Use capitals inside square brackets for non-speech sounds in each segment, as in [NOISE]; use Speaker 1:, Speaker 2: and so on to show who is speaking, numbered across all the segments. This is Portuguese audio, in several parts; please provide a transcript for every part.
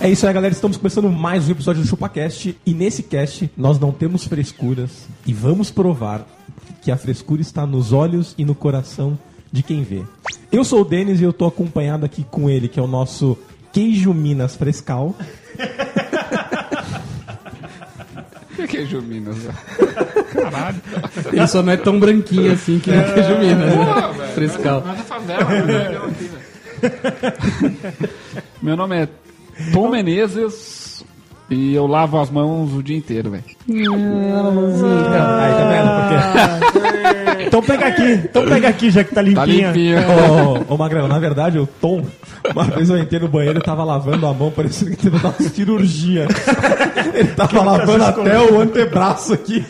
Speaker 1: É isso aí, galera. Estamos começando mais um episódio do ChupaCast. E nesse cast, nós não temos frescuras. E vamos provar que a frescura está nos olhos e no coração de quem vê. Eu sou o Denis e eu tô acompanhado aqui com ele, que é o nosso queijo Minas Frescal.
Speaker 2: Que queijo Minas, né? velho?
Speaker 3: Ele só não é tão branquinho assim que não é [LAUGHS] queijo Minas, né? Frescal.
Speaker 2: Mas é favela, [LAUGHS] né? Meu nome é Tom Menezes e eu lavo as mãos o dia inteiro, velho.
Speaker 1: Aí, tá vendo? Porque... então pega aqui, então pega aqui, já que tá limpinha.
Speaker 2: Tá limpinho.
Speaker 1: Ô, ô, Magrão, na verdade, o Tom, uma vez eu entrei no banheiro e tava lavando a mão, parecendo que teve uma cirurgia. Ele tava lavando até o antebraço aqui.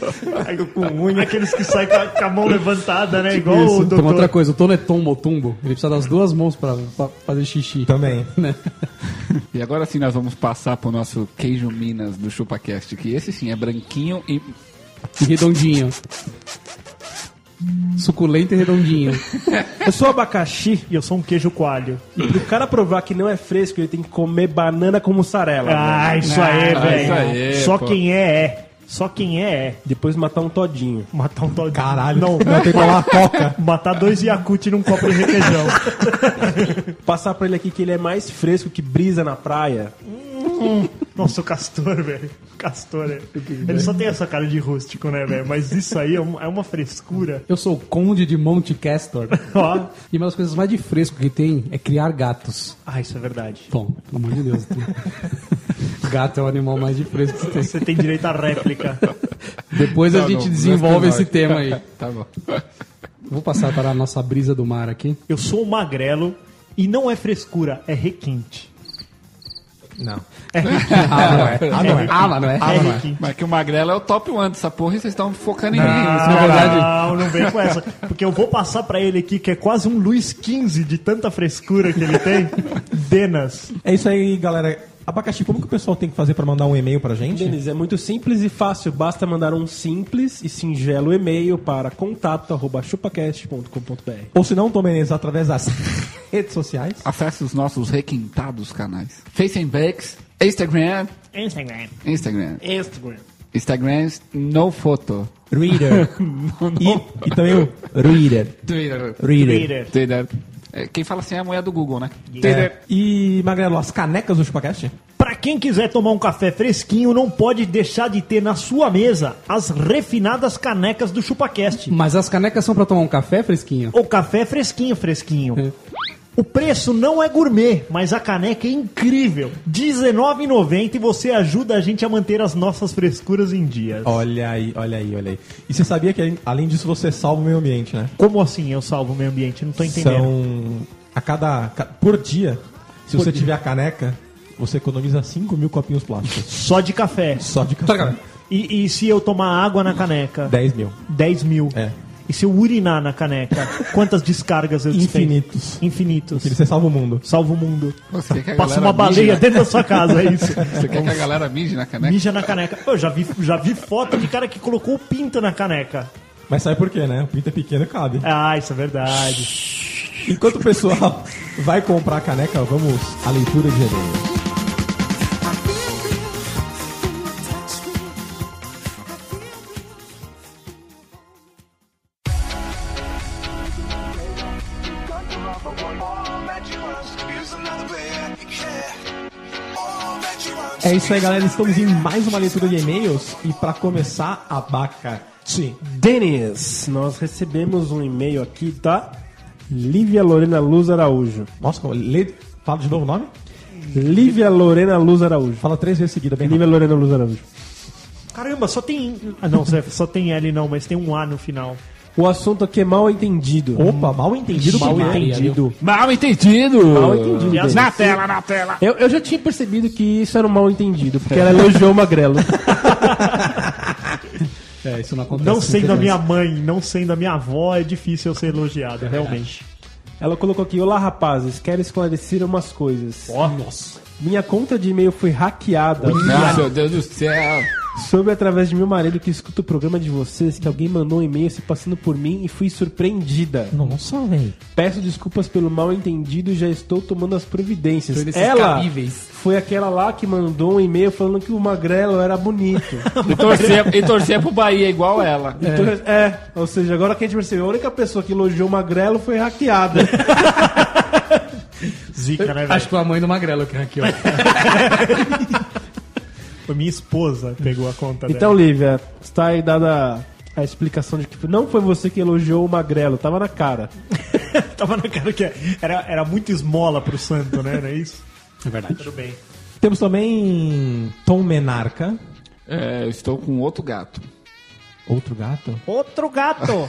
Speaker 4: com unha. Aqueles que saem com a, com a mão levantada, né? Igual
Speaker 3: Isso.
Speaker 4: o
Speaker 3: Então,
Speaker 4: doutor.
Speaker 3: outra coisa, o Tono é tombo ou tumbo. Ele precisa das duas mãos pra, pra fazer xixi.
Speaker 1: Também.
Speaker 3: Né?
Speaker 2: E agora sim nós vamos passar pro nosso queijo Minas do ChupaCast, que esse sim é branquinho e.
Speaker 3: E redondinho. Suculento e redondinho.
Speaker 5: Eu sou abacaxi
Speaker 4: E eu sou um queijo coalho.
Speaker 5: e pro cara provar que não é fresco, ele tem que comer banana com mussarela. né?
Speaker 4: Ah, isso aí,
Speaker 2: Ah, isso aí,
Speaker 4: velho. Só
Speaker 2: pô.
Speaker 4: quem é, é. Só quem é, é.
Speaker 5: Depois matar um todinho.
Speaker 4: Matar um tal de-
Speaker 1: Caralho,
Speaker 4: Não,
Speaker 1: não, não tem pra lá toca.
Speaker 4: [LAUGHS] matar dois Yakut num copo de requeijão.
Speaker 5: Passar pra ele aqui que ele é mais fresco que brisa na praia.
Speaker 4: Nossa, o Castor, velho. O Castor, é. Ele só tem essa cara de rústico, né, velho? Mas isso aí é um- é uma frescura.
Speaker 3: Eu sou o conde de Monte Castor.
Speaker 4: Ó.
Speaker 3: E uma das coisas mais de fresco que tem é criar gatos.
Speaker 4: Ah, isso é verdade.
Speaker 3: Tom, pelo amor de Deus. [LAUGHS] Gato é o animal mais de fresco que tem.
Speaker 4: Você tem direito à réplica.
Speaker 3: Depois a gente desenvolve esse tema aí.
Speaker 2: [LAUGHS] Tá bom.
Speaker 3: Vou passar para a nossa brisa do mar aqui.
Speaker 4: Eu sou um magrelo e não é frescura, é requinte.
Speaker 1: Não.
Speaker 4: É requinte.
Speaker 3: Ah, não é. Ah, não é. Ah, não é.
Speaker 4: É
Speaker 3: Ah, não é.
Speaker 4: requinte.
Speaker 2: Mas que o Magrelo é o top 1 dessa porra e vocês estão focando em mim.
Speaker 4: é
Speaker 3: Isso, na verdade,
Speaker 4: Ah, Não, não vem com essa. Porque eu vou passar pra ele aqui, que é quase um Luiz XV de tanta frescura que ele tem. Denas.
Speaker 1: É isso aí, galera. Abacaxi, como que o pessoal tem que fazer pra mandar um e-mail pra gente?
Speaker 5: Denis, é muito simples e fácil. Basta mandar um simples e singelo e-mail para contato.chupacast.com.br.
Speaker 1: Ou se não, Tom Menezes, através das [LAUGHS] redes sociais.
Speaker 2: Acesse os nossos requintados canais. Facebooks, Instagram,
Speaker 4: Instagram.
Speaker 2: Instagram.
Speaker 4: Instagram.
Speaker 2: Instagram, no foto.
Speaker 1: Reader. [LAUGHS] E, e também o Reader.
Speaker 2: Twitter.
Speaker 1: Reader.
Speaker 4: Twitter.
Speaker 2: Twitter. É, Quem fala assim é a mulher do Google, né?
Speaker 1: É, e, Magrelo, as canecas do ChupaCast?
Speaker 4: Pra quem quiser tomar um café fresquinho, não pode deixar de ter na sua mesa as refinadas canecas do ChupaCast.
Speaker 3: Mas as canecas são pra tomar um café fresquinho?
Speaker 4: O café é fresquinho, fresquinho. O preço não é gourmet, mas a caneca é incrível. R$19,90 e você ajuda a gente a manter as nossas frescuras em dias.
Speaker 1: Olha aí, olha aí, olha aí. E você sabia que, além- além disso, você salva o meio ambiente, né?
Speaker 4: Como assim eu salvo o meio ambiente? Não tô entendendo.
Speaker 1: São... A cada... ca- Por dia, se você tiver a caneca, você economiza 5 mil copinhos plásticos. Tá
Speaker 4: Só de
Speaker 1: [LAUGHS]
Speaker 4: café.
Speaker 1: Só de café.
Speaker 4: E, e se eu tomar água na caneca?
Speaker 1: 10 mil.
Speaker 4: 10 mil.
Speaker 1: É.
Speaker 4: E se eu urinar na caneca? Quantas descargas eu desfei?
Speaker 1: Infinitos.
Speaker 4: Infinitos.
Speaker 1: Que Você salva o mundo.
Speaker 4: Salva o mundo.
Speaker 2: Você quer que a
Speaker 4: Passa
Speaker 2: galera
Speaker 4: uma baleia
Speaker 2: mije,
Speaker 4: dentro da sua casa,
Speaker 2: [LAUGHS]
Speaker 4: é isso.
Speaker 2: né? Você quer que a galera mije na caneca?
Speaker 4: Mija na caneca. Eu já vi, já vi foto de cara que colocou o pinto na caneca.
Speaker 1: Mas sabe por quê, né? O pinto é pequeno e [LAUGHS] cabe.
Speaker 4: Ah, isso é verdade.
Speaker 1: Enquanto o pessoal vai comprar a caneca, vamos à leitura de e-mail.
Speaker 6: I feel real when you touch me. I feel real.
Speaker 1: É isso aí, galera. Estamos em mais uma leitura de e-mails. E pra começar, abacaxi.
Speaker 5: Denis, nós recebemos um e-mail aqui da Lívia Lorena Luz Araújo.
Speaker 1: Nossa, como- lê... fala de novo o nome?
Speaker 5: Lívia Lorena Luz Araújo.
Speaker 1: Fala três vezes seguida, bem
Speaker 5: Lívia Lorena Luz Araújo.
Speaker 4: Caramba, só tem. Ah, não, Zé, só tem L não, mas tem um A no final.
Speaker 5: O assunto aqui é mal entendido.
Speaker 1: rápido. Opa, mal entendido.
Speaker 3: Mal
Speaker 1: primeiro.
Speaker 3: entendido. é.
Speaker 2: Mal entendido!
Speaker 5: Mal entendido. Denis.
Speaker 2: Na tela, na tela!
Speaker 5: Eu, eu já tinha É. percebido que isso era um mal entendido, porque ela elogiou o Magrelo.
Speaker 3: É, isso não acontece.
Speaker 4: Não
Speaker 3: em
Speaker 4: sendo a
Speaker 3: criança.
Speaker 4: minha mãe, não sendo a minha avó, é difícil eu ser elogiado, realmente.
Speaker 5: [LAUGHS] Ela colocou aqui: Olá, rapazes, quero esclarecer umas coisas.
Speaker 4: nossa.
Speaker 5: Minha conta de e-mail foi hackeada.
Speaker 2: Não, meu Deus do céu.
Speaker 5: Soube através de meu marido que escuta o programa de vocês que alguém mandou um e-mail se passando por mim e fui surpreendida.
Speaker 1: Nossa, velho.
Speaker 5: Peço desculpas pelo mal entendido e já estou tomando as providências.
Speaker 3: Por esses
Speaker 5: Ela
Speaker 3: cabíveis.
Speaker 5: foi aquela lá que mandou um e-mail falando que o magrelo era [LAUGHS] bonito.
Speaker 2: E torcer, e torcer pro Bahia é igual ela.
Speaker 5: Então, é. ou seja, agora que a gente percebeu, a única pessoa que elogiou o magrelo foi hackeada.
Speaker 4: Zica, né,
Speaker 3: Acho
Speaker 4: velho?
Speaker 3: que foi a mãe do Magrelo que hackeou.
Speaker 4: Foi minha esposa que pegou a conta dela.
Speaker 5: então, Lívia, está aí dada a explicação de que não foi você que elogiou o magrelo, tava na cara.
Speaker 4: Então, [LAUGHS] tava na cara que era, era muito esmola pro santo, né? Não é isso?
Speaker 3: É verdade.
Speaker 4: Tudo bem.
Speaker 1: Temos também Tom Menarca.
Speaker 2: É, eu estou com outro gato.
Speaker 1: Outro gato?
Speaker 4: Outro gato!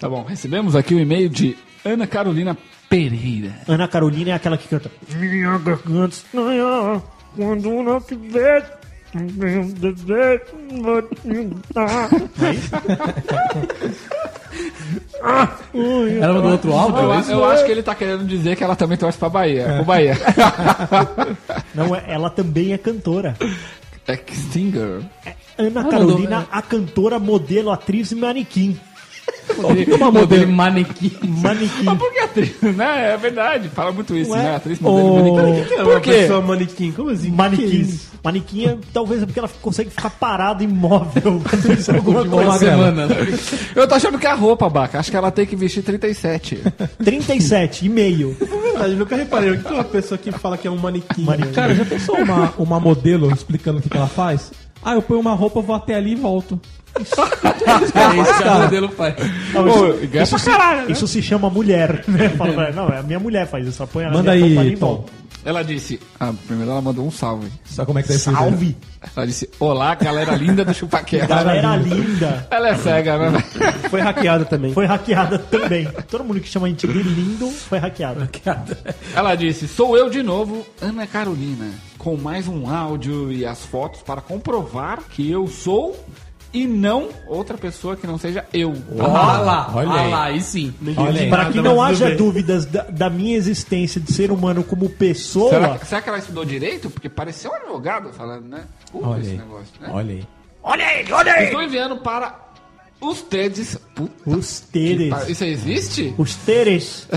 Speaker 2: Tá bom, recebemos aqui o e-mail de Ana Carolina Pereira.
Speaker 4: Ana Carolina é aquela que canta. Minha garganta estranha, quando não te vejo, meu desejo vou te dar.
Speaker 3: Era do outro
Speaker 2: Eu,
Speaker 3: álbum? é isso?
Speaker 2: eu acho que ele tá querendo dizer que ela também torce pra Bahia. Pro [LAUGHS] Bahia.
Speaker 4: Não, é- ela também é cantora.
Speaker 2: É que Singer.
Speaker 4: Ana
Speaker 3: Ah,
Speaker 4: Carolina,
Speaker 3: mandou-
Speaker 4: a cantora, modelo, atriz e manequim.
Speaker 3: Uma modelo manequim.
Speaker 4: Manequim.
Speaker 2: Mas Ah, por que atriz? Né? É verdade. Fala muito isso, né? Atriz modelo
Speaker 5: Ô,
Speaker 2: manequim.
Speaker 5: Por
Speaker 2: Por quê?
Speaker 5: quê? manequim, como assim?
Speaker 4: Manequim.
Speaker 5: Que isso?
Speaker 4: Manequim é, talvez é porque ela consegue ficar parada, imóvel. quando isso é alguma coisa.
Speaker 3: Uma semana. né?
Speaker 2: Eu tô achando que é a roupa, Baca. Acho que ela tem que vestir 37.
Speaker 1: É
Speaker 4: 37 e meio.
Speaker 5: É verdade, eu nunca reparei. O que que é uma pessoa que fala que é um manequim?
Speaker 4: Manequim.
Speaker 1: Cara, já pensou uma, uma modelo explicando o que, que ela faz? Ah, eu ponho uma roupa, vou até ali e volto.
Speaker 3: É isso que a modelo faz.
Speaker 4: Não,
Speaker 2: Ô,
Speaker 4: isso,
Speaker 2: ganha
Speaker 4: isso
Speaker 2: pra
Speaker 4: se, isso se chama mulher, né? Fala pra ela, não, é a minha mulher faz isso. Ela põe a
Speaker 1: Manda
Speaker 4: minha roupa ali
Speaker 1: aí,
Speaker 4: e
Speaker 1: Tom.
Speaker 4: volta.
Speaker 2: Ela disse. Ah, primeiro ela mandou um salve.
Speaker 1: Sabe como é que tá esse vídeo?
Speaker 4: Salve!
Speaker 2: Ela disse: Olá, galera linda do Chupaquera.
Speaker 4: Galera linda!
Speaker 2: Ela é cega, né?
Speaker 5: Foi hackeada também.
Speaker 4: Foi hackeada também. Todo mundo que chama a gente de lindo foi hackeado.
Speaker 2: Ela disse: Sou eu de novo, Ana Carolina, com mais um áudio e as fotos para comprovar que eu sou e não outra pessoa que não seja eu.
Speaker 3: Olha lá,
Speaker 1: Olha
Speaker 3: olha
Speaker 1: aí.
Speaker 3: lá, aí sim.
Speaker 1: Olha aí.
Speaker 4: Para que não haja dúvidas da, da minha existência de ser humano como pessoa,
Speaker 2: Será, será que ela estudou direito? Porque pareceu um advogado falando, né? Puta
Speaker 1: Olha
Speaker 2: esse
Speaker 1: aí.
Speaker 2: negócio, né?
Speaker 1: Olha aí.
Speaker 2: Estou enviando para os TEDs. Puta
Speaker 4: os
Speaker 2: que
Speaker 4: teres,
Speaker 2: par- Isso aí existe?
Speaker 4: os teres,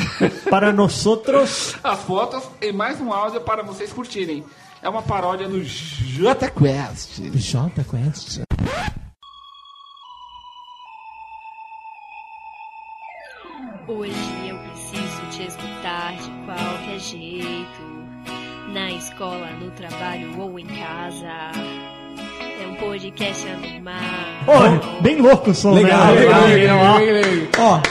Speaker 4: para nós outros,
Speaker 2: As fotos e mais um áudio para vocês curtirem. É uma paródia do Jota Quest.
Speaker 1: Jota Quest.
Speaker 7: Hoje eu preciso te escutar de qualquer jeito. Na escola, no trabalho ou em casa. É um podcast animado.
Speaker 4: Olha, bem louco o som,
Speaker 1: Legal,
Speaker 4: né?
Speaker 1: legal,
Speaker 4: Ó,
Speaker 1: Ó,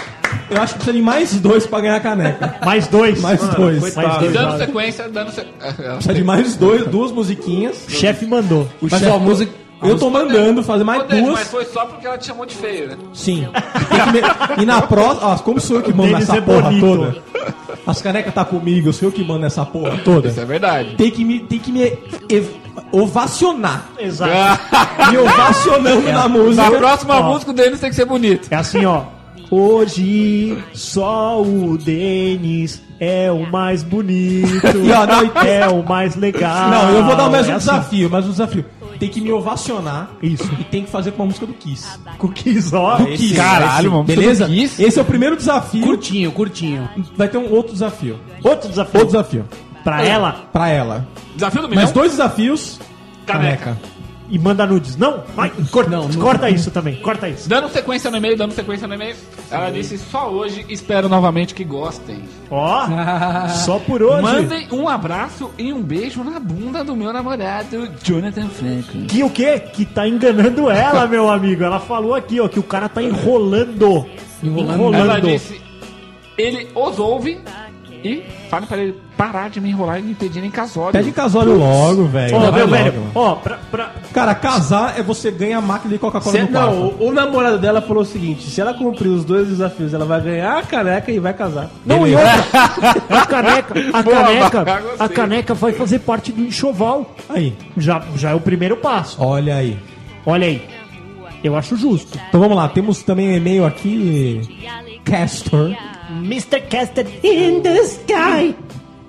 Speaker 1: eu acho que precisa de mais dois pra ganhar a caneca.
Speaker 4: Mais dois.
Speaker 1: Mais
Speaker 4: Mano,
Speaker 1: dois.
Speaker 4: Mais dois.
Speaker 2: Dando sequência, dando
Speaker 1: É,
Speaker 2: É, sequência.
Speaker 1: Precisa de mais dois, duas musiquinhas.
Speaker 4: O chefe mandou.
Speaker 3: Mas ó, a música.
Speaker 1: Eu tô mandando fazer mais
Speaker 2: Mas
Speaker 1: duas.
Speaker 2: foi só porque ela te chamou de feio, né?
Speaker 1: Sim. Tem que me- E na próxima. Ó, como sou eu que mando
Speaker 4: Denis
Speaker 1: essa
Speaker 4: é
Speaker 1: porra
Speaker 4: bonito.
Speaker 1: toda? As canecas tá comigo, eu sou eu que mando essa porra
Speaker 2: Isso é
Speaker 1: toda.
Speaker 2: verdade.
Speaker 1: Tem que me, tem que me ev- ovacionar.
Speaker 4: Exato.
Speaker 1: Ah. Me ovacionando na
Speaker 2: Na
Speaker 1: música.
Speaker 2: próxima música o Denis tem que ser bonito.
Speaker 4: É assim, ó. Hoje só o Denis é o mais bonito.
Speaker 1: E, ó, [LAUGHS] não, e-
Speaker 4: é o mais legal.
Speaker 1: Não, eu vou dar mais um
Speaker 4: É assim.
Speaker 1: desafio, mais um desafio. Tem que me ovacionar.
Speaker 4: Isso.
Speaker 1: E tem que fazer com a música do Kiss.
Speaker 4: Cookies, ó. é
Speaker 1: Do Kiss.
Speaker 2: Caralho, mano, música do
Speaker 1: Beleza?
Speaker 2: Kiss?
Speaker 1: Esse é o primeiro desafio.
Speaker 3: Curtinho, curtinho.
Speaker 1: Vai ter um outro desafio.
Speaker 4: Outro desafio.
Speaker 1: Outro desafio.
Speaker 4: Pra ela
Speaker 1: Pra ela.
Speaker 2: Desafio do milhão?
Speaker 1: Mais dois desafios.
Speaker 2: Caneca.
Speaker 4: e manda nudes. Não, vai. Corta,
Speaker 3: Não, não.
Speaker 4: corta isso também. Corta isso.
Speaker 2: Dando sequência no e-mail, dando sequência no e-mail. Ela disse só hoje, espero novamente que gostem.
Speaker 1: [LAUGHS]
Speaker 4: Ó. só por hoje.
Speaker 2: Mandem um abraço e um beijo na bunda do meu namorado, Jonathan Franklin.
Speaker 4: Que o quê? Que tá enganando ela, meu amigo. Ela falou aqui, ó, que o cara tá enrolando.
Speaker 3: Enrolando.
Speaker 1: É
Speaker 2: Ela disse, ele os ouve e fala pra ele parar de me enrolar e me pedir em casório.
Speaker 1: Pede casório logo, velho.
Speaker 4: Ó,
Speaker 1: Vai
Speaker 4: meu
Speaker 1: logo,
Speaker 4: velho,
Speaker 1: mano.
Speaker 4: ó, pra, pra,
Speaker 1: Cara, casar é você ganhar a máquina de Coca-Cola
Speaker 5: Se-
Speaker 1: no quarto.
Speaker 5: não, o, o namorado dela falou o seguinte: se ela cumprir os dois desafios, ela vai ganhar a caneca e vai casar.
Speaker 4: Não, e outra, a caneca, a
Speaker 2: Boa,
Speaker 4: caneca,
Speaker 2: Baca, gostei.
Speaker 4: a caneca vai fazer parte do enxoval.
Speaker 1: Aí,
Speaker 4: Já, já é o primeiro passo.
Speaker 1: olha aí.
Speaker 4: Olha aí.
Speaker 7: Na rua,
Speaker 4: Eu acho justo.
Speaker 1: Então vamos lá, temos também um e-mail aqui. Castor.
Speaker 4: Mr. Casted in the sky.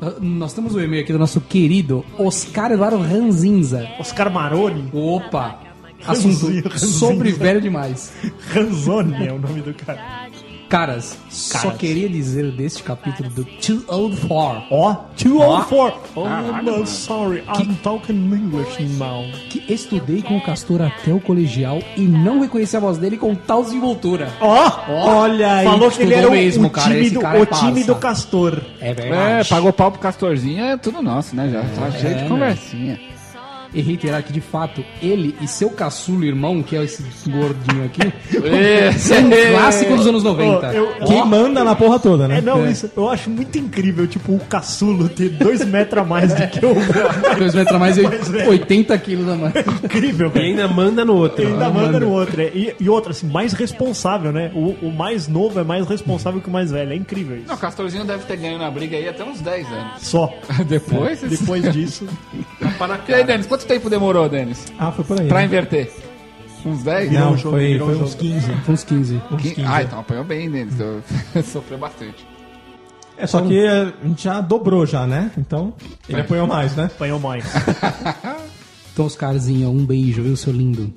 Speaker 3: Ah, Nós temos o e-mail aqui do nosso querido Oscar Eduardo Ranzinza.
Speaker 4: Oscar Maroni.
Speaker 3: Opa! Assunto sobre velho demais.
Speaker 4: Ranzoni é o nome do cara.
Speaker 3: Caras, só
Speaker 4: Caras.
Speaker 3: queria dizer deste capítulo do Too Old For
Speaker 4: Ó, 204. Oh, I'm sorry, I'm talking English now.
Speaker 3: que estudei com o Castor até o colegial e não reconheci a voz dele com tal desenvoltura.
Speaker 4: Ó,
Speaker 3: Olha aí,
Speaker 4: falou que ele
Speaker 3: estudou
Speaker 4: era o,
Speaker 3: mesmo,
Speaker 4: o
Speaker 3: cara,
Speaker 4: time,
Speaker 3: esse
Speaker 4: do,
Speaker 3: cara
Speaker 4: o
Speaker 3: é
Speaker 4: time
Speaker 3: parça.
Speaker 4: do Castor.
Speaker 3: É verdade.
Speaker 2: É, pagou pau pro Castorzinho, é tudo nosso, né? Já tá cheio de
Speaker 3: né?
Speaker 2: conversinha.
Speaker 3: E reiterar que, de fato, ele e seu caçulo irmão, que é esse gordinho [LAUGHS] aqui,
Speaker 2: É
Speaker 3: são um clássico dos anos 90.
Speaker 4: eu-
Speaker 1: Quem manda na porra toda,
Speaker 4: É,
Speaker 1: né?
Speaker 4: não, isso eu acho muito incrível, tipo, o caçulo ter dois [LAUGHS] metros a mais do que o [LAUGHS]
Speaker 3: Dois metros a mais e
Speaker 4: Pois é.
Speaker 3: 80 quilos a mais.
Speaker 4: incrível,
Speaker 5: E
Speaker 4: velho.
Speaker 5: ainda manda no outro.
Speaker 4: Ele ainda manda no outro. é. E, e outra, assim, mais responsável, né? O, o mais novo é mais responsável que o mais velho. É incrível isso.
Speaker 2: Não, o Castorzinho deve ter ganho na briga aí até uns 10 anos. É.
Speaker 4: Só.
Speaker 2: [LAUGHS] Depois?
Speaker 4: Depois [LAUGHS] disso.
Speaker 2: E aí, Denis, quanto tempo demorou, Denis?
Speaker 1: Ah, foi por aí.
Speaker 2: Pra
Speaker 1: né? um
Speaker 2: inverter? Uns 10?
Speaker 1: Não,
Speaker 2: Uns
Speaker 1: foi, foi uns 15.
Speaker 3: Uns 15.
Speaker 2: 15.
Speaker 1: né?
Speaker 2: Ah, então apanhou bem, Denis. Eu- [LAUGHS] Sofreu bastante.
Speaker 1: É, só que a gente já dobrou já, né? Então, ele apanhou mais, né?
Speaker 4: Apanhou mais.
Speaker 3: Então, Oscarzinho, um beijo, viu, seu lindo?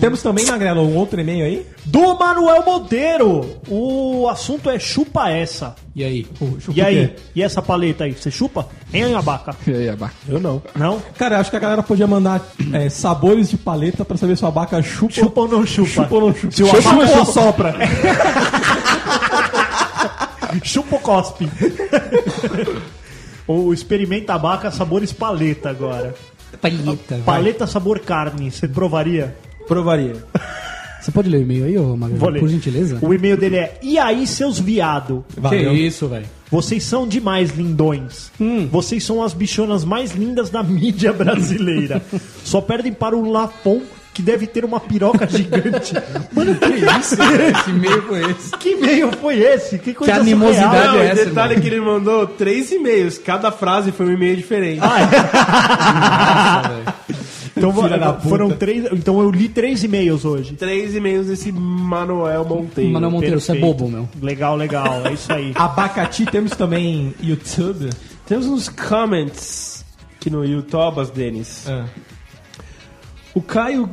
Speaker 1: Temos também, Magrelo, um outro e-mail aí.
Speaker 4: Do Manuel Monteiro. O assunto é chupa essa.
Speaker 3: E aí?
Speaker 4: E
Speaker 3: É.
Speaker 4: aí? E essa paleta aí? Você chupa? Hein, abaca?
Speaker 2: E aí, Abaca?
Speaker 5: Eu não.
Speaker 4: Não?
Speaker 1: Cara, acho que a galera podia mandar é, sabores de paleta pra saber se o abaca chupa,
Speaker 4: Chupa ou não chupa?
Speaker 1: chupa ou não chupa.
Speaker 4: Se o abaca
Speaker 1: Chupa ou
Speaker 4: chupa.
Speaker 1: sopra.
Speaker 4: Chupa ou cospe? [LAUGHS] Ou experimenta abaca sabores paleta agora.
Speaker 3: Palheta. vai.
Speaker 4: Paleta sabor carne, você provaria?
Speaker 1: Provaria.
Speaker 3: Você pode ler o e-mail aí, ô Magalhães?
Speaker 4: Vou ler.
Speaker 3: Por gentileza?
Speaker 4: O e-mail dele é: E aí, seus viado?
Speaker 1: Valeu.
Speaker 3: Que isso, velho.
Speaker 4: Vocês são demais lindões.
Speaker 3: Hum.
Speaker 4: Vocês são as bichonas mais lindas da mídia brasileira. Só perdem para o Lafon, que deve ter uma piroca gigante. [LAUGHS] Mano, que isso?
Speaker 3: Esse e-mail foi [LAUGHS] esse.
Speaker 4: Que e-mail foi esse? Que coisa
Speaker 3: Que animosidade
Speaker 4: surreal.
Speaker 3: é
Speaker 5: Não, o
Speaker 3: essa, irmão?
Speaker 5: detalhe é que ele mandou três e-mails. Cada frase foi um e-mail diferente.
Speaker 4: Então,
Speaker 1: Filha da puta.
Speaker 4: foram três, então eu li três e-mails hoje.
Speaker 5: Três e-mails desse Manuel Monteiro.
Speaker 3: Manoel Monteiro, você é
Speaker 4: Perfeito.
Speaker 3: bobo, meu.
Speaker 4: Legal, legal. É isso aí.
Speaker 1: Abacati, temos também YouTube.
Speaker 5: Temos uns comments aqui no YouTubas, Denis.
Speaker 1: É.
Speaker 5: O Caio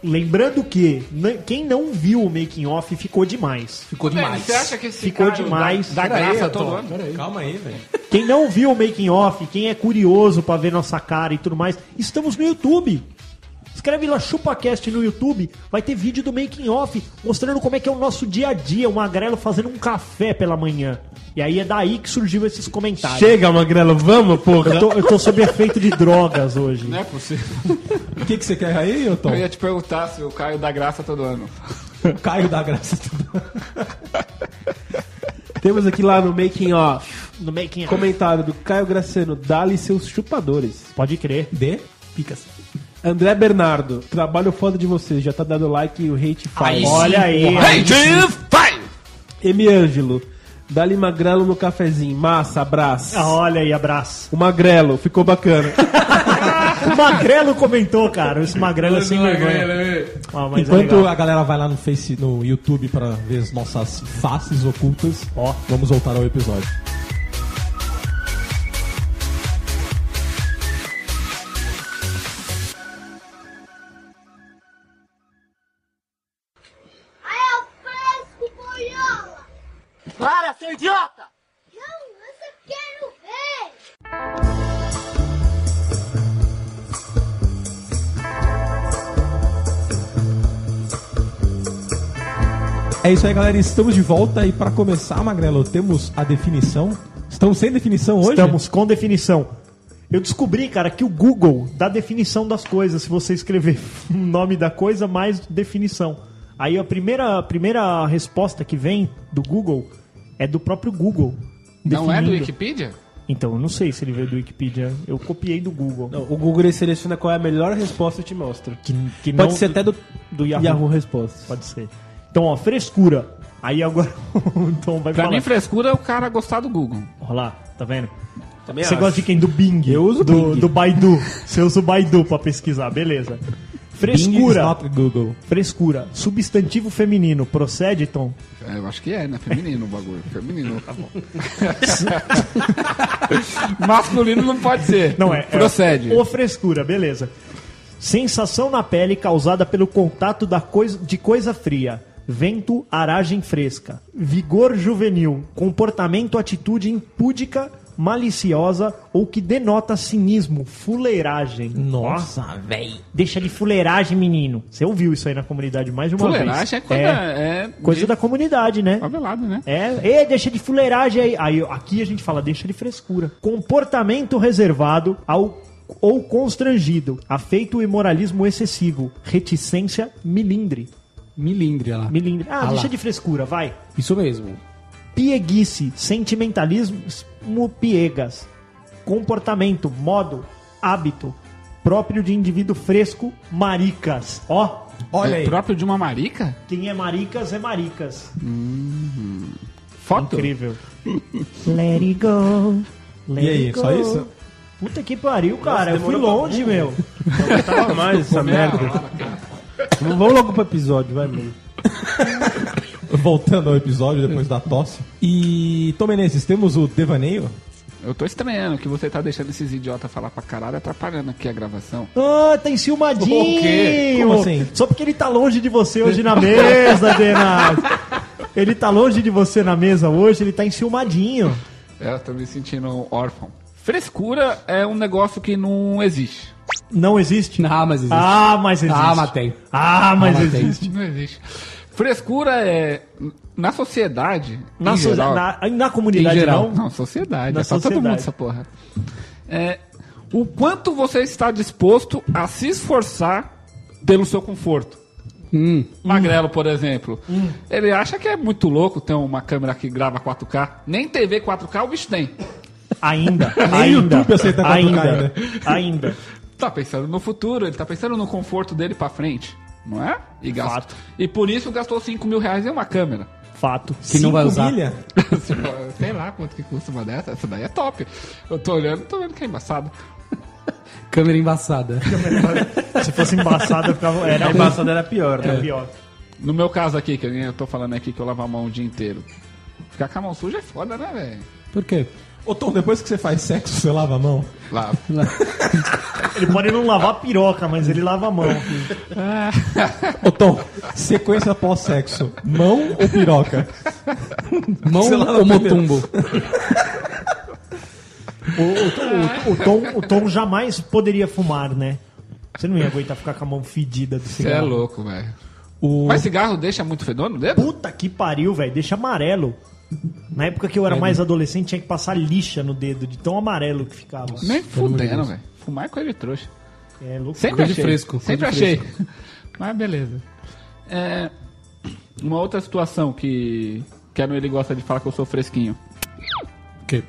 Speaker 4: Lembrando que n- quem não viu o making off ficou demais.
Speaker 3: Ficou
Speaker 2: Denis,
Speaker 3: demais.
Speaker 2: você acha que esse
Speaker 4: Ficou
Speaker 2: cara
Speaker 4: demais.
Speaker 2: dá, dá
Speaker 4: Peraí,
Speaker 2: graça
Speaker 4: eu tô-
Speaker 2: todo ano?
Speaker 1: Calma aí, velho.
Speaker 4: Quem não viu o making off, quem é curioso pra ver nossa cara e tudo mais, estamos no YouTube. Escreve lá ChupaCast no YouTube, vai ter vídeo do making off mostrando como é que é o nosso dia a dia, o magrelo fazendo um café pela manhã. E aí é daí que surgiu esses comentários.
Speaker 5: Chega, Magrelo, vamos, porra.
Speaker 4: Eu tô, eu tô sob efeito de drogas
Speaker 5: [LAUGHS]
Speaker 4: hoje.
Speaker 2: Não é possível.
Speaker 1: O que, que você quer aí, ô Tom?
Speaker 2: Eu ia te perguntar se o Caio dá graça todo ano.
Speaker 1: Caio da Graça. tudo.
Speaker 5: Temos aqui lá no Making Off.
Speaker 4: No making off.
Speaker 5: Comentário do Caio Graciano, dá-lhe seus chupadores.
Speaker 4: Pode crer.
Speaker 1: D?
Speaker 3: Picas.
Speaker 5: André Bernardo, trabalho foda de vocês, já tá dando like e o hate faz.
Speaker 4: Olha aí.
Speaker 5: M. Ângelo, dá-lhe magrelo no cafezinho, massa, abraço.
Speaker 4: Olha aí, abraço.
Speaker 5: O magrelo, ficou bacana.
Speaker 4: O Magrelo comentou, cara. Esse Magrelo é sem vergonha. Ah, mas é
Speaker 1: Enquanto
Speaker 4: legal.
Speaker 1: a galera vai lá no Face, no YouTube pra ver as nossas faces ocultas,
Speaker 4: Ó.
Speaker 1: vamos voltar ao episódio.
Speaker 6: Aí eu fresco, boiola!
Speaker 8: Para, seu idiota!
Speaker 6: Não, essa eu quero ver!
Speaker 1: É isso aí, galera. Estamos de volta e pra começar, Magrelo, temos a definição. Estamos sem definição hoje?
Speaker 4: Estamos com definição. Eu descobri, cara, que o Google dá definição das coisas se você escrever [LAUGHS] o nome da coisa mais definição. Aí a primeira, a primeira resposta que vem do Google é do próprio Google.
Speaker 2: Não é do
Speaker 4: definindo.
Speaker 2: Wikipedia?
Speaker 4: Então, eu não sei se ele veio do Wikipedia. Eu copiei do Google.
Speaker 5: Não, o Google ele seleciona qual é a melhor resposta e te mostra.
Speaker 4: Que, que
Speaker 5: Pode
Speaker 4: não-
Speaker 5: ser até do,
Speaker 4: do Yahoo.
Speaker 5: Yahoo. Respostas.
Speaker 4: Pode ser. Então, ó, frescura. Aí agora [LAUGHS] o Tom vai
Speaker 2: Pra
Speaker 4: falar.
Speaker 2: mim, frescura é o cara gostar do Google.
Speaker 4: Olha lá, tá vendo?
Speaker 5: Também
Speaker 4: Você
Speaker 5: acho.
Speaker 4: gosta de quem? Do Bing.
Speaker 5: Eu uso
Speaker 4: do,
Speaker 5: Bing.
Speaker 4: do Baidu. Você usa o Baidu pra pesquisar, beleza.
Speaker 1: Bing is
Speaker 4: Frescura.
Speaker 1: not Google.
Speaker 4: Frescura. Substantivo feminino. Procede, Tom?
Speaker 2: É, Eu acho que é, né? Feminino o bagulho. Feminino, tá bom. [LAUGHS] Masculino não pode ser.
Speaker 4: Não é. é
Speaker 2: Procede.
Speaker 4: o frescura, beleza. Sensação na pele causada pelo contato da coisa, de coisa fria. Vento, aragem fresca. Vigor juvenil. Comportamento, atitude impúdica, maliciosa ou que denota cinismo. Fuleiragem.
Speaker 1: Nossa, véi.
Speaker 4: Deixa de fuleiragem, menino. Você ouviu isso aí na comunidade mais de uma vez.
Speaker 2: Fuleiragem é coisa, é,
Speaker 4: coisa
Speaker 2: de
Speaker 4: da comunidade, né?
Speaker 2: favelado, né?
Speaker 4: É, e deixa de fuleiragem aí. aí. Aqui a gente fala, deixa de frescura. Comportamento reservado ao ou constrangido, afeito e moralismo excessivo, reticência, milindre.
Speaker 3: Milindre lá.
Speaker 4: Milindre. Ah,
Speaker 3: Ah lá.
Speaker 4: deixa de frescura, vai.
Speaker 3: Isso mesmo.
Speaker 4: Pieguice, sentimentalismo piegas. Comportamento, modo, hábito próprio de indivíduo fresco, maricas. Ó,
Speaker 1: Olha
Speaker 2: é
Speaker 1: aí.
Speaker 2: próprio de uma marica?
Speaker 4: quem é maricas é maricas.
Speaker 2: Foto?
Speaker 4: Incrível. Let it go. Let
Speaker 1: E aí,
Speaker 4: it
Speaker 1: só isso?
Speaker 4: Puta que pariu, cara. Eu fui longe, meu. [LAUGHS]
Speaker 5: Tava mais essa merda. Vamos logo pro episódio, vai, mano.
Speaker 1: [LAUGHS] Voltando ao episódio depois da tosse. E, Tom Menezes, temos o devaneio?
Speaker 2: Eu tô estranhando que você tá deixando esses idiotas falar pra caralho, atrapalhando aqui a gravação.
Speaker 4: Ah, tá enciumadinho.
Speaker 2: O quê?
Speaker 1: Como assim?
Speaker 4: Só porque ele tá longe de você hoje
Speaker 1: [LAUGHS]
Speaker 4: na mesa, Denaz. Ele tá longe de você na mesa hoje, ele tá enciumadinho.
Speaker 2: É, Eu tô me sentindo órfão. Frescura é um negócio que não existe.
Speaker 4: Não existe?
Speaker 3: Ah, mas existe.
Speaker 4: Ah, mas existe.
Speaker 3: Ah, mas tem.
Speaker 4: Ah, mas
Speaker 3: Ah, mas tem.
Speaker 4: existe.
Speaker 2: [LAUGHS] Não existe. Frescura é. Na sociedade.
Speaker 4: Na,
Speaker 2: em
Speaker 4: so-
Speaker 2: geral-
Speaker 4: na- na comunidade
Speaker 3: Em geral.
Speaker 4: não.
Speaker 2: Não, sociedade.
Speaker 4: Na
Speaker 2: é pra todo
Speaker 4: sociedade.
Speaker 2: mundo essa porra. É, o quanto você está disposto a se esforçar pelo seu conforto.
Speaker 4: Hum.
Speaker 2: Magrelo, por exemplo. Ele acha que é muito louco ter uma câmera que grava 4K. Nem TV 4K o bicho tem.
Speaker 4: Ainda.
Speaker 1: Nem
Speaker 4: ainda,
Speaker 1: YouTube aceita 4K
Speaker 4: ainda.
Speaker 1: ainda.
Speaker 4: Ainda.
Speaker 2: Tá pensando no futuro, ele tá pensando no conforto dele pra frente. Não é? E, gasto-
Speaker 4: Fato.
Speaker 2: e por isso gastou 5 mil reais em uma câmera. Tipo,
Speaker 4: Fato.
Speaker 3: Que não vai usar.
Speaker 1: milha?
Speaker 2: Sei lá quanto que custa uma dessa. Essa daí é top. Eu tô olhando, tô vendo que é embaçado.
Speaker 3: Câmera embaçada.
Speaker 4: Se fosse embaçada, ficava. Era
Speaker 5: Embaçada era pior,
Speaker 4: era
Speaker 5: né?
Speaker 4: pior.
Speaker 2: No meu caso aqui, que eu tô falando aqui que eu lavo a mão o dia inteiro. Ficar com a mão suja é foda, né, velho?
Speaker 3: Por quê?
Speaker 1: [LAUGHS] Ô, Tom, depois que você faz sexo, você lava a mão?
Speaker 2: Lavo.
Speaker 4: Ele pode não lavar a piroca, mas ele lava a mão.
Speaker 1: Ô, Tom, sequência pós-sexo, mão ou piroca?
Speaker 3: Mão
Speaker 1: Sei lá,
Speaker 3: ou
Speaker 1: não entendeu.
Speaker 3: motumbo?
Speaker 4: O, o- o- o Tom, o Tom jamais poderia fumar, né? Você não ia aguentar ficar com a mão fedida do
Speaker 2: Você é
Speaker 4: cigarro.
Speaker 2: louco, velho.
Speaker 1: O...
Speaker 2: Mas cigarro deixa muito fedor no dedo?
Speaker 4: Puta que pariu, velho. Deixa amarelo. Na época que eu era mais adolescente, tinha que passar lixa no dedo, de tão amarelo que ficava.
Speaker 2: Nem fudendo, velho. Fumar é coisa de trouxa.
Speaker 4: É louco.
Speaker 2: Sempre
Speaker 3: Coisa de
Speaker 2: achei.
Speaker 3: fresco, coisa
Speaker 2: Sempre
Speaker 3: de
Speaker 2: achei. [LAUGHS] Mas beleza. É, uma outra situação que, que a Noeli gosta de falar que eu sou fresquinho.
Speaker 3: quê?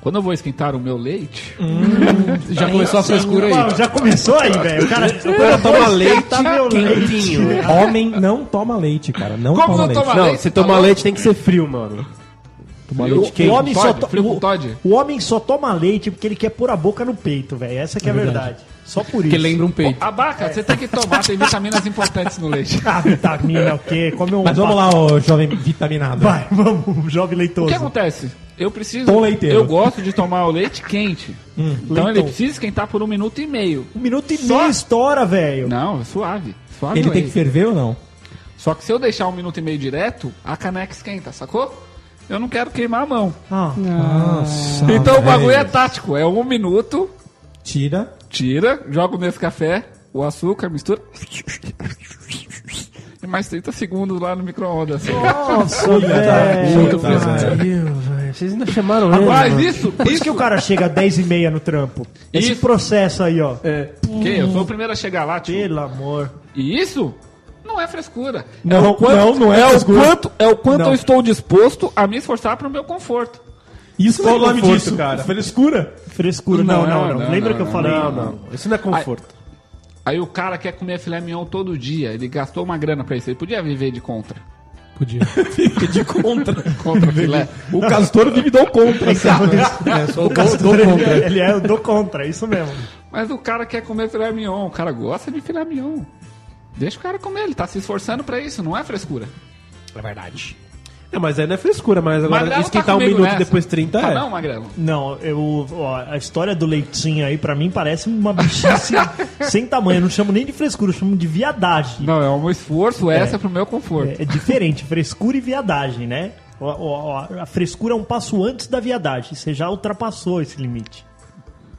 Speaker 2: Quando eu vou esquentar o meu leite,
Speaker 1: Hum,
Speaker 3: Já começou a frescura aí.
Speaker 4: Mano, já começou aí, velho. O cara, o cara
Speaker 5: Toma leite
Speaker 4: tá meu leite.
Speaker 5: quentinho.
Speaker 1: É. Homem não toma leite, cara. Não
Speaker 2: Como
Speaker 1: toma
Speaker 2: não
Speaker 1: leite.
Speaker 2: toma
Speaker 5: Não,
Speaker 2: leite?
Speaker 5: se
Speaker 2: Tá
Speaker 5: tomar
Speaker 2: louco?
Speaker 5: leite tem que ser frio, mano. Tomar leite
Speaker 4: O
Speaker 5: quente.
Speaker 4: homem, só
Speaker 2: Todd,
Speaker 4: to-
Speaker 2: frio com
Speaker 4: o-
Speaker 2: Todd.
Speaker 4: o homem só toma leite porque ele quer pôr a boca no peito, velho. Essa que é, a verdade. Só por isso.
Speaker 3: Porque lembra um peito.
Speaker 2: Abaca, você tem que tomar,
Speaker 1: [LAUGHS]
Speaker 2: tem vitaminas importantes no leite.
Speaker 4: Ah, vitamina o quê? Come um
Speaker 1: Mas vamos lá, ô jovem vitaminado.
Speaker 4: Vai, vamos, jovem
Speaker 2: O
Speaker 4: leitoso.
Speaker 2: que acontece? Eu preciso.
Speaker 1: Pão leiteiro. Hum,
Speaker 2: Eu gosto de tomar o leite quente. então
Speaker 4: leitão.
Speaker 2: ele precisa esquentar por um minuto e meio.
Speaker 4: Um minuto e meio estoura, velho.
Speaker 2: Não, é suave. Suave
Speaker 1: Ele
Speaker 2: o
Speaker 1: tem que
Speaker 2: leite.
Speaker 1: ferver ou não?
Speaker 2: Só que se eu deixar um minuto e meio direto, a caneca esquenta, sacou? Eu não quero queimar a mão.
Speaker 4: Ah,
Speaker 1: Nossa,
Speaker 2: então o bagulho é
Speaker 1: velho.
Speaker 2: tático. É um minuto,
Speaker 1: Tira.
Speaker 2: tira, joga o nesse café, o açúcar, mistura. E mais 30 segundos lá no micro-ondas.
Speaker 4: nossa,
Speaker 1: Puta,
Speaker 4: velho.
Speaker 1: velho.
Speaker 5: Vocês ainda chamaram ele,
Speaker 2: Mas
Speaker 5: mano.
Speaker 2: isso,
Speaker 4: Por isso que o cara chega às 10 e meia no trampo. Esse
Speaker 2: Isso.
Speaker 4: processo aí, ó.
Speaker 2: Quem? Eu sou o primeiro a chegar lá, tipo,
Speaker 4: Pelo amor.
Speaker 2: E isso não é frescura.
Speaker 1: Não,
Speaker 2: é o quanto,
Speaker 1: não, não é
Speaker 2: o
Speaker 1: frescura.
Speaker 2: quanto, é o quanto
Speaker 1: Não.
Speaker 2: eu estou disposto a me esforçar para o meu conforto.
Speaker 1: Isso
Speaker 5: Qual
Speaker 1: não é
Speaker 5: o nome
Speaker 1: conforto,
Speaker 5: disso?
Speaker 1: cara. Frescura.
Speaker 4: Frescura. Não, não, não.
Speaker 2: Não, não,
Speaker 4: Lembra
Speaker 2: não,
Speaker 4: que eu
Speaker 2: não,
Speaker 4: falei?
Speaker 5: Não, não. Isso não é conforto.
Speaker 2: Aí o cara quer comer filé mignon todo dia. Ele gastou uma grana para isso. Ele podia viver de contra. [LAUGHS]
Speaker 3: Podia.
Speaker 1: De contra.
Speaker 2: Contra filé.
Speaker 1: O castor vive do contra.
Speaker 4: Esse é o-
Speaker 3: Sou o castor contra.
Speaker 4: Ele é o do contra, é isso mesmo.
Speaker 2: Mas o cara quer comer filé mignon, o cara gosta de filé mignon. Deixa o cara comer, ele tá se esforçando pra isso, não é frescura.
Speaker 3: É verdade.
Speaker 1: É, mas aí não é frescura, mas agora
Speaker 2: Magrelo tá
Speaker 1: esquentar um
Speaker 2: comigo
Speaker 1: minuto
Speaker 2: nessa.
Speaker 1: e depois 30
Speaker 2: Tá
Speaker 1: é.
Speaker 2: não, Magrelo?
Speaker 4: Não, eu, ó, a história do leitinho aí, pra mim, parece uma
Speaker 2: [LAUGHS]
Speaker 4: bichice sem tamanho. Eu não chamo nem de frescura, eu chamo de viadagem.
Speaker 2: Não, é um esforço essa pro meu conforto.
Speaker 4: É, é diferente, frescura e viadagem, né? Ó, ó, ó, a frescura é um passo antes da viadagem. Você já ultrapassou esse limite.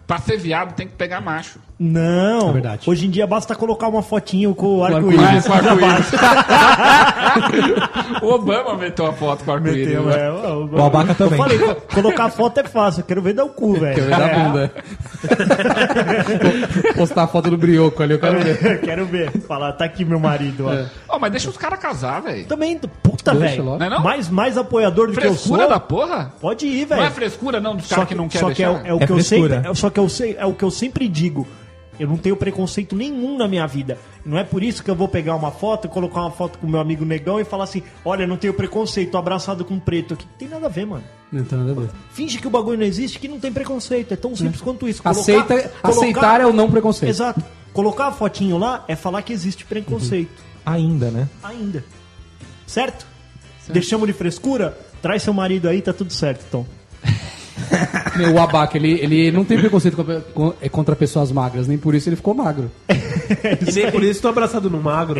Speaker 2: Pra ser viado tem que pegar macho.
Speaker 4: Não,
Speaker 3: É verdade.
Speaker 4: hoje em dia basta colocar uma fotinho com o arco-íris.
Speaker 2: arco-íris, com
Speaker 4: Já
Speaker 2: arco-íris.
Speaker 4: basta.
Speaker 2: O Obama meteu a foto com arco-íris.
Speaker 4: Meteu,
Speaker 2: né?
Speaker 4: é, ó,
Speaker 1: O abaca
Speaker 4: Eu
Speaker 1: também.
Speaker 4: falei, co- colocar foto é fácil, eu quero ver dar o cu, velho. É.
Speaker 3: Quero ver é da bunda. Postar a foto do brioco ali, eu quero ver.
Speaker 4: É, [LAUGHS] quero ver. Falar, tá aqui meu marido, ó.
Speaker 2: Ó, mas deixa os caras casar, velho.
Speaker 4: Também, puta,
Speaker 3: É. Deixa
Speaker 4: velho.
Speaker 3: logo.
Speaker 2: Não é não?
Speaker 4: Mais, mais apoiador do que eu
Speaker 2: Frescura
Speaker 4: sou.
Speaker 2: da porra?
Speaker 4: Pode ir,
Speaker 2: Não é
Speaker 4: velho.
Speaker 2: frescura, não, dos caras que, não
Speaker 4: só
Speaker 2: querem
Speaker 4: que é,
Speaker 2: deixar.
Speaker 4: o- é o
Speaker 1: É
Speaker 4: que eu
Speaker 1: frescura.
Speaker 4: sempre, é, só que eu sei, é o que eu sempre digo. Eu não tenho preconceito nenhum na minha vida. Não é por isso que eu vou pegar uma foto, colocar uma foto com meu amigo negão e falar assim: "Olha, não tenho preconceito, tô abraçado com preto aqui". Tem nada a ver, mano.
Speaker 3: Não tem Então, nada a ver.
Speaker 4: Finge que o bagulho não existe, que não tem preconceito. É tão simples quanto isso.
Speaker 3: Aceita- aceitar é o não preconceito.
Speaker 4: Exato. Colocar a fotinho lá é falar que existe preconceito.
Speaker 1: Ainda, né?
Speaker 3: Uhum.
Speaker 4: Ainda. Certo? Deixamos de frescura? Traz seu marido aí, tá tudo certo, Tom.
Speaker 3: Meu, o abaca, ele, ele não tem preconceito com- com- é contra pessoas magras, nem por isso ele ficou magro.
Speaker 1: E nem por isso tô abraçado no magro.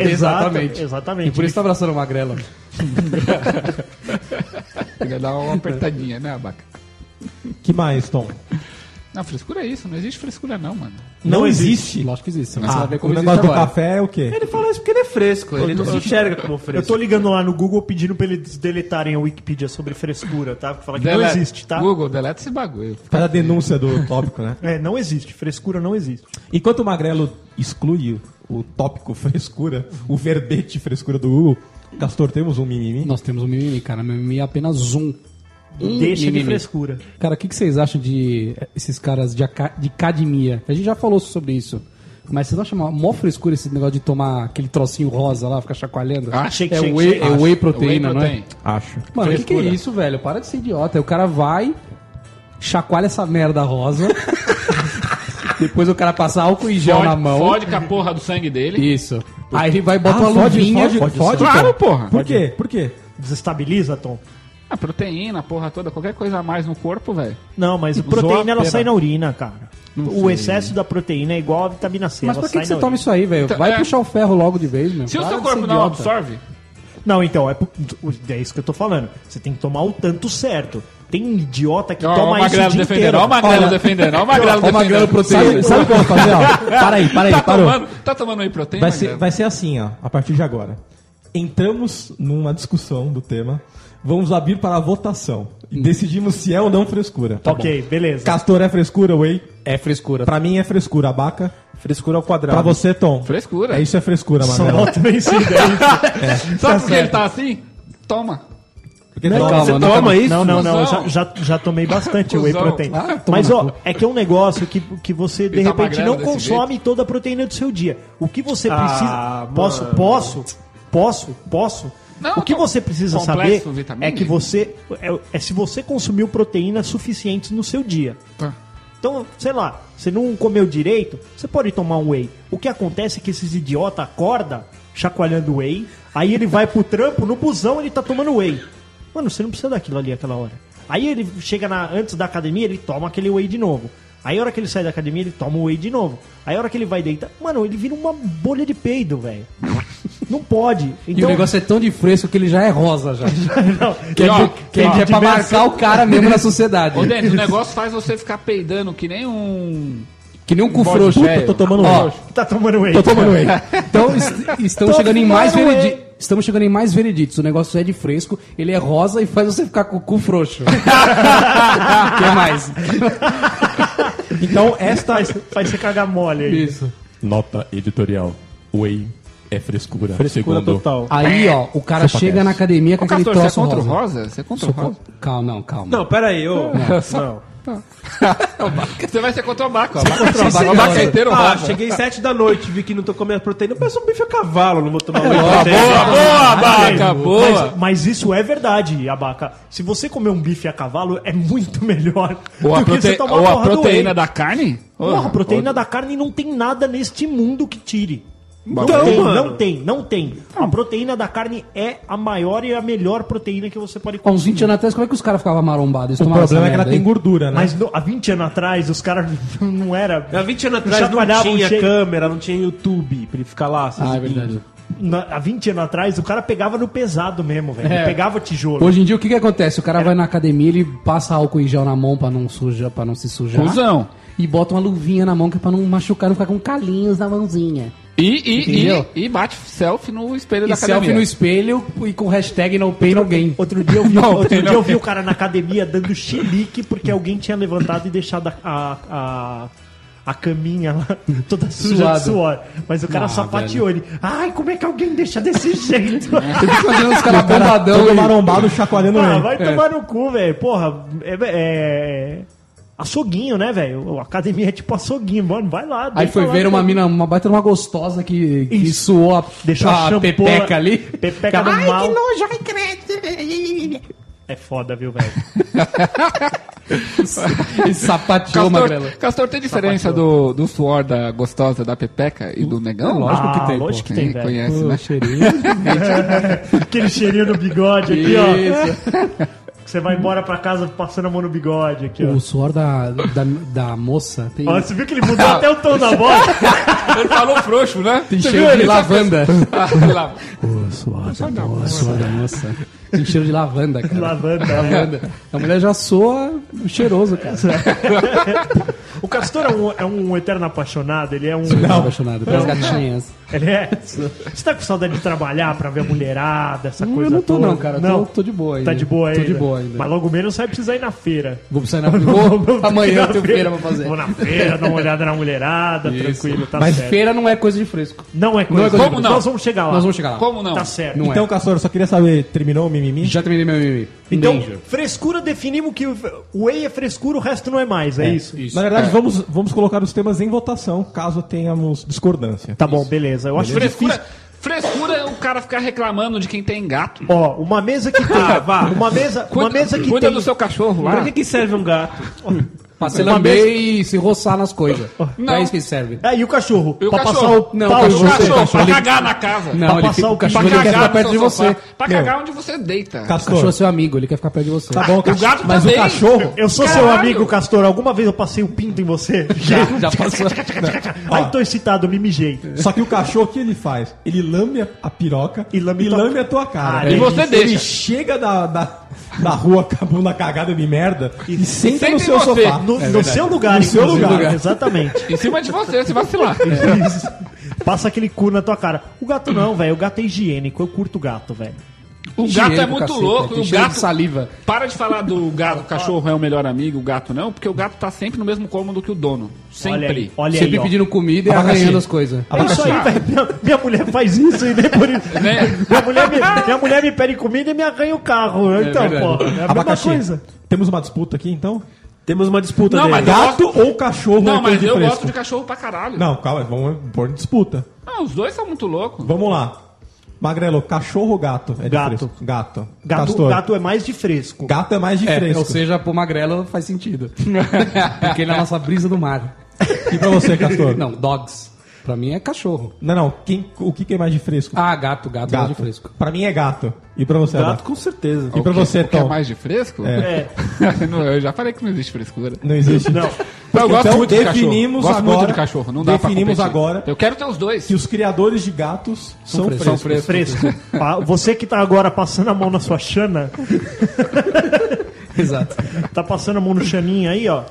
Speaker 3: Exatamente.
Speaker 4: Exatamente.
Speaker 3: E
Speaker 4: Exatamente.
Speaker 3: por isso tá abraçando o magrela.
Speaker 2: Ele dá uma apertadinha, né, abaca?
Speaker 1: Que mais, Tom?
Speaker 2: Não, frescura é isso. Não existe frescura, não, mano.
Speaker 1: Não, existe.
Speaker 3: Lógico que existe. Mas você
Speaker 1: Ah,
Speaker 3: vai ver como
Speaker 1: o
Speaker 3: existe
Speaker 1: negócio do
Speaker 3: agora.
Speaker 1: café é o quê?
Speaker 5: Ele fala isso porque ele é fresco, ele não se enxerga como
Speaker 4: Eu
Speaker 5: fresco.
Speaker 4: tô ligando lá no Google pedindo pra eles deletarem a Wikipedia sobre frescura, tá? Falar que não
Speaker 2: Deleta-
Speaker 4: existe, tá?
Speaker 2: Google, deleta esse bagulho.
Speaker 1: Faz a denúncia do tópico, né?
Speaker 4: É, não existe. Frescura não existe.
Speaker 1: Enquanto o Magrelo exclui o tópico [LAUGHS] frescura, o verbete frescura do Google, Castor, temos um mimimi?
Speaker 3: Nós temos um mimimi, cara. Mimimi é apenas um. Um
Speaker 4: Deixa de
Speaker 3: mimimi.
Speaker 4: frescura.
Speaker 3: Cara, o que, que vocês acham de eh, esses caras de, aca- de academia? A gente já falou sobre isso. Mas vocês não acham uma- mó frescura esse negócio de tomar aquele trocinho rosa lá, ficar chacoalhando?
Speaker 2: Ah,
Speaker 4: shake,
Speaker 3: é
Speaker 4: shake,
Speaker 3: whey,
Speaker 4: shake.
Speaker 3: é whey proteína,
Speaker 2: Whey
Speaker 3: não é?
Speaker 2: protein.
Speaker 1: Acho.
Speaker 3: Mano, o que, que é
Speaker 2: Frescura.
Speaker 3: isso, velho? Para de ser idiota. O cara vai, chacoalha essa
Speaker 2: [LAUGHS]
Speaker 3: merda rosa. depois o cara passa álcool e gel
Speaker 2: Fode-
Speaker 3: na mão.
Speaker 2: Fode com a porra do sangue dele.
Speaker 3: Isso. Aí ele vai e
Speaker 1: Ah,
Speaker 3: bota uma luvinha.
Speaker 2: Claro, porra.
Speaker 1: Por quê? Por quê?
Speaker 4: Desestabiliza, Tom?
Speaker 2: A proteína, a porra toda, qualquer coisa a mais no corpo, velho.
Speaker 4: Não, mas a proteína ela sai na urina, cara. o excesso da proteína é igual a vitamina C.
Speaker 3: Mas
Speaker 4: ela
Speaker 3: pra que,
Speaker 4: sai
Speaker 3: que
Speaker 4: na
Speaker 3: você toma
Speaker 4: urina.
Speaker 3: isso aí, velho?
Speaker 2: Então,
Speaker 3: Vai
Speaker 2: é.
Speaker 3: puxar o ferro logo de vez, meu.
Speaker 2: Se o
Speaker 3: Para
Speaker 2: seu
Speaker 3: de ser
Speaker 2: corpo não
Speaker 3: idiota.
Speaker 2: absorve,
Speaker 4: Não, então, é, pro- é isso que eu tô falando. Você tem que tomar o tanto certo. Tem um idiota que toma isso o dia
Speaker 2: defendendo,
Speaker 4: inteiro.
Speaker 2: ó o Magrelo defendendo, ó o Magrelo
Speaker 3: Ó, o magrelo
Speaker 2: defendendo.
Speaker 3: proteína. Sabe o que eu vou fazer, ó? Para aí, para aí,
Speaker 2: Tá
Speaker 3: parou.
Speaker 2: tomando, tá tomando whey proteína,
Speaker 1: Vai ser,
Speaker 2: Magrelo?
Speaker 1: vai ser assim, ó, a partir de agora. Entramos numa discussão do tema, vamos abrir para a votação
Speaker 5: Hum.
Speaker 1: e decidimos se é ou não frescura.
Speaker 4: ok, beleza.
Speaker 1: Castor é frescura, Whey?
Speaker 3: É frescura.
Speaker 1: Pra mim é frescura, abaca.
Speaker 5: Frescura ao
Speaker 1: Pra
Speaker 5: quadrado.
Speaker 1: você, Tom.
Speaker 2: Frescura.
Speaker 1: É isso é frescura,
Speaker 4: São
Speaker 1: Magrelo.
Speaker 4: voto vencido, é isso.
Speaker 2: Sabe por que ele tá assim? Toma.
Speaker 1: Porque
Speaker 3: Não,
Speaker 1: Tom-
Speaker 3: calma, não, calma.
Speaker 5: isso?
Speaker 4: Não, não, não. eu
Speaker 2: Cusão.
Speaker 4: Já, já, já tomei bastante whey
Speaker 2: Cusão.
Speaker 4: protein.
Speaker 3: Ah, toma
Speaker 4: Mas,
Speaker 3: no
Speaker 4: ó, é que é um negócio que, que você, de
Speaker 2: Ele tá
Speaker 4: repente,
Speaker 2: magrelo
Speaker 4: não
Speaker 2: desse Ah,
Speaker 4: consome toda a proteína do seu dia. O que você precisa...
Speaker 5: mano.
Speaker 4: posso, posso, posso, posso?
Speaker 2: Não,
Speaker 4: o que
Speaker 2: tô-
Speaker 4: você precisa
Speaker 2: complexo,
Speaker 4: saber é
Speaker 2: vitamina.
Speaker 4: que você... É, é se você consumiu proteínas suficientes no seu dia.
Speaker 2: Tá.
Speaker 4: Então, sei lá, você não comeu direito, você pode tomar um whey. O que acontece é que esses idiota acorda chacoalhando whey, aí ele vai pro trampo, no busão ele tá tomando whey. Mano, você não precisa daquilo ali aquela hora. Aí ele chega na, antes da academia, ele toma aquele whey de novo. Aí a hora que ele sai da academia, ele toma o whey de novo. Aí a hora que ele vai deitar, mano, ele vira uma bolha de peido, velho. Não pode. Então,
Speaker 3: E
Speaker 2: então-
Speaker 3: o negócio é tão de fresco que ele já é
Speaker 2: [LAUGHS]
Speaker 3: rosa já.
Speaker 4: não,
Speaker 3: Que é,
Speaker 2: ó,
Speaker 3: de- que é pra marcar o cara mesmo na sociedade.
Speaker 2: Ô, Denis, o negócio faz você ficar peidando que nem um...
Speaker 3: Que nem um cu
Speaker 2: Bode
Speaker 3: frouxo.
Speaker 2: velho.
Speaker 1: Tô tomando
Speaker 3: Ó,
Speaker 1: um.
Speaker 4: tá tomando whey.
Speaker 3: Tô tomando whey. [LAUGHS] Então, est- estamos
Speaker 4: Tô
Speaker 3: chegando em mais
Speaker 4: tomando whey.
Speaker 3: vereditos. Estamos chegando em mais vereditos. O negócio é de fresco, ele é rosa e faz você ficar com o cu frouxo. que mais?
Speaker 1: Então, esta
Speaker 4: Faz, faz você cagar mole aí.
Speaker 3: Isso.
Speaker 9: Nota editorial. Whey é frescura.
Speaker 5: Frescura
Speaker 9: segundo
Speaker 1: é
Speaker 5: total.
Speaker 3: Aí, ó, o cara
Speaker 9: Só
Speaker 3: chega
Speaker 9: acontece.
Speaker 3: na academia com
Speaker 2: Ô,
Speaker 3: aquele
Speaker 2: Castor, você é
Speaker 3: troço
Speaker 2: contra o
Speaker 3: rosa.
Speaker 2: rosa? Você é contra o
Speaker 3: Sou
Speaker 2: rosa?
Speaker 3: con- Calma, não, calma.
Speaker 5: Não, pera aí, ô.
Speaker 3: tá.
Speaker 2: Você vai ser contra o Abaco. Abaco,
Speaker 5: Sim,
Speaker 2: abaco,
Speaker 5: sim,
Speaker 2: abaco
Speaker 5: cara.
Speaker 2: é inteiro
Speaker 5: Ah,
Speaker 2: Abaco.
Speaker 5: cheguei sete da noite, vi que não tô comendo proteína. Eu peço um bife a cavalo, não vou tomar um
Speaker 2: Boa, boa, boa, Abaca, boa.
Speaker 4: Mas, mas isso é verdade, Abaca. Se você comer um bife a cavalo, é muito [LAUGHS] melhor
Speaker 2: Ou a, prote- ou a
Speaker 4: do
Speaker 2: proteína
Speaker 4: whey.
Speaker 2: da carne?
Speaker 4: Porra, a proteína
Speaker 2: ou-
Speaker 4: da carne não tem nada neste mundo que tire. Não,
Speaker 5: Então,
Speaker 4: tem,
Speaker 5: mano.
Speaker 4: não tem, não tem. A
Speaker 2: Hum.
Speaker 4: proteína da carne é a maior e a melhor proteína que você pode
Speaker 3: Há uns 20 anos atrás, como é que os caras ficavam marombados? Eles
Speaker 1: O
Speaker 3: tomavam
Speaker 1: problema é
Speaker 3: essa
Speaker 1: que ela
Speaker 3: merda
Speaker 1: tem
Speaker 3: aí.
Speaker 1: gordura, né?
Speaker 4: Mas no- há 20 anos atrás, os caras [LAUGHS] não era.
Speaker 5: Há 20 anos atrás não
Speaker 4: Chacoalhavam
Speaker 5: tinha
Speaker 4: cheio.
Speaker 5: câmera, não tinha YouTube pra ele ficar lá. assim. se
Speaker 3: Ah, é
Speaker 5: exibindo.
Speaker 3: verdade.
Speaker 4: Na- há 20 anos atrás, o cara pegava no pesado mesmo, velho.
Speaker 3: É.
Speaker 4: Ele Pegava tijolo.
Speaker 3: Hoje em dia, o que que acontece? O cara vai na academia, ele passa álcool em gel na mão pra não sujar, pra não se
Speaker 2: Ah.
Speaker 3: sujar.
Speaker 2: Cusão.
Speaker 3: E bota uma luvinha na mão que é pra não machucar, não ficar com calinhos na mãozinha.
Speaker 2: E, e,
Speaker 3: Entendeu?
Speaker 2: e, e bate selfie no espelho
Speaker 3: E
Speaker 2: da
Speaker 3: selfie
Speaker 2: academia.
Speaker 3: no espelho e com hashtag no pain no
Speaker 4: [LAUGHS]
Speaker 3: gain.
Speaker 4: Outro dia eu vi,
Speaker 2: Não,
Speaker 4: outro
Speaker 2: tem,
Speaker 4: dia
Speaker 2: não.
Speaker 4: eu vi o cara na academia dando chilique porque alguém tinha levantado e deixado a, a, a, a caminha lá [LAUGHS] toda suja
Speaker 3: Suado.
Speaker 4: de suor. Mas o cara
Speaker 3: Ah,
Speaker 4: sapateou ele. Ai, como é que alguém deixa desse [LAUGHS] jeito?
Speaker 3: Eu fico imaginando os caras bombadão.
Speaker 1: Todo
Speaker 3: e-
Speaker 1: marombado chacoalhando
Speaker 4: ah,
Speaker 1: ele.
Speaker 3: É.
Speaker 4: vai tomar no cu, velho. Porra, é. é... Açouguinho, né, velho? A academia é tipo açouguinho, mano. Vai lá.
Speaker 3: Aí
Speaker 4: deixa
Speaker 3: foi
Speaker 4: lá,
Speaker 3: ver uma
Speaker 4: velho.
Speaker 3: mina, uma baita de uma gostosa que, que
Speaker 4: Isso.
Speaker 3: suou a,
Speaker 4: Deixou a
Speaker 3: a
Speaker 4: champola-
Speaker 3: pepeca ali.
Speaker 4: pepeca do
Speaker 3: Ai, [LAUGHS]
Speaker 4: mal.
Speaker 3: que nojo, ai, credo.
Speaker 4: É foda, viu, velho?
Speaker 3: Esse sapateou, Magrela.
Speaker 2: Castor, Castor, tem diferença do, do suor da gostosa da Pepeca e do negão?
Speaker 3: É lógico que
Speaker 4: Ah,
Speaker 3: tem,
Speaker 4: lógico
Speaker 3: pô.
Speaker 4: que tem,
Speaker 2: Quem
Speaker 4: velho.
Speaker 2: conhece, né?
Speaker 4: Aquele cheirinho no bigode aqui, ó.
Speaker 3: Isso.
Speaker 4: Você vai embora pra casa passando a mão no bigode aqui, ó.
Speaker 3: O suor da, da, da moça tem,
Speaker 4: Ó, você viu que ele mudou até o tom da voz?
Speaker 2: [LAUGHS] Ele falou frouxo, né?
Speaker 3: tem cheiro de
Speaker 2: [LAUGHS]
Speaker 3: lavanda.
Speaker 2: Ah, lavanda.
Speaker 3: O suor da moça. O suor da moça. Tem cheiro de [LAUGHS] lavanda, cara.
Speaker 4: Lavanda.
Speaker 3: Lavanda. A mulher já soa cheiroso, cara.
Speaker 4: O Castor é um, é um eterno apaixonado, ele é um.
Speaker 3: Não. apaixonado pelas gatinhas.
Speaker 4: Ele é. Você tá com saudade de trabalhar pra ver a mulherada, essa coisa
Speaker 3: Hum, eu não tô
Speaker 4: toda?
Speaker 3: não, cara. Tô, tô de boa ainda.
Speaker 4: Tá de boa
Speaker 3: Tô
Speaker 4: ainda?
Speaker 3: de boa ainda.
Speaker 4: Mas logo menos você vai precisar ir na feira.
Speaker 3: Vou precisar na... [LAUGHS]
Speaker 4: [LAUGHS]
Speaker 3: Vou... Amanhã eu tenho feira pra fazer.
Speaker 4: Vou na feira, dar uma olhada na mulherada, tranquilo, tá
Speaker 3: Mas
Speaker 4: certo.
Speaker 3: feira não é coisa de fresco.
Speaker 4: Não é
Speaker 3: Não
Speaker 4: coisa.
Speaker 3: é coisa
Speaker 4: Como
Speaker 3: de-
Speaker 4: Nós vamos chegar lá.
Speaker 3: Nós vamos chegar lá.
Speaker 2: Como não?
Speaker 4: Tá certo.
Speaker 3: Não
Speaker 1: Então,
Speaker 3: é.
Speaker 1: Castor, eu só queria saber, terminou o mimimi?
Speaker 3: Já terminei meu mimimi.
Speaker 4: Então,
Speaker 3: Ninja.
Speaker 4: frescura, definimos que o o whey é frescura, o resto não é mais, é, isso?
Speaker 1: Na verdade, vamos, vamos colocar os temas em votação, caso tenhamos discordância.
Speaker 4: Tá bom, beleza. Eu acho
Speaker 2: Frescura,
Speaker 4: difícil.
Speaker 2: frescura é o cara ficar reclamando de quem tem gato.
Speaker 4: Ó, uma mesa que tem. Uma mesa, uma
Speaker 2: Cuida,
Speaker 4: mesa que
Speaker 2: cuida
Speaker 4: tem.
Speaker 2: do seu cachorro lá.
Speaker 5: Pra que, que serve um gato?
Speaker 3: Pra se
Speaker 4: Uma
Speaker 3: lamber
Speaker 4: mesa-
Speaker 3: e se roçar nas coisas. Não. É isso que serve.
Speaker 4: Ah, e o cachorro?
Speaker 2: E o
Speaker 4: pra
Speaker 2: cachorro?
Speaker 4: passar o
Speaker 3: Não,
Speaker 4: pau
Speaker 3: o
Speaker 2: O
Speaker 4: no
Speaker 3: cachorro-
Speaker 4: seu-
Speaker 2: cachorro, pra
Speaker 3: ele-
Speaker 2: cagar na casa.
Speaker 3: tá Não, ele
Speaker 4: passar
Speaker 3: fica,
Speaker 4: o
Speaker 3: o cachorro
Speaker 2: pra
Speaker 3: ele quer ficar
Speaker 2: cagar
Speaker 3: perto de você.
Speaker 2: Pra
Speaker 1: Meu.
Speaker 2: cagar onde você deita.
Speaker 3: O cachorro é
Speaker 1: Castor,
Speaker 3: seu amigo, ele quer ficar perto de você.
Speaker 1: tá bom,
Speaker 2: o gato
Speaker 3: Mas o
Speaker 2: também.
Speaker 1: cachorro...
Speaker 4: Eu sou seu
Speaker 2: Caralho.
Speaker 4: amigo, Castor. Alguma vez eu passei o pinto em você? Já.
Speaker 3: Já passou.
Speaker 4: Ai, tô excitado, me mijei.
Speaker 1: Só que o cachorro, o que ele faz? Ele lame a- a piroca
Speaker 4: E lame tua-
Speaker 1: a tua cara.
Speaker 4: Então, Ah, e
Speaker 2: você
Speaker 1: ele
Speaker 2: deixa.
Speaker 1: chega da, da, da rua com a bunda cagada de merda e, senta,
Speaker 2: senta
Speaker 1: no
Speaker 2: em
Speaker 1: seu
Speaker 2: você.
Speaker 1: sofá.
Speaker 4: No, no seu lugar,
Speaker 1: No seu
Speaker 4: inclusive.
Speaker 1: lugar.
Speaker 4: [LAUGHS] Exatamente.
Speaker 2: Em cima de você, se [LAUGHS] vacilar.
Speaker 4: Isso. Passa aquele cu na tua cara. O gato não, velho. O gato é higiênico. Eu curto gato, velho.
Speaker 2: O
Speaker 3: Higiênico,
Speaker 2: gato é muito
Speaker 3: caceta,
Speaker 2: louco.
Speaker 3: tem
Speaker 2: E o
Speaker 3: cheiro de
Speaker 2: gato...
Speaker 3: saliva.
Speaker 2: Para de falar do gato, o cachorro é o melhor amigo, o gato não, porque o gato tá sempre no mesmo cômodo que o dono.
Speaker 4: Olha aí.
Speaker 2: Sempre.
Speaker 4: Olha
Speaker 3: Sempre
Speaker 4: aí, ó.
Speaker 3: pedindo comida e
Speaker 1: Abacaxi.
Speaker 3: arranhando as coisas.
Speaker 4: É isso aí, velho. Minha, minha mulher faz isso e depois.
Speaker 2: Né?
Speaker 4: Minha mulher, me, minha mulher me pede comida e me arranha o carro. então,
Speaker 3: verdade.
Speaker 4: pô, é a
Speaker 1: Abacaxi.
Speaker 4: mesma coisa.
Speaker 1: Temos uma disputa aqui, então?
Speaker 5: Temos uma disputa
Speaker 2: Não,
Speaker 5: dele.
Speaker 2: mas-
Speaker 1: Gato ou cachorro é
Speaker 2: Não,
Speaker 1: coisa
Speaker 2: mas eu
Speaker 1: fresco?
Speaker 2: gosto de cachorro pra caralho.
Speaker 1: Não, calma, vamos pôr em disputa.
Speaker 2: Ah, os dois são muito loucos.
Speaker 1: Vamos lá. Magrelo, cachorro ou gato? É de
Speaker 4: Gato.
Speaker 1: fresco. Gato.
Speaker 4: Gato,
Speaker 1: Castor.
Speaker 4: gato é mais de fresco.
Speaker 1: Gato é mais de
Speaker 3: É,
Speaker 1: fresco.
Speaker 3: ou seja, pro magrelo faz sentido. Porque ele é a nossa brisa do mar.
Speaker 1: E pra você, Castor?
Speaker 3: Não, dogs. Pra mim é cachorro.
Speaker 1: Não, não. Quem, o que, que é mais de fresco?
Speaker 3: Ah, gato, gato, gato. de fresco.
Speaker 1: Pra mim é gato. E pra você,
Speaker 5: Gato,
Speaker 1: Gato?
Speaker 5: com certeza.
Speaker 1: E pra você,
Speaker 2: Quer
Speaker 1: Tom?
Speaker 2: é mais de fresco?
Speaker 1: É.
Speaker 2: [LAUGHS] Não, eu já falei que não existe frescura.
Speaker 1: Não existe.
Speaker 2: [LAUGHS]
Speaker 4: Não.
Speaker 2: Mas eu gosto
Speaker 1: Então,
Speaker 2: muito
Speaker 1: definimos
Speaker 2: de cachorro. Gosto
Speaker 1: agora-
Speaker 2: muito de cachorro. Não dá
Speaker 1: definimos
Speaker 2: pra competir.
Speaker 1: agora-
Speaker 2: Eu quero ter os dois.
Speaker 1: Que os criadores de gatos são,
Speaker 3: frescos.
Speaker 1: frescos.
Speaker 2: frescos.
Speaker 4: Fresco. Ah, Você que tá agora passando a mão na sua chana,
Speaker 3: Exato.
Speaker 4: tá passando a mão no chaninho aí, ó.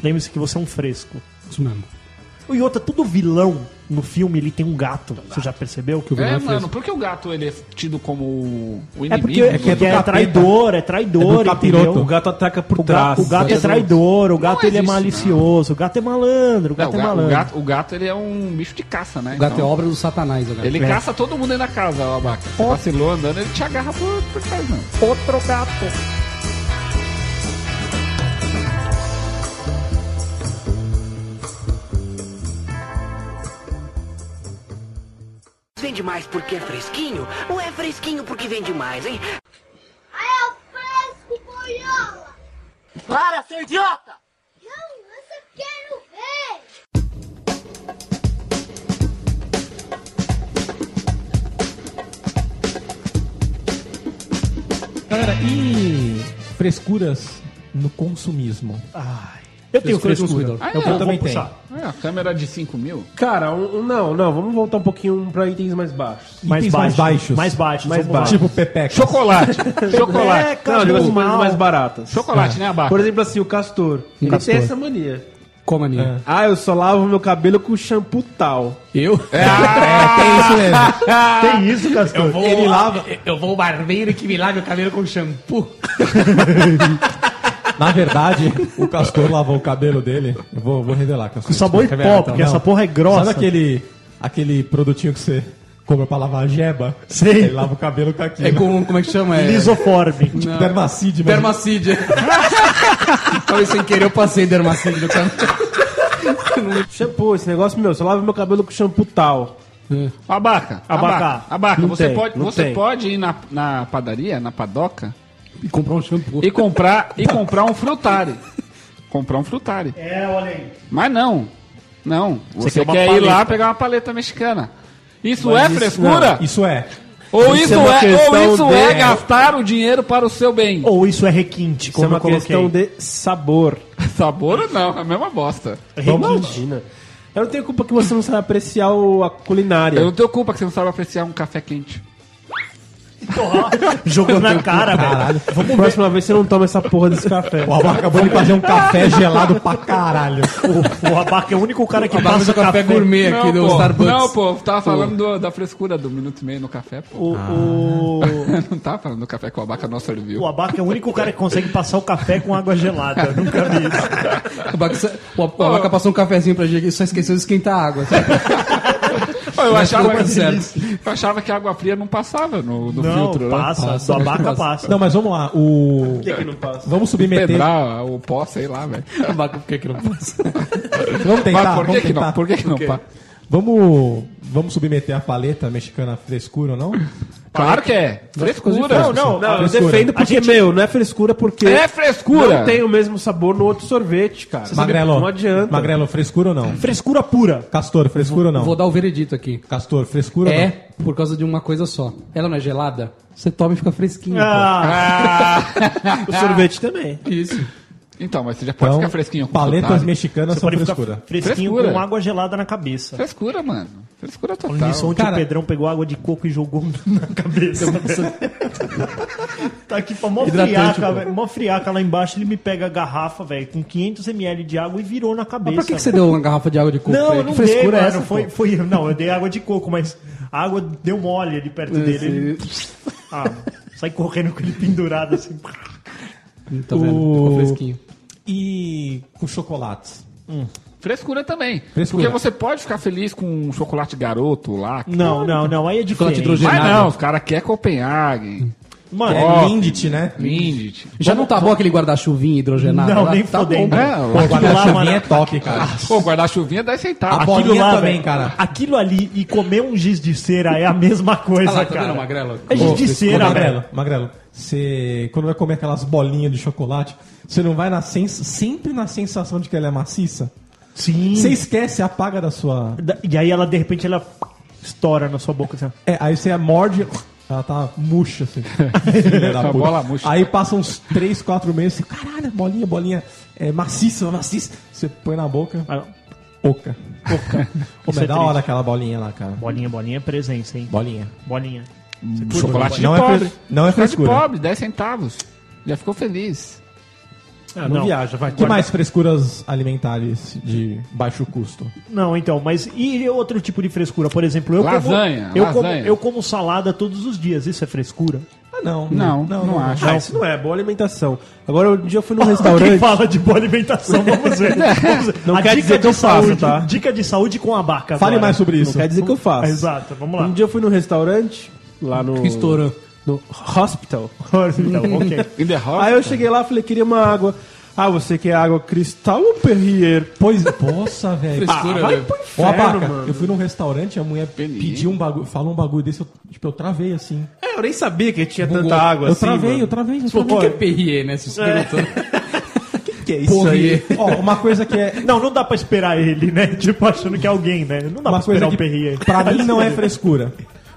Speaker 4: Lembre-se que você é um fresco.
Speaker 3: Isso mesmo.
Speaker 4: E outra, todo vilão no filme ele tem um gato. Você já percebeu?
Speaker 3: Que o vilão
Speaker 2: É,
Speaker 3: é,
Speaker 2: mano,
Speaker 3: fresco.
Speaker 2: por que o gato ele é tido como o inimigo?
Speaker 4: É porque
Speaker 2: do-
Speaker 4: é, que
Speaker 1: do
Speaker 4: é
Speaker 1: capeta.
Speaker 4: traidor, é
Speaker 1: É
Speaker 4: traidor,
Speaker 1: do capiroto.
Speaker 4: entendeu?
Speaker 5: O gato ataca por
Speaker 4: O
Speaker 5: trás.
Speaker 4: gato, o gato é traidor, o gato ele é
Speaker 2: existe,
Speaker 4: malicioso, o gato é malandro, o
Speaker 2: Não,
Speaker 4: gato
Speaker 2: o, ga-
Speaker 4: é
Speaker 2: o
Speaker 4: malandro.
Speaker 2: gato, o gato, ele é um bicho de caça, né?
Speaker 3: O gato
Speaker 2: Então,
Speaker 3: é obra do satanás, o gato.
Speaker 2: Ele
Speaker 4: É.
Speaker 2: caça todo mundo aí na casa, ó, abaca. Você vacilou andando, ele te agarra por, né? por trás, mano.
Speaker 4: Outro gato.
Speaker 8: Vende mais porque é fresquinho ou é fresquinho porque vende mais, hein?
Speaker 6: É o fresco, boiola!
Speaker 8: Para, seu idiota!
Speaker 6: Não, eu só quero ver!
Speaker 1: Galera, e frescuras no consumismo?
Speaker 4: Eu tenho
Speaker 3: Frescura.
Speaker 4: frescura.
Speaker 2: Ah,
Speaker 1: Eu
Speaker 2: é?
Speaker 1: também tenho.
Speaker 4: puxar.
Speaker 2: É, a câmera de 5 mil?
Speaker 5: Cara, um- um- não, não, vamos voltar um pouquinho pra itens mais baixos.
Speaker 4: Mais
Speaker 1: Itens
Speaker 4: baixos.
Speaker 1: mais baixos.
Speaker 4: Mais baixos.
Speaker 5: Mais
Speaker 4: vamos lá.
Speaker 5: baixos.
Speaker 1: Tipo Pepeca.
Speaker 2: Chocolate. Chocolate.
Speaker 4: É,
Speaker 5: Não,
Speaker 4: cara,
Speaker 5: digo assim,
Speaker 4: normal.
Speaker 5: coisas mais baratas.
Speaker 2: Chocolate, né, Abaca?
Speaker 5: Por exemplo, assim, o Castor. Ele
Speaker 1: Castor.
Speaker 5: tem essa mania.
Speaker 3: Como é.
Speaker 5: Ah, eu só lavo meu cabelo com shampoo tal.
Speaker 3: Eu?
Speaker 1: É, tem isso mesmo.
Speaker 4: Tem isso, Castor.
Speaker 3: Ele lava. Eu vou ao barbeiro que me lave o cabelo com shampoo.
Speaker 1: Na verdade, o Castor lavou o cabelo dele. Eu vou, vou revelar, Castor.
Speaker 4: Com sabão em
Speaker 1: Quer ver?
Speaker 4: pó, porque essa porra é grossa.
Speaker 1: Sabe aquele, aquele produtinho que você compra pra lavar a jeba?
Speaker 4: Sim.
Speaker 1: Ele lava o cabelo com aquilo. Tipo
Speaker 3: É com. Como é que chama? É.
Speaker 4: Lisoforme.
Speaker 3: Não.
Speaker 1: Dermacide, mano.
Speaker 3: Dermacide. Talvez sem querer eu passei dermacide no cabelo.
Speaker 5: Shampoo, esse negócio meu, só lavo meu cabelo com shampoo tal.
Speaker 2: Abaca.
Speaker 4: Abaca.
Speaker 2: Abaca. Abaca,
Speaker 5: Não
Speaker 2: você,
Speaker 5: tem,
Speaker 2: pode,
Speaker 5: não
Speaker 2: você
Speaker 5: tem.
Speaker 2: pode ir na, na padaria, na padoca,
Speaker 3: E comprar um shampoo.
Speaker 2: e comprar, e comprar um frutari. Comprar um frutari.
Speaker 4: É, olha aí.
Speaker 2: Mas não. Não. Você,
Speaker 4: quer uma
Speaker 2: quer ir
Speaker 4: paleta.
Speaker 2: lá pegar uma paleta mexicana. Isso é frescura?
Speaker 1: Não, Isso é.
Speaker 2: Ou
Speaker 5: Isso
Speaker 2: isso,
Speaker 5: é uma
Speaker 2: é, ou
Speaker 5: questão
Speaker 2: isso
Speaker 5: de-
Speaker 2: é gastar o dinheiro para o seu bem?
Speaker 4: Ou isso é requinte,
Speaker 5: Isso é
Speaker 4: como
Speaker 5: uma
Speaker 4: eu coloquei.
Speaker 5: questão de sabor.
Speaker 2: Sabor não, é a mesma bosta.
Speaker 4: Requinte.
Speaker 5: Imagina. Eu não tenho culpa que você não sabe apreciar o- a culinária.
Speaker 2: Eu não tenho culpa que você não sabe apreciar um café quente.
Speaker 4: [LAUGHS] Jogou na cara, velho.
Speaker 1: Caralho.
Speaker 5: Próxima vez você não toma essa porra desse café.
Speaker 1: O Abaca acabou de fazer um café gelado pra caralho.
Speaker 4: O, o Abaca é o único cara que
Speaker 3: Abaca
Speaker 4: passa
Speaker 3: do café
Speaker 4: café.
Speaker 3: gourmet aqui do
Speaker 2: pô,
Speaker 3: Starbucks.
Speaker 2: não, pô, eu tava falando do- da frescura do minuto e meio no café, pô.
Speaker 4: O, o,
Speaker 2: [LAUGHS] Não tava falando do café que o abaca não serviu.
Speaker 4: o Abaca é o único cara que consegue passar o café com água gelada. Eu nunca vi isso.
Speaker 3: O Abaca, o Abaca passou um cafezinho pra gente e só esqueceu de esquentar a água.
Speaker 2: Pô, eu, achava
Speaker 3: ficou
Speaker 2: que,
Speaker 3: certo.
Speaker 2: eu achava que a água fria não passava no, no
Speaker 4: Não,
Speaker 2: filtro, né?
Speaker 4: passa. do
Speaker 2: [LAUGHS]
Speaker 4: Abaca passa.
Speaker 1: Não, mas vamos lá. O... Vamos submeter.
Speaker 2: Pedrar o pó, sei lá, velho.
Speaker 3: O Abaca, por que que não passa?
Speaker 1: Vamos tentar.
Speaker 2: Mas por
Speaker 1: vamos
Speaker 2: que, que
Speaker 1: tentar.
Speaker 2: não? Por que, que não? pá?
Speaker 1: Vamos, vamos submeter a paleta mexicana à frescura ou não?
Speaker 2: Claro que é. Frescura. Não, não.
Speaker 5: Não, eu
Speaker 1: Frescura.
Speaker 5: defendo porque, meu, não é frescura porque
Speaker 2: É frescura.
Speaker 5: não tem o mesmo sabor no outro sorvete, cara.
Speaker 1: Magrelo.
Speaker 5: Não adianta.
Speaker 1: Magrelo, frescura ou não?
Speaker 4: Frescura pura.
Speaker 1: Castor, frescura ou não?
Speaker 3: Vou dar o veredito aqui.
Speaker 1: Castor, frescura ou não?
Speaker 3: É por causa de uma coisa só. Ela não é gelada? Você toma e fica fresquinho.
Speaker 4: Ah,
Speaker 5: O sorvete também.
Speaker 3: pô. Isso.
Speaker 2: Então, mas você já pode ficar fresquinho com
Speaker 1: paletas
Speaker 2: frutado.
Speaker 1: mexicanas
Speaker 4: você
Speaker 1: são
Speaker 4: pode ficar
Speaker 1: frescura.
Speaker 4: fresquinho
Speaker 2: Frescura.
Speaker 4: com água gelada na cabeça.
Speaker 2: Frescura, mano. Frescura total.
Speaker 4: Falando nisso, ontem
Speaker 3: Cara-
Speaker 4: o Pedrão pegou água de coco e jogou na cabeça. [LAUGHS] tá aqui pra mó
Speaker 3: Hidratante,
Speaker 4: friaca,
Speaker 3: pô.
Speaker 4: velho. Mó friaca lá embaixo, ele me pega a garrafa, velho, com 500ml de água e virou na cabeça.
Speaker 3: Mas pra que, que você
Speaker 4: velho.
Speaker 3: deu uma garrafa de água de coco? pra
Speaker 4: Não,
Speaker 3: ele?
Speaker 4: eu não
Speaker 3: que frescura
Speaker 4: dei, mano.
Speaker 3: é essa?
Speaker 4: foi,
Speaker 3: pô?
Speaker 4: foi, não, eu dei água de coco, mas a água deu mole ali perto dele. Ele, ah, sai correndo com ele pendurado assim.
Speaker 3: Tá vendo? Ficou
Speaker 1: O-
Speaker 3: fresquinho.
Speaker 1: E com chocolates.
Speaker 2: Frescura também.
Speaker 1: Frescura.
Speaker 2: Porque você pode ficar feliz com um chocolate garoto lá.
Speaker 4: Não, não, não, aí é
Speaker 3: Chocolate
Speaker 4: diferente.
Speaker 3: hidrogenado.
Speaker 2: Mas não, os caras querem Copenhagen,
Speaker 4: Mano,
Speaker 1: É Lindt, né?
Speaker 2: Lindt.
Speaker 3: Já não tá bom aquele guarda-chuvinho hidrogenado?
Speaker 4: Não,
Speaker 3: lá?
Speaker 4: nem
Speaker 3: tá
Speaker 4: fodendo.
Speaker 3: bom.
Speaker 2: É,
Speaker 1: Pô, guarda-chuvinha
Speaker 4: mano,
Speaker 1: é top, cara.
Speaker 2: Pô, guardar-chuvinha é 10 centavos.
Speaker 1: A
Speaker 4: aquilo
Speaker 1: bolinha
Speaker 4: lá,
Speaker 1: também,
Speaker 4: velho,
Speaker 1: cara.
Speaker 4: Aquilo ali e comer um giz de cera é a mesma coisa,
Speaker 3: Ah lá, tá
Speaker 4: cara.
Speaker 3: vendo, Magrelo?
Speaker 4: É giz
Speaker 3: Pô,
Speaker 4: de cera, velho.
Speaker 1: Magrelo, Magrelo, você quando vai comer aquelas bolinhas de chocolate, você não vai na sens... sempre na sensação de que ela é maciça?
Speaker 4: Sim.
Speaker 1: Você esquece, apaga da sua.
Speaker 4: Da- E aí ela, de repente, ela estoura na sua boca. Assim.
Speaker 1: É, aí você morde, ela tá murcha
Speaker 2: [LAUGHS]
Speaker 1: assim. Filha da
Speaker 2: Essa
Speaker 1: puta.
Speaker 2: bola Tá murcha.
Speaker 1: Aí passa uns 3, 4 meses, você, caralho, bolinha, bolinha, é maciça, maciça. Você põe na boca,
Speaker 4: Ah,
Speaker 1: oca. Oca. Pô, mas
Speaker 4: Isso é
Speaker 1: é da
Speaker 4: triste.
Speaker 1: hora aquela bolinha lá, cara.
Speaker 4: Bolinha, bolinha é presença, hein?
Speaker 1: Bolinha.
Speaker 4: Bolinha.
Speaker 2: Chocolate
Speaker 1: Não
Speaker 2: de
Speaker 1: é
Speaker 2: pobre.
Speaker 1: fres- não é
Speaker 2: Chocolate de
Speaker 1: frescura.
Speaker 2: pobre, 10 centavos. Já ficou feliz.
Speaker 4: Ah,
Speaker 5: Não, viaja, vai.
Speaker 1: O que mais frescuras alimentares de baixo custo?
Speaker 4: Não, então, mas e outro tipo de frescura? Por exemplo, eu
Speaker 2: Lasanha,
Speaker 4: como eu, como,
Speaker 2: lasanha.
Speaker 4: eu como salada todos os dias. Isso é frescura?
Speaker 1: Ah, não.
Speaker 2: Não, não, acho.
Speaker 5: Ah, isso não é, boa alimentação. Agora, um dia eu fui num
Speaker 4: Quem
Speaker 5: restaurante.
Speaker 4: fala de boa alimentação, vamos ver. Vamos ver.
Speaker 5: Não quer dizer que eu faço,
Speaker 4: saúde,
Speaker 5: tá?
Speaker 4: Dica de saúde com a barca.
Speaker 1: Fale mais sobre
Speaker 5: Não
Speaker 1: isso.
Speaker 5: quer dizer que eu faço.
Speaker 4: Exato, vamos lá.
Speaker 5: Um dia eu fui num restaurante, lá no.
Speaker 3: Estourou.
Speaker 5: No hospital.
Speaker 4: Então, ok.
Speaker 2: In the house.
Speaker 5: Ah, Aí eu cheguei lá, falei, queria uma água. Ah, você quer água cristal ou um Perrier?
Speaker 1: Pois, nossa, velho.
Speaker 2: Frescura,
Speaker 1: vai
Speaker 2: né?
Speaker 1: pro inferno, Ô, Abaca,
Speaker 5: mano.
Speaker 1: eu fui num restaurante, a mulher
Speaker 2: Peninha.
Speaker 1: pediu um bagulho, falou um bagulho desse, eu, tipo, eu travei assim.
Speaker 5: É, eu nem sabia que tinha
Speaker 3: Bugou.
Speaker 5: tanta água
Speaker 1: eu
Speaker 5: assim.
Speaker 1: travei,
Speaker 5: mano.
Speaker 1: eu travei, eu
Speaker 3: Pô, o que, que é
Speaker 1: travei.
Speaker 3: Perrier, né? Se você perguntou.
Speaker 5: Que é isso aí?
Speaker 3: Perrier.
Speaker 1: Ó, uma coisa que é,
Speaker 4: [LAUGHS] Não, não dá pra esperar ele, né? [LAUGHS] Tipo, achando que é alguém, né? Não dá
Speaker 1: uma
Speaker 4: pra esperar
Speaker 1: coisa
Speaker 4: o
Speaker 1: que
Speaker 4: Perrier. [LAUGHS]
Speaker 1: pra mim não é frescura.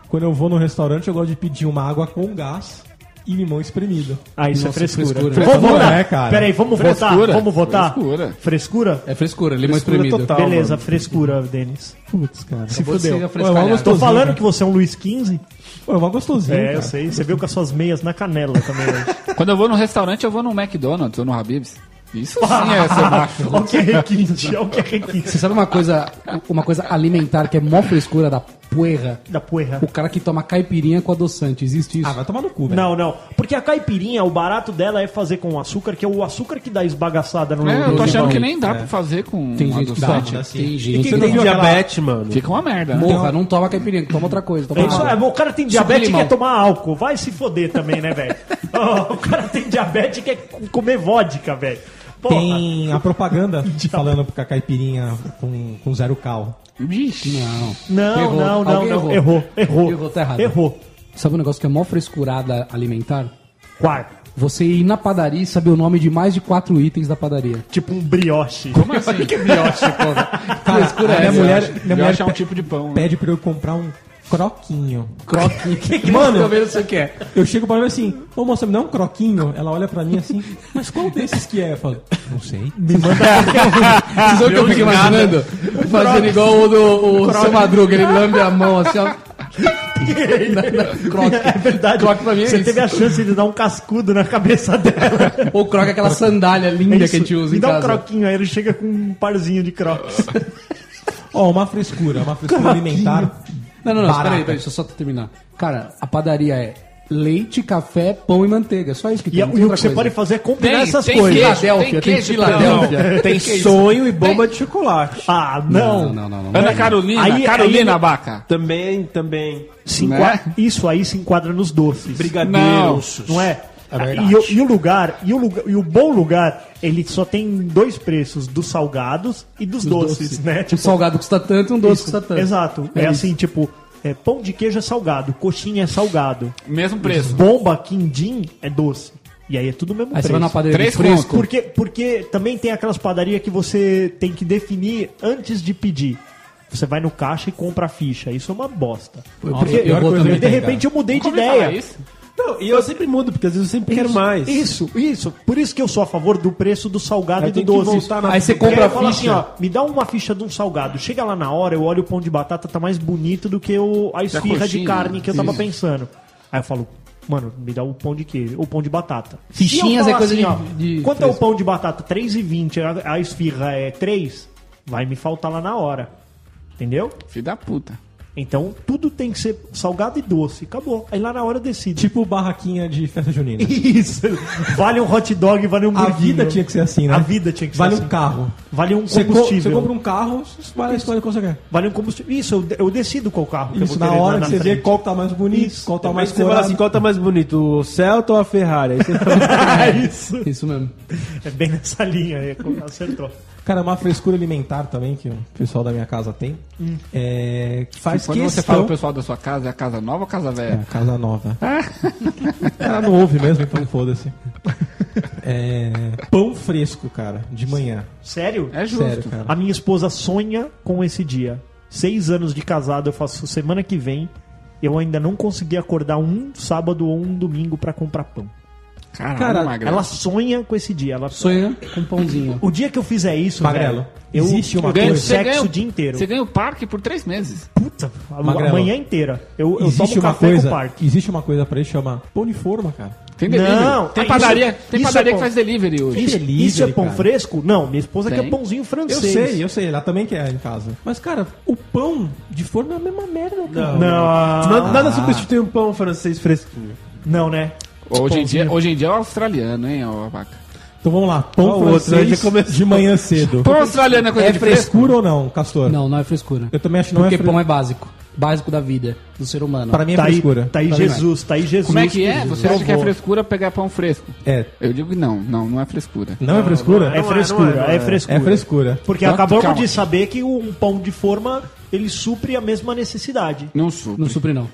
Speaker 1: Quando eu vou no restaurante, eu gosto de pedir uma água com gás e limão espremido.
Speaker 4: Ah, isso
Speaker 3: Nossa,
Speaker 4: é frescura.
Speaker 3: frescura.
Speaker 4: Vamos
Speaker 1: Frescura,
Speaker 4: votar.
Speaker 1: é, cara.
Speaker 4: Peraí, vamos votar.
Speaker 2: Frescura.
Speaker 4: Vamos votar.
Speaker 2: Frescura.
Speaker 4: Frescura?
Speaker 3: É frescura, limão
Speaker 5: Frescura
Speaker 3: espremido.
Speaker 5: total.
Speaker 4: Beleza,
Speaker 5: mano.
Speaker 4: frescura, Denis.
Speaker 1: Putz, cara.
Speaker 4: Se
Speaker 3: Você
Speaker 4: fudeu.
Speaker 3: frescalhado.
Speaker 1: Ué, mas
Speaker 4: Tô
Speaker 1: gostosinho,
Speaker 4: falando
Speaker 1: né?
Speaker 4: que você é um Luiz XV?
Speaker 1: Pô, é uma gostosinha.
Speaker 4: É,
Speaker 1: cara.
Speaker 4: eu sei. Você veio com as suas meias na canela também.
Speaker 1: [LAUGHS]
Speaker 4: hoje.
Speaker 2: Quando eu vou no restaurante, eu vou no McDonald's ou no Habib's. Isso sim é ser macho.
Speaker 4: Olha o que é requinte, olha o que é requinte.
Speaker 3: Você sabe uma coisa, uma coisa alimentar que é mó frescura da puerra?
Speaker 4: Da puerra.
Speaker 3: O cara que toma caipirinha com adoçante, existe isso?
Speaker 1: Ah, vai tomar no cu, velho.
Speaker 4: Não, não. Porque a caipirinha, o barato dela é fazer com açúcar, que é o açúcar que dá esbagaçada no
Speaker 2: É, eu tô
Speaker 4: no
Speaker 2: achando
Speaker 4: limão.
Speaker 2: que nem dá pra fazer com
Speaker 3: tem
Speaker 2: um
Speaker 3: gente que dá,
Speaker 2: adoçante.
Speaker 3: né?
Speaker 1: assim.
Speaker 3: tem
Speaker 5: E
Speaker 3: gente
Speaker 5: quem
Speaker 3: que
Speaker 5: tem
Speaker 3: dá.
Speaker 5: diabetes, mano?
Speaker 2: Fica uma merda. né?
Speaker 3: Morra, não toma caipirinha, toma outra coisa. Toma
Speaker 4: É isso,
Speaker 3: água.
Speaker 4: é, o cara tem
Speaker 3: Suco de
Speaker 4: diabetes e
Speaker 3: limão.
Speaker 4: quer tomar álcool. Vai se foder também, né,
Speaker 3: [LAUGHS]
Speaker 4: velho? Ó, o cara tem diabetes e quer c- comer vodka, velho. Porra.
Speaker 1: Tem a propaganda falando com a caipirinha com, com zero cal.
Speaker 2: Vixe.
Speaker 3: Não.
Speaker 4: Não,
Speaker 3: Errou.
Speaker 4: não, não,
Speaker 3: Alguém
Speaker 4: não. Errou, errou.
Speaker 3: Errou, tá errado.
Speaker 4: Errou.
Speaker 3: Sabe um negócio que é mó frescurada alimentar?
Speaker 4: Quarto.
Speaker 3: Você ir na padaria e saber o nome de mais de quatro itens da padaria.
Speaker 4: Tipo um brioche.
Speaker 2: Como
Speaker 3: [LAUGHS]
Speaker 2: assim? que brioche, porra.
Speaker 3: Cara, frescura é
Speaker 1: minha
Speaker 3: essa?
Speaker 1: mulher,
Speaker 2: Brioche-
Speaker 1: minha mulher
Speaker 2: brioche é um tipo de pão. né?
Speaker 1: pede pra eu comprar um croquinho.
Speaker 3: [LAUGHS] Croque.
Speaker 1: Mano.
Speaker 3: eu vejo o que é.
Speaker 1: Eu chego pra ela e assim, ô moça, me dá um croquinho. Ela olha pra mim assim, mas qual desses que é? Eu falo, não sei.
Speaker 4: Ah,
Speaker 3: Vocês um sabem o que eu fico imaginando? Fazendo igual o do o seu Madruga, ele lambe a mão assim, ó.
Speaker 4: [LAUGHS]
Speaker 3: Na- na-
Speaker 4: [LAUGHS] É
Speaker 3: croque.
Speaker 4: verdade.
Speaker 3: Croque pra mim é
Speaker 4: Você
Speaker 3: isso.
Speaker 4: teve a chance de dar um cascudo na cabeça dela.
Speaker 3: [LAUGHS] Ou croque é aquela sandália linda
Speaker 4: É
Speaker 3: que a gente usa
Speaker 4: Me
Speaker 3: em
Speaker 4: dá um
Speaker 3: casa.
Speaker 4: croquinho aí, ele chega com um parzinho de
Speaker 3: [LAUGHS]
Speaker 4: crocs.
Speaker 1: Ó, uma frescura, uma frescura alimentar.
Speaker 3: Não, não, não,
Speaker 1: Barata.
Speaker 3: peraí, peraí, deixa eu só terminar. Cara, a padaria é leite, café, pão e manteiga. Só isso que
Speaker 4: E,
Speaker 3: tem.
Speaker 4: a-
Speaker 3: não tem
Speaker 4: e o
Speaker 3: outra
Speaker 4: que você
Speaker 3: coisa.
Speaker 4: pode fazer é combinar
Speaker 2: Tem,
Speaker 4: essas
Speaker 2: tem
Speaker 4: coisas.
Speaker 2: queijo.
Speaker 3: Filadélfia, tem
Speaker 2: queijo,
Speaker 3: Filadélfia.
Speaker 5: Tem sonho e bomba de chocolate.
Speaker 4: Ah,
Speaker 3: Não,
Speaker 4: não.
Speaker 3: não, não, não.
Speaker 2: Ana Carolina,
Speaker 4: Aí-
Speaker 2: Carolina
Speaker 4: aí-
Speaker 2: Abaca.
Speaker 5: Também, também.
Speaker 4: Se enqua-
Speaker 3: é?
Speaker 2: Né?
Speaker 4: Isso aí se enquadra nos doces.
Speaker 5: Brigadeiros.
Speaker 4: Não é? e, o- e o lugar, e o lugar, e o bom lugar, ele só tem dois preços, dos salgados e dos doces, né?
Speaker 3: Um
Speaker 4: Tipo,
Speaker 3: salgado custa tanto, um doce
Speaker 4: isso.
Speaker 3: custa tanto.
Speaker 4: Exato. É,
Speaker 3: É
Speaker 4: assim, tipo, é, pão de queijo é salgado, coxinha é salgado,
Speaker 2: Mesmo preço.
Speaker 4: bomba, quindim é doce. E aí é tudo o mesmo
Speaker 3: Aí você
Speaker 4: preço.
Speaker 3: vai na padaria
Speaker 2: Três
Speaker 3: de fresco.
Speaker 4: Porque, porque também tem aquelas padarias que você tem que definir antes de pedir. Você vai no caixa e compra a ficha. Isso é uma bosta.
Speaker 3: Nossa,
Speaker 4: Porque
Speaker 3: pior
Speaker 4: eu-
Speaker 3: coisa
Speaker 4: eu,
Speaker 3: que
Speaker 4: de
Speaker 3: tem,
Speaker 4: repente eu mudei de
Speaker 2: Nunca ouvi falar
Speaker 4: ideia.
Speaker 2: isso.
Speaker 5: Não, e eu sempre mudo, porque às vezes eu sempre quero mais.
Speaker 4: Isso, isso. Por isso que eu sou a favor do preço do salgado
Speaker 5: Aí
Speaker 4: e do
Speaker 5: tem que
Speaker 4: doce.
Speaker 5: voltar na-
Speaker 3: Aí você
Speaker 4: Porque
Speaker 3: compra
Speaker 4: eu falo
Speaker 3: a
Speaker 4: assim,
Speaker 3: ficha.
Speaker 4: ó, me dá uma ficha de um salgado. Chega lá na hora, eu olho o pão de batata, tá mais bonito do que o, a esfirra de
Speaker 2: coxinha,
Speaker 4: carne que eu tava
Speaker 2: isso.
Speaker 4: pensando. Aí eu falo, mano, me dá o pão de queijo, ou pão de batata.
Speaker 3: Fichinhas
Speaker 4: E eu falo
Speaker 3: é coisa de- de
Speaker 4: Quanto é o
Speaker 3: fresco.
Speaker 4: pão de batata? 3,20, a, a esfirra é 3, vai me faltar lá na hora. Entendeu?
Speaker 2: Filho da puta.
Speaker 4: Então, tudo tem que ser salgado e doce. Acabou. Aí lá na hora eu decido.
Speaker 1: Tipo barraquinha de festa junina.
Speaker 4: Isso. Vale um hot dog, vale um
Speaker 1: A
Speaker 4: burguinho.
Speaker 1: vida tinha que ser assim, né?
Speaker 4: A vida tinha que ser
Speaker 1: vale
Speaker 4: assim.
Speaker 1: um carro.
Speaker 4: Vale um
Speaker 1: Você, co- você
Speaker 4: combustível.
Speaker 1: compra um carro, vale a história que você quer.
Speaker 4: Vale um combustível. Isso, eu, eu decido qual carro que eu
Speaker 1: Isso, na
Speaker 4: vou querer
Speaker 1: hora
Speaker 4: dar
Speaker 1: que você vê
Speaker 4: frente.
Speaker 1: qual tá mais bonito,
Speaker 4: Isso,
Speaker 1: qual tá
Speaker 5: Aí
Speaker 1: mais
Speaker 5: você fala
Speaker 1: corado.
Speaker 5: assim, qual tá mais bonito, o Celta ou a Ferrari? Aí você
Speaker 4: [LAUGHS]
Speaker 5: fala,
Speaker 4: É isso.
Speaker 3: Isso mesmo.
Speaker 4: É bem nessa linha, é, acertou.
Speaker 1: Cara, uma frescura alimentar também que o pessoal da minha casa tem. É, que faz
Speaker 2: Tipo, Quando
Speaker 1: questão...
Speaker 2: você fala o pessoal da sua casa, é a casa nova ou casa
Speaker 1: É,
Speaker 2: velha?
Speaker 1: casa nova. [LAUGHS] Ela não ouve mesmo, então foda-se. É, pão fresco, cara, de manhã.
Speaker 4: Sério?
Speaker 2: É, justo.
Speaker 1: Sério, cara.
Speaker 4: A minha esposa sonha com esse dia. Seis anos de casado, eu faço semana que vem. Eu ainda não consegui acordar um sábado ou um domingo pra comprar pão.
Speaker 2: Caralho,
Speaker 1: Cara,
Speaker 2: magrelo.
Speaker 4: Ela sonha com esse dia. Ela
Speaker 3: Sonha com pãozinho.
Speaker 4: O dia que eu fizer isso,
Speaker 1: Magrelo,
Speaker 4: velho, eu,
Speaker 1: existe uma
Speaker 4: eu tenho
Speaker 1: coisa-
Speaker 4: sexo o dia inteiro.
Speaker 2: Você ganha o parque por três meses.
Speaker 4: Puta, a
Speaker 1: Magrelo.
Speaker 4: manhã inteira. Eu, eu tomo
Speaker 1: existe uma
Speaker 4: café
Speaker 1: coisa,
Speaker 4: com o parque.
Speaker 1: existe uma coisa para ele chama pão de forma, cara.
Speaker 2: Tem delivery.
Speaker 4: Não,
Speaker 2: tem
Speaker 4: ah,
Speaker 2: padaria,
Speaker 4: isso-
Speaker 2: tem
Speaker 4: isso
Speaker 2: padaria
Speaker 4: é bom.
Speaker 2: que faz delivery hoje.
Speaker 4: Isso,
Speaker 1: delivery,
Speaker 4: isso é pão
Speaker 1: cara.
Speaker 4: fresco? Não, minha esposa
Speaker 2: Tem.
Speaker 4: quer pãozinho
Speaker 1: Eu
Speaker 4: francês.
Speaker 1: sei, eu sei, ela também quer em casa. Mas cara, o pão de forma é a mesma merda, cara.
Speaker 4: Não,
Speaker 5: nada, nada substitui um pão francês fresquinho.
Speaker 4: não, né?
Speaker 2: Hoje em, dia, hoje em dia é o australiano, hein, ô abaca.
Speaker 1: Então vamos lá, pão
Speaker 5: Qual outro? Aí
Speaker 1: francês
Speaker 5: já começou.
Speaker 1: de manhã cedo.
Speaker 2: Pão australiano é coisa
Speaker 1: É
Speaker 2: de fresco?
Speaker 1: frescura ou não, Castor?
Speaker 3: Não, não é frescura.
Speaker 1: Eu também acho que não
Speaker 3: Porque
Speaker 1: é fre-
Speaker 3: pão é básico. básico da vida do ser humano.
Speaker 1: Pra mim é
Speaker 4: Tá aí,
Speaker 1: frescura.
Speaker 4: tá aí
Speaker 3: Pra mim
Speaker 4: Jesus, tá aí Jesus.
Speaker 2: Como é que é? Você acha que é
Speaker 4: Salvou.
Speaker 2: frescura pegar pão fresco?
Speaker 1: É.
Speaker 2: Eu digo não, não, não é frescura.
Speaker 1: Não é frescura?
Speaker 4: É frescura, é, frescura.
Speaker 1: É frescura.
Speaker 4: Porque
Speaker 2: Tanto-
Speaker 4: acabamos
Speaker 2: calma.
Speaker 4: de saber que um pão de forma ele supre a mesma necessidade.
Speaker 2: Não supre.
Speaker 3: Não supre, não.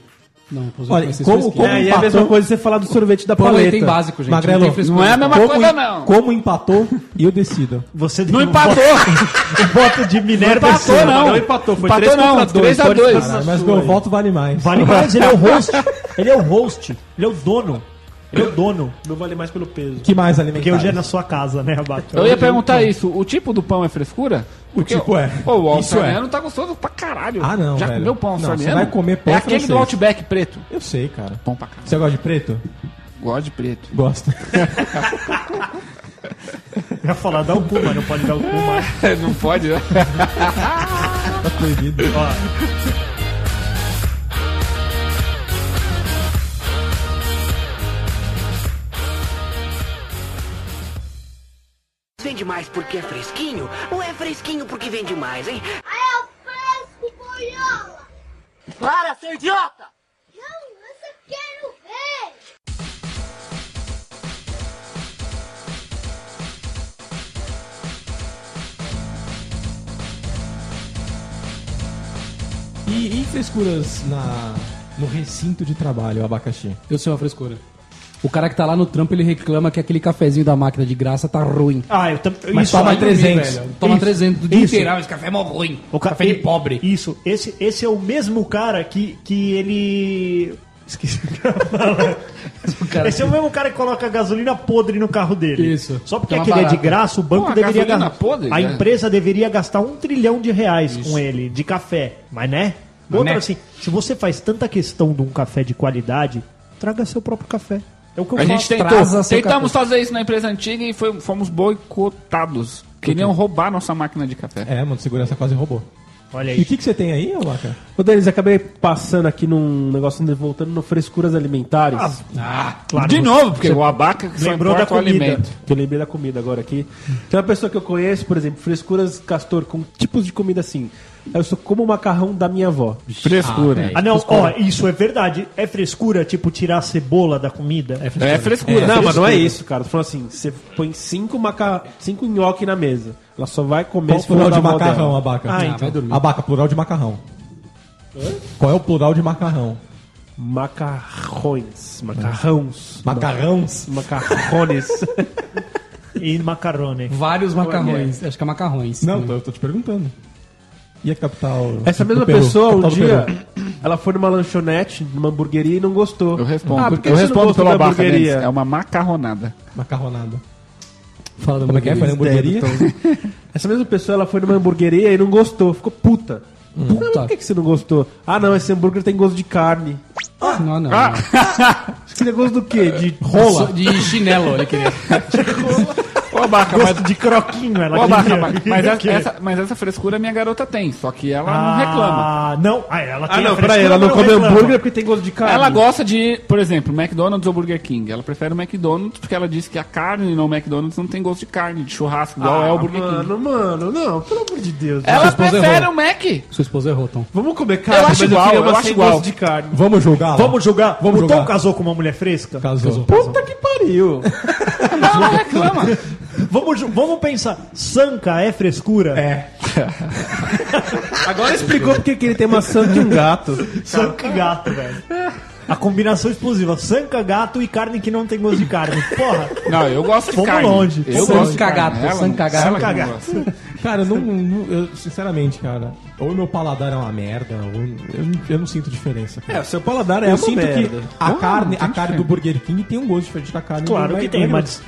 Speaker 3: Não, pô,
Speaker 1: Olha,
Speaker 3: vocês
Speaker 1: como-
Speaker 3: frescura.
Speaker 1: como- é
Speaker 3: É,
Speaker 5: É, e é a mesma coisa você falar do sorvete da
Speaker 3: Paulo,
Speaker 5: paleta.
Speaker 3: tem básico, gente.
Speaker 1: Magrelo,
Speaker 3: não tem frescura.
Speaker 2: Não é a mesma
Speaker 1: Como,
Speaker 2: coisa, não.
Speaker 1: como empatou, eu decido.
Speaker 4: Você
Speaker 2: Não
Speaker 4: deu um
Speaker 2: [LAUGHS] empatou.
Speaker 4: voto- um voto de Minerva.
Speaker 2: Não
Speaker 4: em cima.
Speaker 2: empatou, não.
Speaker 5: Não empatou, foi
Speaker 2: Empatou,
Speaker 5: três
Speaker 2: não,
Speaker 5: contra dois,
Speaker 2: três a
Speaker 5: pode
Speaker 2: dois.
Speaker 5: passar.
Speaker 1: Caralho, mas meu voto vale mais.
Speaker 4: Vale mais, ele é o host. Ele é o host. Ele é o dono. Ele é o dono.
Speaker 5: Não vale mais pelo peso.
Speaker 1: Que mais Tá. alimentar?
Speaker 4: Porque hoje é na sua casa, né, Abaca?
Speaker 2: Eu ia perguntar isso, o tipo do pão é frescura? Porque
Speaker 1: tipo é.
Speaker 2: Pô, o
Speaker 1: Isso é.
Speaker 2: australiano tá gostoso pra caralho.
Speaker 1: Ah, não,
Speaker 2: Já
Speaker 1: velho.
Speaker 2: comeu pão
Speaker 1: Não,
Speaker 2: australiano?
Speaker 1: você vai comer pão
Speaker 2: É aquele do
Speaker 1: francês.
Speaker 2: Outback preto.
Speaker 1: Eu sei, cara.
Speaker 2: Pão pra caralho.
Speaker 1: Você gosta de preto?
Speaker 2: Gosto de preto.
Speaker 1: Gosta.
Speaker 4: Eu ia falar, dá o cu, mas não pode dar o cu,
Speaker 2: [LAUGHS]
Speaker 4: mas...
Speaker 2: não pode, né?
Speaker 1: Tá proibido.
Speaker 8: Vende mais porque é fresquinho ou é fresquinho porque vende mais, hein?
Speaker 6: Eu fresco, boiola!
Speaker 8: Para, seu idiota!
Speaker 6: Não, eu só quero ver!
Speaker 1: E, e frescuras na, no recinto de trabalho, abacaxi?
Speaker 3: Eu sou uma frescura. O cara que tá lá no trampo, ele reclama que aquele cafezinho da máquina de graça tá ruim.
Speaker 4: Ah, eu também...
Speaker 1: Mas toma
Speaker 3: aí eu vi,
Speaker 1: 300.
Speaker 3: velho. Toma
Speaker 4: Isso.
Speaker 3: 300 do dia
Speaker 4: Isso.
Speaker 3: inteiro. Ah, Esse café é mó ruim.
Speaker 4: O ca-
Speaker 3: Café de pobre.
Speaker 4: Isso, esse, esse é o mesmo cara que, que ele. Esqueci o que eu ia falar.
Speaker 3: [LAUGHS] cara-
Speaker 4: Esse é o mesmo cara que coloca gasolina podre no carro dele.
Speaker 3: Isso.
Speaker 4: Só porque
Speaker 3: Que é uma
Speaker 4: aquele é de
Speaker 3: barata.
Speaker 4: graça, o banco
Speaker 2: Pô, a
Speaker 4: deveria
Speaker 2: gasolina podre,
Speaker 4: A
Speaker 2: né?
Speaker 4: empresa deveria gastar um trilhão de reais com ele, de café. Mas né? Outra
Speaker 3: né?
Speaker 4: assim, se você faz tanta questão de um café de qualidade, traga seu próprio café. É o que eu
Speaker 2: A
Speaker 4: faço.
Speaker 2: gente tentou.
Speaker 3: Atrasa seu
Speaker 2: Tentamos
Speaker 3: café.
Speaker 2: fazer isso na empresa antiga e foi- fomos boicotados. Queriam roubar nossa máquina de café.
Speaker 1: É, mano, segurança quase roubou.
Speaker 4: Olha
Speaker 1: E o
Speaker 4: aí.
Speaker 1: que, que você tem aí, abaca?
Speaker 5: Ô, Denis, acabei passando aqui num negócio, voltando no frescuras alimentares.
Speaker 4: Claro,
Speaker 2: de
Speaker 4: você-
Speaker 2: novo, porque o abaca que só
Speaker 4: Lembrou
Speaker 2: importa
Speaker 4: da
Speaker 2: o
Speaker 4: comida.
Speaker 2: alimento.
Speaker 5: Que eu lembrei da comida agora aqui. Tem uma pessoa que eu conheço, por exemplo, frescuras castor, com tipos de comida assim. Eu só como o macarrão da minha avó.
Speaker 2: Frescura.
Speaker 4: Ah, não, ó, isso é verdade. É frescura, tipo, tirar a cebola da comida? É
Speaker 2: é frescura.
Speaker 5: não, mas não é isso, cara. Tu falou assim: você põe cinco, maca... cinco nhoque na mesa. Ela só vai comer
Speaker 1: Qual o plural de macarrão,
Speaker 5: dela.
Speaker 1: abaca?
Speaker 4: Ah,
Speaker 3: então. vai dormir.
Speaker 1: Abaca, plural de macarrão. Qual é o plural de macarrão?
Speaker 5: Macarrões. Macarrões.
Speaker 1: Macarrões? [LAUGHS]
Speaker 5: Macarrones.
Speaker 4: E macarrone.
Speaker 3: Vários macarrões. Acho que é macarrões.
Speaker 1: Não,
Speaker 3: Hum.
Speaker 1: tô, eu tô te perguntando. E a capital?
Speaker 5: Essa
Speaker 1: do
Speaker 5: mesma
Speaker 1: Peru?
Speaker 5: pessoa, um
Speaker 1: Capital do
Speaker 5: dia,
Speaker 1: Tá Peru.
Speaker 5: ela foi numa lanchonete, numa hamburgueria e não gostou.
Speaker 2: Eu respondo.
Speaker 5: Ah, por que
Speaker 2: eu
Speaker 5: você não
Speaker 2: respondo
Speaker 5: gostou
Speaker 2: pelo
Speaker 5: da
Speaker 2: abaca. Denis.
Speaker 5: hamburgueria?
Speaker 2: É uma macarronada.
Speaker 1: Macarronada.
Speaker 3: Fala da
Speaker 1: Como é que é?
Speaker 5: um
Speaker 1: Falei hamburgueria?
Speaker 5: [LAUGHS] Essa mesma pessoa, ela foi numa hamburgueria e não gostou. Ficou puta. Puta. Mas por que, que você não gostou? Ah, não, esse hambúrguer tem gosto de carne.
Speaker 3: Não, não. não.
Speaker 5: Você queria gosto do quê? De rola?
Speaker 3: De chinelo, ele queria.
Speaker 2: Ô, abaca, mas...
Speaker 4: Gosto de croquinho, ela
Speaker 2: Ô, abaca,
Speaker 4: queria.
Speaker 2: abaca, mas essa,
Speaker 4: Que-
Speaker 2: essa- mas essa frescura minha garota tem, só que ela não reclama.
Speaker 4: Ah, não. Ah, ela tem
Speaker 5: Ah, não,
Speaker 4: a frescura,
Speaker 5: peraí, ela não
Speaker 4: mas
Speaker 5: come
Speaker 4: reclama.
Speaker 5: hambúrguer porque tem gosto de carne.
Speaker 2: Ela gosta de, por exemplo, McDonald's ou Burger King. Ela prefere o McDonald's porque ela diz que a carne no McDonald's não tem gosto de carne, de churrasco, igual
Speaker 5: Ah,
Speaker 2: é o Burger King.
Speaker 5: mano, mano, não, pelo amor de Deus.
Speaker 2: Ela
Speaker 5: Vocês-
Speaker 2: prefere o Mac.
Speaker 3: Sua esposa errou, Tom.
Speaker 5: Vamos comer carne,
Speaker 2: Eu acho igual, eu acho
Speaker 5: sem
Speaker 2: igual.
Speaker 5: gosto de carne.
Speaker 1: Vamos julgar?
Speaker 4: Vamos julgar.
Speaker 1: Vamos
Speaker 4: o Tom
Speaker 1: julgar.
Speaker 4: casou com uma mulher fresca?
Speaker 1: Casou.
Speaker 5: Puta que pariu.
Speaker 2: [LAUGHS] Não, ela reclama.
Speaker 4: Vamos, ju- vamos pensar. Sanca é frescura? É.
Speaker 5: Agora explicou porque que ele tem uma sangue e um gato.
Speaker 4: Sanca e gato, velho. A combinação explosiva. Sanca, gato e carne que não tem gosto de carne. Porra.
Speaker 2: Não, eu gosto de
Speaker 4: Vamos
Speaker 2: carne.
Speaker 4: longe.
Speaker 2: Eu
Speaker 3: Sangue
Speaker 2: gosto de
Speaker 3: cagato,
Speaker 2: carne. Ela-
Speaker 3: sangue cagato.
Speaker 2: ela que
Speaker 4: Sangue
Speaker 2: não
Speaker 4: cagato.
Speaker 2: gosta.
Speaker 1: Cara, eu não, não- eu, sinceramente, cara, ou meu paladar é uma merda, ou eu, não- eu não sinto diferença. Cara.
Speaker 5: É, o seu paladar é
Speaker 1: eu
Speaker 5: uma
Speaker 1: sinto
Speaker 5: merda.
Speaker 1: que a carne, a carne do Burger King tem um gosto diferente da carne.
Speaker 4: Claro
Speaker 1: do-
Speaker 4: que
Speaker 1: do-
Speaker 4: tem,
Speaker 1: do-
Speaker 4: mas.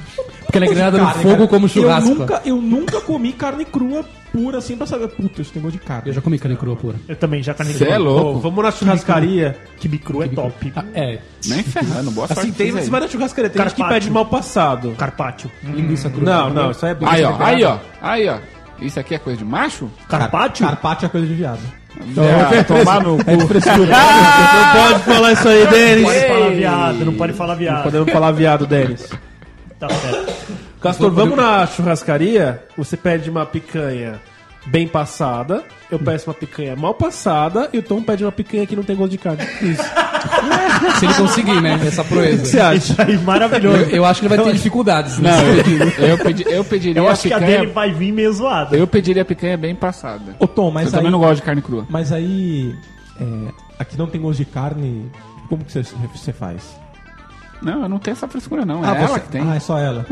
Speaker 3: Porque ela é grelhada no
Speaker 1: Carne,
Speaker 3: fogo
Speaker 1: cara.
Speaker 3: como churrasco.
Speaker 1: Eu nunca, eu nunca comi carne crua pura assim pra saber, puta, isso tem gosto de carne.
Speaker 3: Eu já comi carne crua pura.
Speaker 4: Eu também já carne
Speaker 2: Você é
Speaker 5: Pô,
Speaker 2: louco.
Speaker 5: vamos na churrascaria.
Speaker 4: Quibe cru é top.
Speaker 3: Ah, é.
Speaker 2: Nem ferrando, boa sorte.
Speaker 5: Assim, tem,
Speaker 2: pra vocês
Speaker 5: você vai na churrascaria, tem gente que
Speaker 4: Carpaccio.
Speaker 5: pede mal passado.
Speaker 4: Carpaccio.
Speaker 3: Linguiça crua.
Speaker 5: Não, não, isso aí é
Speaker 2: Aí, ó, aí, ó, aí, ó. Isso aqui é coisa de macho?
Speaker 4: Carpaccio?
Speaker 1: Carpaccio é coisa de viado.
Speaker 2: Ah, tomar no
Speaker 1: É de frescura.
Speaker 5: Não pode falar isso aí,
Speaker 4: Não pode
Speaker 5: Denis.
Speaker 4: falar viado, não pode falar viado.
Speaker 5: Podemos falar viado, Denis.
Speaker 4: Tá certo.
Speaker 5: Castor, vamos na churrascaria, você pede uma picanha bem passada, eu peço uma picanha mal passada e o Tom pede uma picanha que não tem gosto de carne. Isso.
Speaker 3: [LAUGHS] Se ele conseguir, né? Essa
Speaker 5: O que você
Speaker 3: proeza.
Speaker 5: acha?
Speaker 4: Aí, maravilhoso.
Speaker 3: Eu, eu acho que ele vai ter dificuldades.
Speaker 2: Não,
Speaker 3: [LAUGHS] Né?
Speaker 2: eu, eu, pedi, eu pediria
Speaker 4: Eu
Speaker 2: a
Speaker 4: acho que a
Speaker 2: picanha.
Speaker 4: dele vai vir meio zoada.
Speaker 2: Eu pediria a picanha bem passada.
Speaker 1: Ô Tom, mas
Speaker 2: eu
Speaker 1: aí.
Speaker 2: também não gosto de carne crua.
Speaker 1: Mas aí. É, aqui não tem gosto de carne. Como que você, você faz?
Speaker 2: Não, eu não tenho essa frescura, não. É
Speaker 1: Ah,
Speaker 2: ela
Speaker 1: você-
Speaker 2: que tem.
Speaker 1: Ah, é só ela.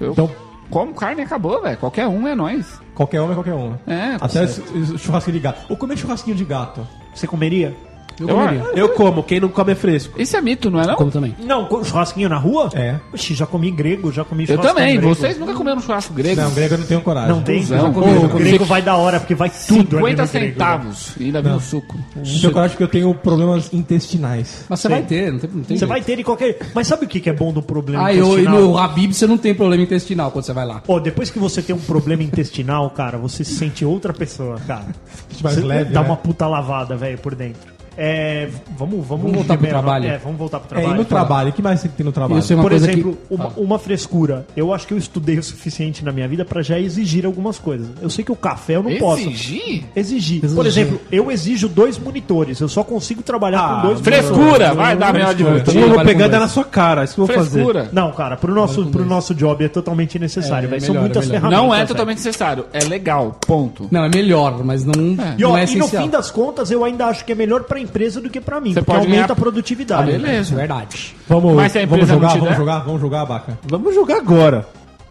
Speaker 2: Eu
Speaker 1: Então,
Speaker 2: como carne e acabou, velho. Qualquer um é nós.
Speaker 1: qualquer homem é qualquer homem.
Speaker 2: É,
Speaker 1: Até o churrasquinho de gato. Ou comer churrasquinho de gato.
Speaker 4: Você comeria?
Speaker 3: Eu comeria.
Speaker 5: Eu como, quem não come é fresco.
Speaker 2: Isso é mito, não é não?
Speaker 3: Como também.
Speaker 4: Não, co- churrasquinho na rua?
Speaker 1: É.
Speaker 4: Oxi, já comi grego, já comi
Speaker 2: Eu
Speaker 4: churrasquinho
Speaker 2: também.
Speaker 4: grego.
Speaker 2: Vocês nunca comeram um churrasco grego?
Speaker 1: Não, grego eu não tenho coragem.
Speaker 4: Não tem?
Speaker 2: Não,
Speaker 4: Pô, o grego vai da hora, porque vai tudo
Speaker 2: 50
Speaker 4: ali no grego, né?
Speaker 2: centavos. E ainda vem o suco.
Speaker 1: Não tenho coragem porque eu tenho problemas intestinais.
Speaker 3: Mas você vai ter, não tem, não tem
Speaker 4: Você
Speaker 3: jeito.
Speaker 4: vai ter de qualquer... Mas sabe o que que é bom do problema
Speaker 3: Ah, eu, e no Habib você não tem problema intestinal quando você vai lá.
Speaker 4: Pô, depois que você tem um problema intestinal, cara, você se sente outra pessoa, cara.
Speaker 1: [LAUGHS] mais
Speaker 4: Você
Speaker 1: leve,
Speaker 4: dá
Speaker 1: né?
Speaker 4: uma puta lavada, velho, por dentro. É, v- vamos, vamos,
Speaker 3: Vamos voltar pro
Speaker 4: liberar-
Speaker 3: trabalho.
Speaker 4: É, vamos voltar pro
Speaker 1: É, e
Speaker 4: trabalho.
Speaker 1: no
Speaker 4: Fala.
Speaker 1: trabalho? O que mais tem no trabalho?
Speaker 3: Isso é uma
Speaker 4: Por
Speaker 3: coisa
Speaker 4: exemplo,
Speaker 3: que...
Speaker 4: uma,
Speaker 3: Ah.
Speaker 4: uma frescura. Eu acho que eu estudei o suficiente na minha vida pra já exigir algumas coisas. Eu sei que o café eu não posso.
Speaker 2: Exigir?
Speaker 4: Exigir. Por exemplo, eu exijo dois monitores. Eu só consigo trabalhar
Speaker 3: Ah,
Speaker 4: com dois
Speaker 2: Frescura! Vai dar melhor de
Speaker 5: Então
Speaker 3: Sim,
Speaker 5: eu vou
Speaker 3: vale
Speaker 5: pegar e dar
Speaker 3: conversa.
Speaker 5: na sua cara, isso que eu vou fazer.
Speaker 2: é Frescura.
Speaker 4: Não, cara, pro nosso, pro nosso job é totalmente necessário.
Speaker 3: É,
Speaker 4: véi.
Speaker 3: é
Speaker 4: São
Speaker 3: melhor,
Speaker 4: muitas
Speaker 3: é melhor.
Speaker 4: ferramentas.
Speaker 2: Não é
Speaker 4: véi.
Speaker 2: totalmente necessário. É legal. Ponto.
Speaker 3: Não, é melhor, mas não é,
Speaker 4: E, ó,
Speaker 3: não é
Speaker 4: e no fim
Speaker 3: essencial.
Speaker 4: das contas, eu ainda acho que é melhor pra empresa do que pra mim,
Speaker 2: Você
Speaker 4: porque
Speaker 2: pode
Speaker 4: aumenta
Speaker 2: ganhar-
Speaker 4: a produtividade.
Speaker 2: Beleza.
Speaker 3: Verdade.
Speaker 1: Vamos,
Speaker 2: Mas se a
Speaker 1: vamos
Speaker 2: empresa
Speaker 1: jogar,
Speaker 2: não te
Speaker 1: vamos
Speaker 2: der?
Speaker 1: jogar, vamos jogar, Abaca.
Speaker 5: Vamos jogar agora.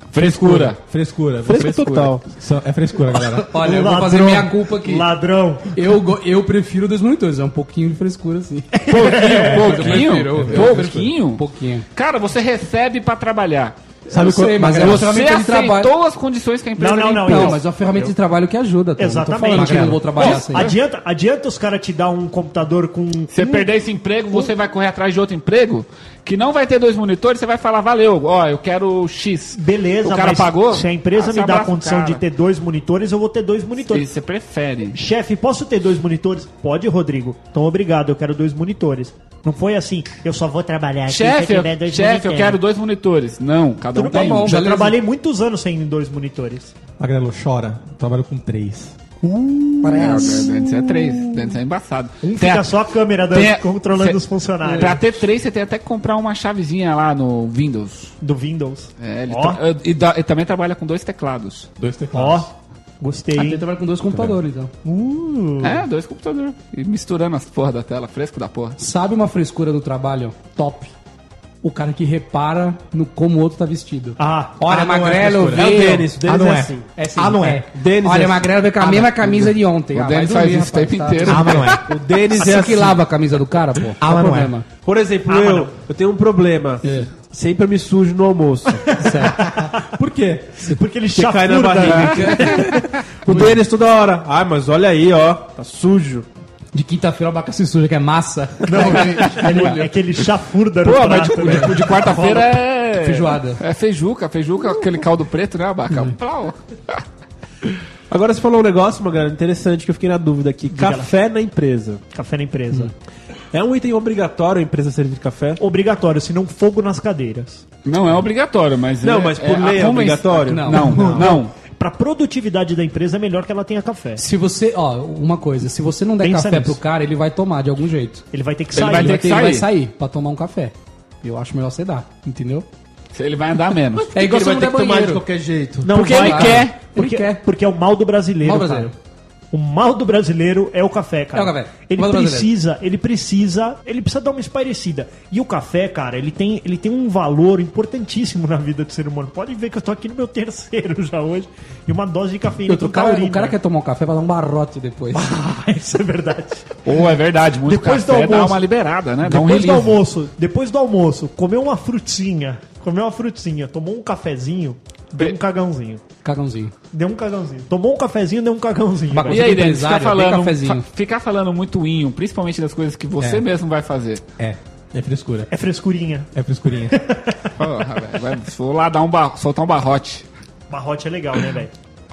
Speaker 2: Frescura.
Speaker 1: Frescura.
Speaker 5: Fresco
Speaker 1: Frescura.
Speaker 5: total.
Speaker 1: São- É frescura, galera.
Speaker 3: Olha, eu vou fazer minha culpa aqui.
Speaker 4: Ladrão.
Speaker 3: Eu, go- eu prefiro dois monitores, é um pouquinho de frescura, assim.
Speaker 2: [LAUGHS] É, Pouquinho?
Speaker 3: Eu prefiro, eu- eu prefiro.
Speaker 2: Pouquinho?
Speaker 3: Um pouquinho.
Speaker 2: Cara, você recebe pra trabalhar.
Speaker 1: Sabe
Speaker 3: [LAUGHS] Eu
Speaker 1: quando-
Speaker 3: sei, mas
Speaker 1: mas
Speaker 3: é
Speaker 1: eu-
Speaker 3: uma
Speaker 2: Você
Speaker 3: ferramenta de trabalho.
Speaker 2: aceitou as condições que a empresa
Speaker 4: um Não, não,
Speaker 2: lhe
Speaker 4: não,
Speaker 2: impôs.
Speaker 3: Não, mas é uma ferramenta de trabalho que ajuda. Tom. Não tô
Speaker 4: Exatamente,
Speaker 3: falando que eu
Speaker 4: cara.
Speaker 3: não vou trabalhar assim, né? sem.
Speaker 4: Adianta, adianta os caras te dar um computador com.
Speaker 2: Você
Speaker 4: com-
Speaker 2: perder esse emprego, você vai correr atrás de outro emprego que não vai ter dois monitores, você vai falar, valeu, ó, eu quero X.
Speaker 4: Beleza,
Speaker 2: o cara pagou.
Speaker 4: se a empresa
Speaker 2: Ah, você
Speaker 4: me dá a
Speaker 2: abraça o
Speaker 4: condição de
Speaker 2: cara.
Speaker 4: ter dois monitores, eu vou ter dois monitores. É,
Speaker 2: Isso, Você prefere.
Speaker 4: Chefe, posso ter dois monitores? Pode, Rodrigo. Então, obrigado, eu quero dois monitores. Não foi assim, eu só vou trabalhar aqui se
Speaker 2: Chefe,
Speaker 4: tiver
Speaker 2: eu,
Speaker 4: é dois
Speaker 2: chefe, eu
Speaker 4: monitores.
Speaker 2: quero dois monitores. Não, cada um
Speaker 4: Tudo tá bem,
Speaker 2: tem um.
Speaker 4: já
Speaker 3: beleza.
Speaker 4: trabalhei muitos anos sem dois monitores.
Speaker 1: Magrelo, chora. Trabalho com três.
Speaker 2: Dentro é três, dentro é embaçado.
Speaker 4: Um
Speaker 2: Tem
Speaker 4: fica
Speaker 2: a-
Speaker 4: só a câmera da-
Speaker 2: tem a-
Speaker 4: controlando
Speaker 2: cê-
Speaker 4: os funcionários.
Speaker 2: Pra ter três, você tem até que comprar uma chavezinha lá no Windows.
Speaker 4: Do Windows.
Speaker 2: É, ele
Speaker 4: ó,
Speaker 2: tra- e, dá- ele também trabalha com dois teclados.
Speaker 1: Dois
Speaker 4: ó,
Speaker 1: teclados.
Speaker 4: gostei.
Speaker 3: Ele
Speaker 4: hein?
Speaker 3: trabalha com dois computadores, então.
Speaker 2: É, dois computadores. E misturando as porra da tela, fresco da porra.
Speaker 3: Sabe uma frescura do trabalho? Top. O cara que repara no como o outro tá vestido.
Speaker 4: Ah,
Speaker 3: Olha,
Speaker 4: ah, não é
Speaker 3: Magrelo,
Speaker 4: frescura.
Speaker 5: É o
Speaker 3: veio.
Speaker 5: Denis, o Denis
Speaker 1: Ah, não
Speaker 5: é
Speaker 1: é.
Speaker 5: assim.
Speaker 3: É sim,
Speaker 5: Ah, não é. Denis
Speaker 3: Olha,
Speaker 5: é
Speaker 3: o Magrelo veio com a mesma camisa de ontem.
Speaker 2: O
Speaker 3: Ah,
Speaker 2: Denis
Speaker 3: vai
Speaker 2: faz
Speaker 3: dormir,
Speaker 2: isso o
Speaker 3: rapaz,
Speaker 2: tempo
Speaker 3: tá-
Speaker 2: inteiro.
Speaker 5: Ah, mas não é. O Denis é
Speaker 3: Você que
Speaker 5: assim.
Speaker 3: lava a camisa do cara, pô. Qual o
Speaker 5: não é.
Speaker 3: problema?
Speaker 5: Por exemplo,
Speaker 4: Ah, mas
Speaker 5: eu,
Speaker 4: não.
Speaker 5: eu tenho um problema.
Speaker 3: É.
Speaker 5: Sempre eu me sujo no almoço.
Speaker 1: Por quê?
Speaker 4: Porque ele
Speaker 5: Você cai na
Speaker 4: chafurda, né?
Speaker 5: barriga. o Denis toda hora. Ah, mas olha aí, ó. Tá sujo.
Speaker 3: De quinta-feira o abaca se suja, que é massa.
Speaker 4: Ele- é aquele chafurda no
Speaker 2: então, né? Pô, mas tipo
Speaker 4: prato,
Speaker 2: de,
Speaker 4: né?
Speaker 2: de- de quarta-feira é.
Speaker 3: Feijoada.
Speaker 2: É feijuca, feijuca, aquele caldo preto, né, Abaca?
Speaker 4: Uhum.
Speaker 2: Plau.
Speaker 5: Agora você falou um negócio, Magalhães, interessante que eu fiquei na dúvida aqui. Café na empresa.
Speaker 4: Café na
Speaker 2: Hum.
Speaker 4: empresa.
Speaker 5: É um item obrigatório a empresa servir café?
Speaker 4: Obrigatório, senão fogo nas cadeiras.
Speaker 2: Não é obrigatório, mas.
Speaker 5: Não,
Speaker 2: é-
Speaker 5: mas por
Speaker 2: a
Speaker 5: lei é
Speaker 2: conven-
Speaker 5: obrigatório?
Speaker 2: Não, não. não.
Speaker 4: Pra produtividade da empresa, é melhor que ela tenha café.
Speaker 3: Se você, ó, uma coisa, se você não der
Speaker 4: Pensa
Speaker 3: café
Speaker 4: nisso.
Speaker 3: pro cara, ele vai tomar de algum jeito.
Speaker 4: Ele vai ter que
Speaker 2: Ele
Speaker 4: sair.
Speaker 2: vai
Speaker 3: Ele
Speaker 2: ter
Speaker 3: vai,
Speaker 2: que
Speaker 3: ter- ele
Speaker 2: sair.
Speaker 3: vai sair pra tomar um café. Eu acho melhor você dar, entendeu?
Speaker 2: Ele vai andar
Speaker 4: [LAUGHS]
Speaker 2: menos.
Speaker 3: É igual você
Speaker 5: Ele vai
Speaker 3: não der
Speaker 5: ter que tomar de
Speaker 3: banheiro.
Speaker 5: qualquer jeito.
Speaker 4: Não
Speaker 2: Porque
Speaker 4: vai,
Speaker 2: ele
Speaker 4: cara.
Speaker 2: quer.
Speaker 4: Porque,
Speaker 3: Ele quer.
Speaker 4: porque é o mal do brasileiro.
Speaker 3: Mal
Speaker 4: cara.
Speaker 3: brasileiro.
Speaker 4: O mal do brasileiro é o café, cara.
Speaker 3: É o café.
Speaker 4: Ele
Speaker 3: Mal do
Speaker 4: precisa, ele precisa, ele precisa dar uma espairecida. E o café, cara, ele tem, ele tem um valor importantíssimo na vida do ser humano. Pode ver que eu tô aqui no meu terceiro já hoje e uma dose de
Speaker 3: E
Speaker 4: cafeína.
Speaker 3: outro, o
Speaker 4: com
Speaker 3: cara, o
Speaker 4: taurina.
Speaker 3: cara quer tomar um café pra dar um barrote depois.
Speaker 4: Isso é verdade.
Speaker 2: Ou é verdade, muito
Speaker 4: Depois do
Speaker 2: café dá
Speaker 4: almoço.
Speaker 2: uma liberada, né? Dá um
Speaker 4: Depois do
Speaker 2: release.
Speaker 4: almoço, depois do almoço, comeu uma frutinha, comeu uma frutinha, tomou um cafezinho, deu um cagãozinho.
Speaker 3: Cagãozinho.
Speaker 4: Deu um cagãozinho. Tomou um cafezinho, deu um cagãozinho.
Speaker 3: Mas
Speaker 4: velho.
Speaker 2: E aí, Denis,
Speaker 3: Empresário,
Speaker 2: ficar
Speaker 3: bem
Speaker 2: falando,
Speaker 3: cafezinho.
Speaker 2: fa- ficar falando muito inho, principalmente das coisas que você
Speaker 1: É.
Speaker 2: mesmo vai fazer.
Speaker 1: É. É frescura.
Speaker 4: É frescurinha.
Speaker 1: É frescurinha.
Speaker 2: Porra, velho, vai- vou lá dar um bar- soltar um barrote.
Speaker 4: Barrote é legal, né, velho?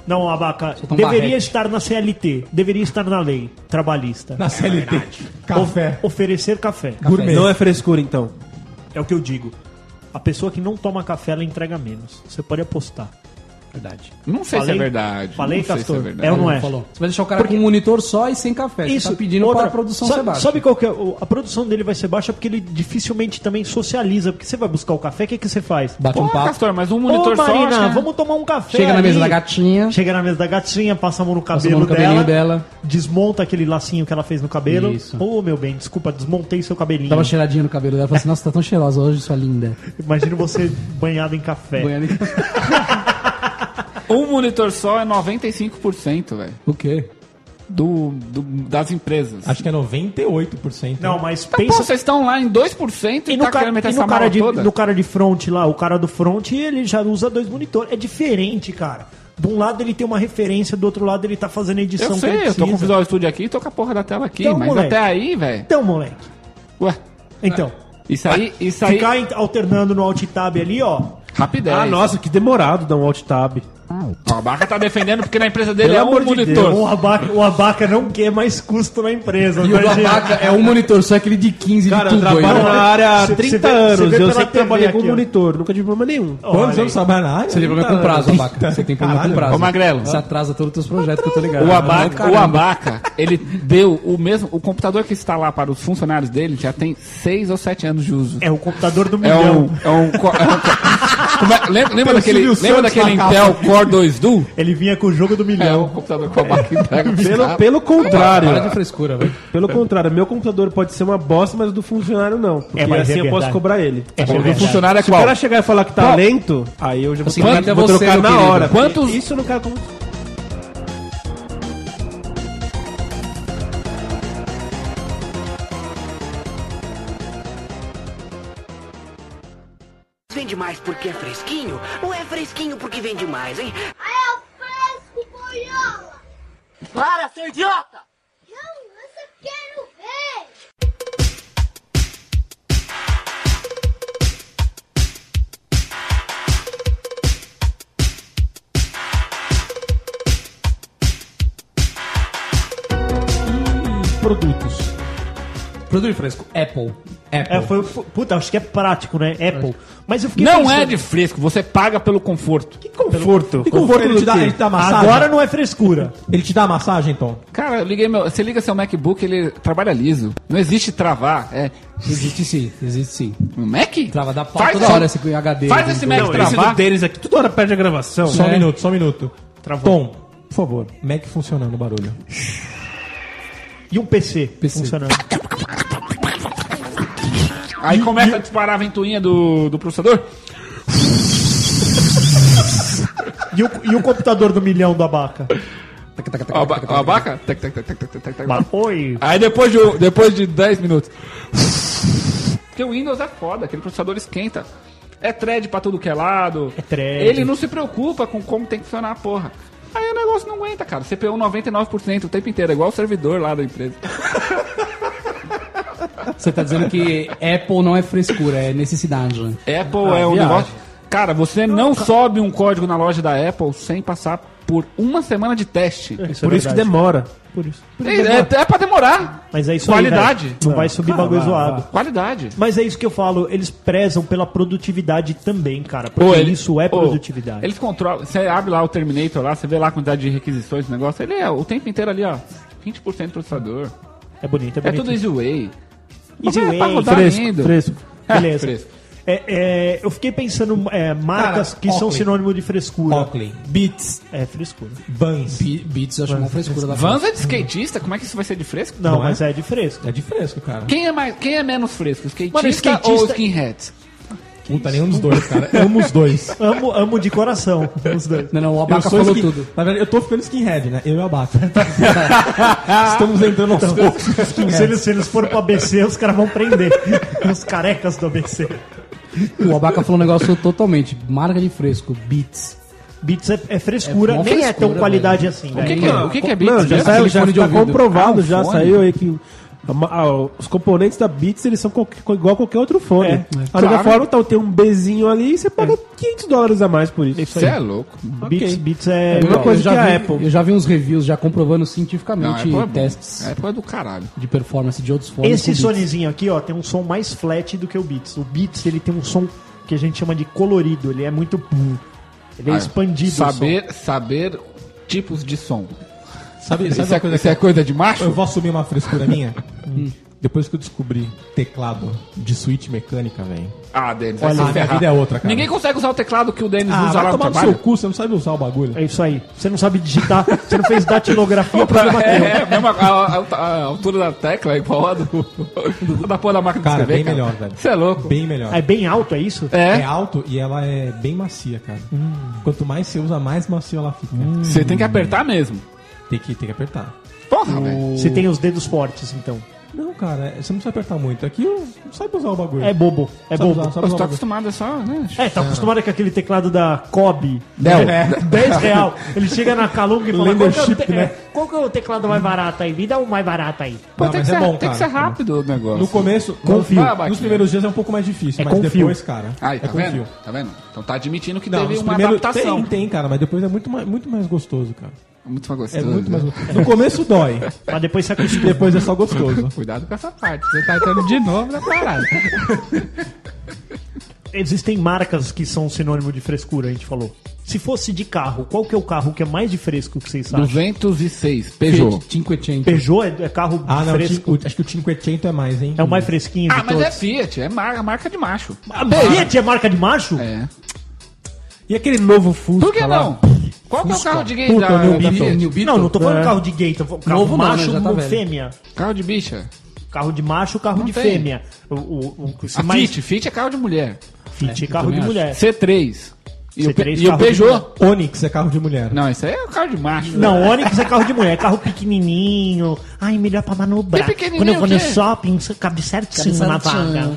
Speaker 4: Não, abaca.
Speaker 3: um
Speaker 4: deveria
Speaker 3: barrete.
Speaker 4: estar na CLT. Deveria estar na lei trabalhista.
Speaker 1: Na CLT. Café.
Speaker 4: O- oferecer café.
Speaker 1: Gourmet.
Speaker 5: Não é frescura, então.
Speaker 4: É o que eu digo. A pessoa que não toma café, ela entrega menos. Você pode apostar.
Speaker 3: Verdade.
Speaker 2: Não sei
Speaker 4: Falei-
Speaker 2: se é verdade.
Speaker 4: falei,
Speaker 2: não sei
Speaker 4: Castor?
Speaker 2: se é verdade.
Speaker 4: É ou não é?
Speaker 3: Falou. Você vai deixar o cara com um monitor só e sem café. Você tá pedindo para a produção
Speaker 4: sabe,
Speaker 3: ser baixa.
Speaker 4: Sabe qual que é? o- A produção dele vai ser baixa porque ele dificilmente também socializa. Porque você vai buscar o café, o que, que você faz?
Speaker 3: Bate
Speaker 2: Pô,
Speaker 3: um papo.
Speaker 2: Castor, mas um
Speaker 4: Ô,
Speaker 2: monitor só.
Speaker 4: Marina,
Speaker 2: acho que-
Speaker 4: vamos tomar um café.
Speaker 3: né? Chega na
Speaker 4: ali.
Speaker 3: mesa da gatinha.
Speaker 4: Chega na mesa da gatinha, passa a mão no
Speaker 3: Passa a mão
Speaker 4: cabelo
Speaker 3: no cabelinho
Speaker 4: dela,
Speaker 3: dela.
Speaker 4: Desmonta aquele lacinho que ela fez no cabelo.
Speaker 3: Isso.
Speaker 4: Ô, meu bem, desculpa, desmontei seu cabelinho.
Speaker 3: Dá uma cheiradinha no cabelo dela. Fala assim, nossa, tá tão cheirosa hoje, sua linda.
Speaker 4: Imagina você [LAUGHS] banhado em café. [LAUGHS]
Speaker 3: Banhando em-
Speaker 2: Um monitor só é 95%, velho.
Speaker 3: O quê?
Speaker 2: Do, do- das empresas.
Speaker 1: Acho que é 98%.
Speaker 4: Não, mas
Speaker 2: Tá, pô,
Speaker 4: pensa...
Speaker 2: vocês estão lá em 2% e, tá
Speaker 4: E no, ca-
Speaker 2: querendo meter
Speaker 4: e no
Speaker 2: essa
Speaker 4: cara
Speaker 2: mala
Speaker 4: de,
Speaker 2: toda?
Speaker 4: no cara de front lá, o cara do front, ele já usa dois monitores. É diferente, cara. De um lado ele tem uma referência, do outro lado ele tá fazendo a edição
Speaker 2: Eu
Speaker 4: que
Speaker 2: sei, eu tô
Speaker 4: ele
Speaker 2: com o
Speaker 4: precisa.
Speaker 2: Visual Studio aqui e tô com a porra da tela aqui.
Speaker 4: Então,
Speaker 2: mas
Speaker 4: moleque.
Speaker 2: até aí, velho.
Speaker 4: Então, moleque.
Speaker 2: Ué,
Speaker 4: Então,
Speaker 2: isso aí. Isso Ah, tá aí
Speaker 4: ficar em- alternando no alt tab ali, ó.
Speaker 2: rapidez.
Speaker 1: É
Speaker 5: Ah, nossa, que demorado dar um alt tab.
Speaker 2: Ó, a Barca tá defendendo porque na empresa dele
Speaker 5: Pelo
Speaker 2: é um
Speaker 5: amor de
Speaker 2: monitor.
Speaker 4: O abaca, o abaca não quer mais custo na
Speaker 3: E
Speaker 4: empresa.
Speaker 3: o
Speaker 4: imagina.
Speaker 3: babaca é um monitor só, aquele de 15
Speaker 5: Cara,
Speaker 3: de
Speaker 5: eu
Speaker 3: tubo.
Speaker 5: trabalho
Speaker 3: aí, né?
Speaker 5: na área há
Speaker 4: Você- você
Speaker 5: 30
Speaker 4: vê- você
Speaker 5: anos.
Speaker 4: vê
Speaker 5: Eu
Speaker 4: pela
Speaker 5: sempre
Speaker 4: TV
Speaker 5: trabalhei com
Speaker 4: aqui, ó.
Speaker 5: monitor, nunca tive problema nenhum.
Speaker 1: Quantos
Speaker 4: Olha aí.
Speaker 1: anos trabalha na área?
Speaker 3: Você tem problema com prazo, abaca. Você tem problema com prazo.
Speaker 2: Ô, Magrelo.
Speaker 3: Você atrasa todos os teus projetos que eu tô ligado.
Speaker 2: O
Speaker 3: Não,
Speaker 2: abaca,
Speaker 3: caramba.
Speaker 2: o abaca, ele deu o mesmo. O computador que está lá para os funcionários dele já tem 6 ou 7 anos de uso.
Speaker 4: É o computador do
Speaker 2: É
Speaker 4: milhão.
Speaker 2: um. É um, co- é um co- Como é- lembra, lembra daquele,
Speaker 4: Silvio
Speaker 2: lembra
Speaker 4: Santos
Speaker 2: daquele
Speaker 4: na
Speaker 2: Intel Core 2 Duo?
Speaker 4: Ele vinha com o jogo do
Speaker 2: É
Speaker 4: milhão.
Speaker 2: o computador com a barca entrega. pro
Speaker 5: Pelo,
Speaker 2: cara.
Speaker 5: pelo
Speaker 3: Para de
Speaker 5: contrário.
Speaker 3: frescura, velho.
Speaker 5: Pelo contrário, meu computador pode ser uma bosta, mas o do funcionário não. Porque
Speaker 4: É, mas é
Speaker 5: assim eu posso
Speaker 4: verdade.
Speaker 5: cobrar ele.
Speaker 4: É
Speaker 2: O do
Speaker 4: verdade.
Speaker 2: funcionário é
Speaker 5: Se o
Speaker 2: qual? é
Speaker 5: cara chegar e falar que tá
Speaker 2: Qual?
Speaker 5: lento, aí eu já vou,
Speaker 3: Assim,
Speaker 5: trocar-
Speaker 3: vai até
Speaker 5: vou
Speaker 3: você,
Speaker 5: trocar
Speaker 3: meu
Speaker 5: na
Speaker 3: querido.
Speaker 5: hora.
Speaker 2: Quantos-
Speaker 5: Isso eu não quero como...
Speaker 8: Vende mais porque é fresquinho ou é fresquinho porque vende mais, hein?
Speaker 6: É o fresco, boiola!
Speaker 8: Para, seu idiota!
Speaker 6: Não, eu só quero ver!
Speaker 1: produtos.
Speaker 3: Produto fresco. Apple. Apple.
Speaker 4: É, foi, foi- puta, acho que é prático, né? Apple. Mas eu fiquei
Speaker 2: Não
Speaker 4: pensando-
Speaker 2: é de fresco, você paga pelo conforto.
Speaker 4: Que conforto.
Speaker 1: E conforto ele te dá, ele te dá massagem?
Speaker 4: Agora não é frescura.
Speaker 1: Ele te dá massagem, Tom?
Speaker 2: Cara, eu liguei meu. Você liga seu MacBook, ele trabalha liso. Não existe travar. É.
Speaker 3: Existe sim, existe sim.
Speaker 2: Um Mac?
Speaker 3: Trava da pau toda
Speaker 2: esse-
Speaker 3: hora esse HD.
Speaker 2: Faz esse Mac
Speaker 5: Não, esse do
Speaker 2: travar.
Speaker 5: deles aqui, toda hora perde a gravação.
Speaker 1: Só um
Speaker 3: É.
Speaker 1: minuto, só um minuto. Tom, por favor, é Mac funcionando o barulho.
Speaker 4: E um PC,
Speaker 3: PC.
Speaker 4: funcionando.
Speaker 2: Aí começa a disparar a ventoinha do, do processador.
Speaker 4: E o, e o computador do milhão do Abaca?
Speaker 2: Ó, a ba- ó, a Abaca. Tac, tac, tac, tac, tac, tac, tac.
Speaker 4: Oi.
Speaker 2: Aí depois de, um- depois de 10 minutos. Porque o Windows é foda, aquele processador esquenta. É thread pra tudo que é lado. É
Speaker 4: thread.
Speaker 2: Ele não se preocupa com como tem que funcionar a porra. Aí o negócio não aguenta, cara. CPU 99% o tempo inteiro, é igual o servidor lá da empresa.
Speaker 3: Você tá dizendo que Apple não é frescura, é necessidade. né?
Speaker 2: Apple
Speaker 4: Ah,
Speaker 2: é um negócio. Cara, você não sobe um código na loja da Apple sem passar por uma semana de teste.
Speaker 5: Por isso que demora.
Speaker 4: Por isso.
Speaker 2: É, é, é pra demorar.
Speaker 4: Mas é isso
Speaker 2: Qualidade.
Speaker 4: aí. velho. Não vai subir bagulho zoado.
Speaker 2: Qualidade.
Speaker 4: Mas é isso que eu falo, eles prezam pela produtividade também, cara. Porque
Speaker 2: Ô, ele-
Speaker 4: isso é
Speaker 2: ô,
Speaker 4: produtividade.
Speaker 2: Eles controlam. Você abre lá o Terminator lá, você vê lá a quantidade de requisições do negócio. Ele é o tempo inteiro ali, ó. 20% de processador.
Speaker 4: É bonito, é
Speaker 2: É
Speaker 4: bonito.
Speaker 2: tudo easy way. Mas
Speaker 4: Easy
Speaker 2: é
Speaker 4: way,
Speaker 2: pra rodar
Speaker 4: fresco,
Speaker 2: ainda. [LAUGHS]
Speaker 4: Beleza.
Speaker 2: fresco.
Speaker 4: É, é, eu fiquei pensando é, marcas
Speaker 1: Cara,
Speaker 4: que são
Speaker 1: Oakley.
Speaker 4: sinônimo de frescura.
Speaker 1: Oakley, Beats,
Speaker 4: É, frescura.
Speaker 1: Vans.
Speaker 3: Be- Beats eu acho uma frescura da
Speaker 2: Vans é de skatista? Como é que isso vai ser de fresco?
Speaker 4: Não,
Speaker 1: Não é?
Speaker 4: mas é? de fresco.
Speaker 1: É de fresco, cara.
Speaker 2: Quem é, mais, quem é menos fresco? Skatista,
Speaker 4: Mano, skatista-
Speaker 2: ou skinhead?
Speaker 1: Puta, nenhum dos dois, cara. Eu amo os dois.
Speaker 4: Amo, amo de coração os dois.
Speaker 3: Não, não, o
Speaker 1: Eu
Speaker 3: Abaca
Speaker 1: sou
Speaker 3: falou
Speaker 1: skin-
Speaker 3: tudo.
Speaker 1: Na verdade, eu tô ficando skinhead, né? Eu e o Abaca. Estamos entrando aos poucos.
Speaker 4: Se eles, se eles forem pro ABC, os caras vão prender. os carecas do ABC.
Speaker 3: O Abaca falou um negócio totalmente. Marca de fresco, Beats.
Speaker 4: Beats é, é frescura,
Speaker 3: É mó
Speaker 4: nem é tão
Speaker 3: frescura,
Speaker 4: qualidade assim,
Speaker 2: O que,
Speaker 4: velho.
Speaker 2: que é, o que, que é Beats?
Speaker 5: então, Não, já
Speaker 2: mesmo?
Speaker 5: saiu,
Speaker 3: Aquele
Speaker 5: já
Speaker 3: fone de
Speaker 5: está
Speaker 3: ouvido.
Speaker 5: comprovado,
Speaker 2: Ah, um
Speaker 5: já
Speaker 2: fone.
Speaker 5: saiu aí que a ma- a- os componentes da Beats eles são qualquer- igual a qualquer outro fone.
Speaker 4: É,
Speaker 5: a única forma tá, tem um Bzinho ali e você paga 500 dólares a mais por isso.
Speaker 2: Você é louco.
Speaker 4: Beats,
Speaker 5: Ok.
Speaker 4: Beats é.
Speaker 5: mesma
Speaker 3: Eu
Speaker 5: coisa
Speaker 3: já
Speaker 5: que a
Speaker 3: vi-
Speaker 5: Apple.
Speaker 3: Eu já vi uns reviews já comprovando
Speaker 2: Não,
Speaker 3: cientificamente
Speaker 2: Apple é bom.
Speaker 3: testes
Speaker 2: Apple é do caralho.
Speaker 3: de performance de outros fones. com
Speaker 4: Esse
Speaker 3: Beats.
Speaker 4: sonezinho aqui, ó, tem um som mais flat do que o Beats. O Beats, ele tem um som que a gente chama de colorido, ele é muito. Ele é expandido. o
Speaker 2: Ah, Saber, saber tipos de som.
Speaker 1: Sabe, sabe
Speaker 2: Isso,
Speaker 1: uma
Speaker 2: é,
Speaker 1: coisa
Speaker 2: isso é
Speaker 1: que
Speaker 2: coisa de macho?
Speaker 1: eu vou assumir uma frescura minha? Depois que eu descobri teclado de suíte mecânica, velho.
Speaker 2: Ah, Denis,
Speaker 1: Olha,
Speaker 2: vai se
Speaker 1: minha
Speaker 2: ferrar.
Speaker 1: vida é outra, cara.
Speaker 2: Ninguém consegue usar o teclado que o Denis
Speaker 1: Ah,
Speaker 2: usa
Speaker 1: vai
Speaker 2: lá no
Speaker 1: tomar no
Speaker 2: trabalho.
Speaker 1: seu cu, você não sabe usar o bagulho.
Speaker 4: som. É isso aí. Você não sabe digitar, você não fez datilografia, o problema
Speaker 2: [LAUGHS] É,
Speaker 4: teu.
Speaker 2: é, mesmo a, a- a- a altura da tecla é igual a do, da porra da máquina
Speaker 1: Cara,
Speaker 2: de escrever,
Speaker 1: bem melhor, velho.
Speaker 2: Você é louco.
Speaker 1: Bem melhor.
Speaker 4: É bem alto, é isso?
Speaker 1: É
Speaker 2: É,
Speaker 1: alto e ela é bem macia, cara. Quanto mais você usa, mais macia ela fica.
Speaker 2: você tem que apertar mesmo.
Speaker 1: Tem, que, tem que apertar.
Speaker 2: Porra, velho.
Speaker 4: Você tem os dedos fortes, então.
Speaker 1: Não, cara, é- você não precisa apertar muito. Aqui eu não sabe usar o bagulho.
Speaker 4: É bobo, é
Speaker 1: Sabe
Speaker 4: bobo.
Speaker 1: usar, sabe usar
Speaker 2: Você tá
Speaker 1: o bagulho.
Speaker 2: acostumado é só, né?
Speaker 4: É, tá acostumado com aquele teclado da Kobe.
Speaker 2: Não.
Speaker 4: [LAUGHS] É, 10 real. Ele chega na Calunga e fala, qual que, é o
Speaker 1: Leadership,
Speaker 4: te-
Speaker 1: né?
Speaker 4: é, qual que é o teclado mais barato aí? Me dá um mais barato aí.
Speaker 2: Pô,
Speaker 1: Não,
Speaker 2: tem,
Speaker 1: mas
Speaker 2: que
Speaker 1: é
Speaker 2: ser,
Speaker 1: bom,
Speaker 2: tem
Speaker 1: cara.
Speaker 2: que ser rápido o negócio.
Speaker 1: No começo,
Speaker 2: Com fio.
Speaker 1: nos nos primeiros dias é um pouco mais difícil,
Speaker 4: É
Speaker 1: mas
Speaker 4: com fio.
Speaker 1: depois, cara,
Speaker 2: Aí,
Speaker 1: é
Speaker 2: tá
Speaker 1: com
Speaker 2: vendo?
Speaker 1: fio.
Speaker 2: Tá vendo? Então tá admitindo que
Speaker 1: Não,
Speaker 2: teve
Speaker 1: nos
Speaker 2: uma
Speaker 1: primeiros
Speaker 2: adaptação.
Speaker 1: tem, tem, cara, mas depois é muito mais, muito mais gostoso, cara.
Speaker 2: Muito mais
Speaker 1: É
Speaker 2: gostoso.
Speaker 1: muito mais
Speaker 2: né?
Speaker 1: gostoso. No começo dói,
Speaker 4: Mas depois você acostuma.
Speaker 1: depois é só gostoso.
Speaker 2: [LAUGHS] Cuidado com essa parte. Você tá entrando de novo
Speaker 1: [LAUGHS]
Speaker 2: na parada.
Speaker 4: Existem marcas que são sinônimo de frescura, a gente falou. Se fosse de carro, qual que é o carro que é mais de fresco que vocês acham?
Speaker 2: 206, Peugeot.
Speaker 3: Cinquecento.
Speaker 4: Peugeot é, é carro
Speaker 1: Ah, não,
Speaker 4: fresco.
Speaker 1: o Ti- o- acho que o Cinquecento é mais, hein?
Speaker 4: É o mais fresquinho
Speaker 2: Ah,
Speaker 4: de
Speaker 2: mas
Speaker 4: todos.
Speaker 2: é Fiat, é marca, marca de macho.
Speaker 4: Fiat é marca de macho?
Speaker 2: É.
Speaker 5: E aquele novo Fusca
Speaker 2: Por que
Speaker 5: lá?
Speaker 2: não? Qual que é o carro de gay
Speaker 5: Puta,
Speaker 2: da,
Speaker 5: New
Speaker 2: da
Speaker 5: Beetle.
Speaker 2: Fiat?
Speaker 5: New
Speaker 4: Não, não tô falando
Speaker 5: É.
Speaker 4: carro de gay, tô falando carro
Speaker 3: Novo não, né?
Speaker 4: macho
Speaker 3: Já tá
Speaker 4: ou
Speaker 3: velho.
Speaker 4: fêmea.
Speaker 2: Carro de bicha.
Speaker 4: Carro de macho, carro
Speaker 2: Não
Speaker 4: de
Speaker 2: tem.
Speaker 4: fêmea. O, o, o, esse
Speaker 2: A
Speaker 4: mais
Speaker 2: Fit, Fit é carro de mulher.
Speaker 4: Fit é carro de
Speaker 3: também
Speaker 4: mulher.
Speaker 2: C3. E, o, Pe-
Speaker 4: C3
Speaker 2: e o
Speaker 4: carro de
Speaker 2: Peugeot.
Speaker 1: Onix é carro de mulher.
Speaker 2: Não, isso aí é carro de macho.
Speaker 4: Não, Onix é carro de mulher, é carro pequenininho. Ai, melhor pra manobrar.
Speaker 2: Que pequenininho
Speaker 4: Quando eu vou no
Speaker 2: o quê?
Speaker 4: shopping, cabe certinho na vaga.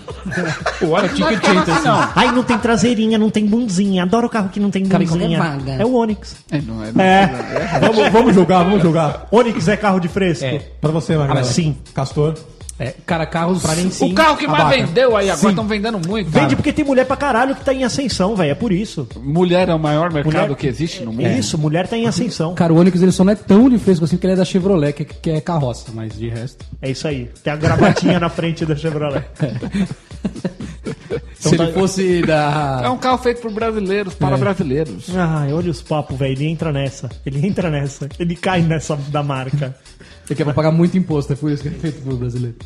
Speaker 2: Olha, Cinquecento, assim.
Speaker 4: Ai, não tem traseirinha, não tem bundinha. Adoro carro que não tem
Speaker 3: Cabe qualquer
Speaker 4: bundinha.
Speaker 3: vaga.
Speaker 4: É o Onix.
Speaker 2: É, não é.
Speaker 4: É.
Speaker 1: Vamos, vamos jogar, vamos jogar.
Speaker 4: Onix é carro de fresco.
Speaker 1: Pra você, Magrela.
Speaker 4: mas sim.
Speaker 1: Castor.
Speaker 3: É, cara, carros. Pra mim,
Speaker 2: O carro que mais
Speaker 1: Abaca.
Speaker 2: vendeu aí agora, estão vendendo muito.
Speaker 4: Vende porque tem mulher pra caralho que tá em ascensão, velho. É por isso.
Speaker 2: Mulher é o maior mercado
Speaker 4: Mulher-
Speaker 2: que existe no mundo.
Speaker 4: É isso, mulher tá em ascensão.
Speaker 3: Cara, o Onix ele só não é tão de fresco assim porque ele é da Chevrolet, que, que é carroça, mas de resto.
Speaker 4: É isso aí. Tem a gravatinha na frente da Chevrolet. [LAUGHS]
Speaker 3: Se ele fosse da.
Speaker 2: É um carro feito por brasileiros, para brasileiros.
Speaker 4: Ai, Ah, olha os papos, velho. Ele entra nessa. Ele entra nessa. Ele cai nessa da marca.
Speaker 3: Ele quer pagar muito imposto, é por isso que é feito por brasileiro.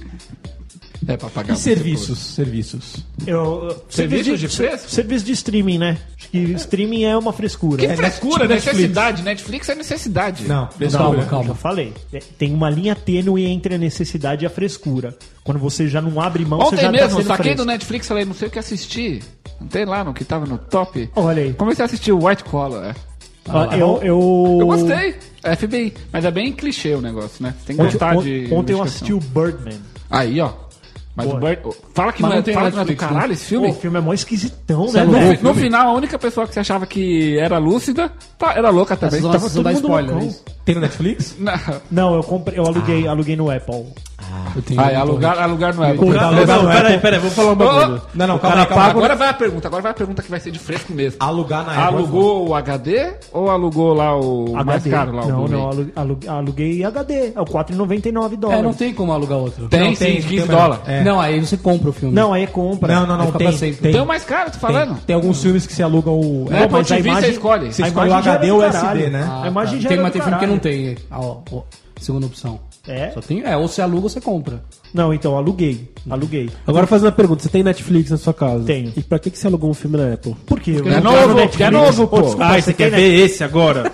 Speaker 2: É pra pagar.
Speaker 1: E serviços, serviços.
Speaker 4: Eu, eu-
Speaker 2: Serviço de
Speaker 4: ser-
Speaker 2: fresco?
Speaker 4: Serviço de streaming, né? Acho que streaming é uma frescura.
Speaker 2: Que frescura,
Speaker 1: Netflix.
Speaker 2: necessidade. Netflix é necessidade.
Speaker 1: Não,
Speaker 3: Calma,
Speaker 1: frescura.
Speaker 4: Eu
Speaker 3: calma.
Speaker 4: falei, é, tem uma linha tênue entre a necessidade e a frescura. Quando você já não abre mão, você
Speaker 2: Ontem
Speaker 4: já
Speaker 2: mesmo,
Speaker 4: tá sendo
Speaker 2: saquei
Speaker 4: fresco.
Speaker 2: do Netflix, falei, não sei o que assistir. Não tem lá, no que tava no top.
Speaker 4: Olha aí.
Speaker 2: Comecei a assistir o White Collar. é.
Speaker 4: Ah, eu, eu...
Speaker 2: Eu gostei. É FBI. Mas é bem clichê o negócio, né? Tem que
Speaker 4: Ontem,
Speaker 2: gostar
Speaker 4: on-
Speaker 2: de.
Speaker 4: ontem eu
Speaker 2: investigação.
Speaker 4: assisti o Birdman.
Speaker 2: Aí, ó. Mas
Speaker 4: Boa.
Speaker 2: o Bird. oh, Fala que
Speaker 9: Mas
Speaker 2: não,
Speaker 9: não
Speaker 2: é,
Speaker 9: tem
Speaker 2: fala
Speaker 9: na
Speaker 2: que não é do
Speaker 9: Netflix,
Speaker 2: caralho esse
Speaker 4: Pô,
Speaker 2: filme.
Speaker 4: o filme é mó esquisitão,
Speaker 3: Você
Speaker 4: né?
Speaker 3: é louco?
Speaker 4: velho?
Speaker 2: No fi- No final, a única pessoa que você achava que era lúcida tá- era louca também.
Speaker 3: Só-
Speaker 2: Tava
Speaker 3: só dá
Speaker 2: todo mundo
Speaker 3: spoiler,
Speaker 2: loucão.
Speaker 3: é isso?
Speaker 1: Tem no Netflix?
Speaker 2: Não.
Speaker 4: Não, eu comprei, eu aluguei,
Speaker 2: Ah.
Speaker 4: aluguei no Apple.
Speaker 3: Eu tenho um
Speaker 2: Aí, alugar, alugar não é.
Speaker 1: Tá
Speaker 5: Não,
Speaker 1: alugado
Speaker 5: não,
Speaker 1: no
Speaker 5: peraí,
Speaker 1: Apple?
Speaker 5: peraí, vou falar um bagulho.
Speaker 2: Ô,
Speaker 1: Não, não, calma
Speaker 5: O cara
Speaker 1: aí, calma aí.
Speaker 2: Agora vai a pergunta, agora vai a pergunta que vai ser de fresco mesmo.
Speaker 1: Alugar na Apple. é
Speaker 2: Alugou o HD ou alugou lá o mais caro lá? o
Speaker 4: não,
Speaker 2: Blu-ray?
Speaker 4: não, alu- alu- aluguei HD. É o 4,99
Speaker 3: É, não
Speaker 4: dólares.
Speaker 3: tem como alugar outro.
Speaker 2: Tem,
Speaker 1: Não,
Speaker 2: sim,
Speaker 1: tem,
Speaker 2: 15
Speaker 1: tem,
Speaker 2: dólares.
Speaker 1: é.
Speaker 3: Não, aí você compra o filme.
Speaker 4: Não, aí é compra.
Speaker 1: Não, não,
Speaker 3: Aí
Speaker 1: não,
Speaker 3: fica
Speaker 1: tem,
Speaker 3: pra sempre.
Speaker 1: tem.
Speaker 2: Tem o mais caro, tô falando.
Speaker 1: Tem, tem alguns filmes que você aluga o...
Speaker 2: É,
Speaker 1: Apple,
Speaker 2: mas
Speaker 1: a
Speaker 2: aí
Speaker 1: imagem-
Speaker 2: você escolhe.
Speaker 1: Você
Speaker 4: A
Speaker 1: escolhe o
Speaker 4: imagem já
Speaker 1: HD
Speaker 4: era
Speaker 1: ou
Speaker 4: do
Speaker 1: SD,
Speaker 4: caralho.
Speaker 1: né?
Speaker 4: A imagem já
Speaker 3: tem,
Speaker 4: era
Speaker 3: mas
Speaker 4: do
Speaker 3: tem filme que
Speaker 4: caralho.
Speaker 3: não tem a, a- a segunda opção.
Speaker 4: É?
Speaker 3: Só tem, é, ou você aluga ou você compra.
Speaker 4: Não, então, aluguei. Aluguei.
Speaker 5: Agora fazendo a pergunta, você tem Netflix na sua casa?
Speaker 4: Tenho.
Speaker 5: E pra que, que você alugou um filme na Apple?
Speaker 4: Por quê?
Speaker 2: É novo, porque é novo, pô.
Speaker 5: Ah, você quer ver Ah. esse [LAUGHS] agora?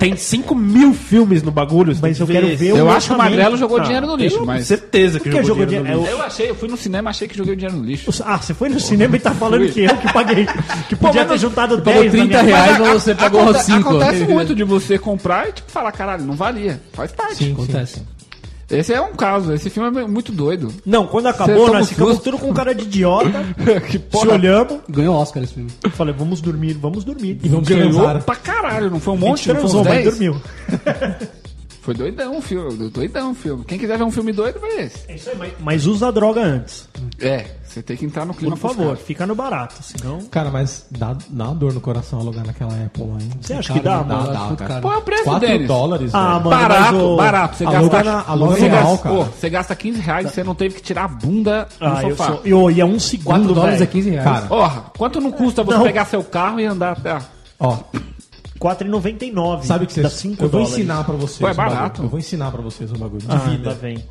Speaker 5: tem 5 mil filmes no bagulho. você
Speaker 4: Mas
Speaker 5: tem
Speaker 4: eu quero ver
Speaker 5: esse.
Speaker 2: Eu acho
Speaker 4: o
Speaker 2: que o
Speaker 4: orçamento.
Speaker 2: Magrelo jogou
Speaker 4: Ah,
Speaker 2: dinheiro no lixo,
Speaker 5: Eu-
Speaker 2: mas.
Speaker 5: Certeza que
Speaker 4: Por que
Speaker 5: jogou
Speaker 4: jogou
Speaker 5: dinheiro
Speaker 4: dinheiro?
Speaker 5: no
Speaker 4: É
Speaker 5: lixo.
Speaker 2: Eu achei, eu fui no cinema achei que joguei o dinheiro no lixo.
Speaker 4: Ah, você foi no cinema e tá falando que eu que paguei. Que
Speaker 2: Pô,
Speaker 4: podia
Speaker 2: mas
Speaker 4: ter
Speaker 2: não-
Speaker 4: juntado
Speaker 3: pagou
Speaker 4: 10 na
Speaker 3: 30
Speaker 4: minha
Speaker 3: reais.
Speaker 4: casa.
Speaker 3: Mas
Speaker 2: a-
Speaker 3: você pagou
Speaker 2: aconte-
Speaker 3: cinco.
Speaker 2: Acontece muito de você comprar e tipo, falar, caralho, não valia. Faz parte.
Speaker 3: Acontece.
Speaker 2: Esse é um caso, esse filme é muito doido. [LAUGHS]
Speaker 4: Não, quando
Speaker 2: Cê
Speaker 4: acabou,
Speaker 2: toma
Speaker 4: nós
Speaker 2: um
Speaker 4: ficamos
Speaker 2: susto.
Speaker 4: tudo com cara de idiota.
Speaker 2: que
Speaker 4: se olhamos.
Speaker 3: Ganhou Oscar esse filme.
Speaker 4: Eu Falei, vamos dormir, vamos dormir.
Speaker 1: E vamos
Speaker 2: Ganhou
Speaker 1: transar.
Speaker 2: pra caralho, não foi um
Speaker 4: A
Speaker 2: monte,
Speaker 4: gente
Speaker 2: não foi
Speaker 4: transou,
Speaker 2: uns 10.
Speaker 4: mas dormiu.
Speaker 2: Foi doidão o filme, doidão o filme. Quem quiser ver um filme doido, vai esse.
Speaker 4: É isso aí, mas, mas usa a droga antes.
Speaker 2: É, você tem que entrar no clima.
Speaker 4: Por favor, fica no barato, senão...
Speaker 1: Cara, mas dá, dá uma dor no coração alugar naquela Apple, hein?
Speaker 4: Você acha que dá,
Speaker 1: Dá,
Speaker 4: mano?
Speaker 1: dá, cara.
Speaker 2: Qual é o preço,
Speaker 1: 4
Speaker 2: Denis?
Speaker 1: dólares,
Speaker 4: Ah,
Speaker 1: velho.
Speaker 4: mano,
Speaker 2: barato,
Speaker 4: mas o-
Speaker 2: barato. Você
Speaker 1: Aluga
Speaker 2: gasta,
Speaker 1: na- aluga
Speaker 2: você,
Speaker 1: real,
Speaker 2: gasta
Speaker 1: cara.
Speaker 2: pô, você gasta 15 reais, você não teve que tirar a bunda
Speaker 4: Ah,
Speaker 2: no
Speaker 4: eu
Speaker 2: sofá.
Speaker 4: sou... Eu, e é um
Speaker 3: 4
Speaker 4: segundo,
Speaker 3: dólares
Speaker 4: velho.
Speaker 3: é 15 reais.
Speaker 1: Cara,
Speaker 2: Porra, quanto não custa você
Speaker 4: Não.
Speaker 2: pegar seu carro e andar até...
Speaker 1: Ó,
Speaker 4: 4,99.
Speaker 1: sabe o que
Speaker 4: Dá
Speaker 1: vocês...
Speaker 4: cinco
Speaker 1: Eu vou
Speaker 4: dólares.
Speaker 1: ensinar pra vocês.
Speaker 2: Pô, é
Speaker 1: um bagulho.
Speaker 2: barato.
Speaker 1: Eu vou ensinar pra vocês um bagulho. De
Speaker 4: Ah,
Speaker 1: vida.
Speaker 4: ainda bem.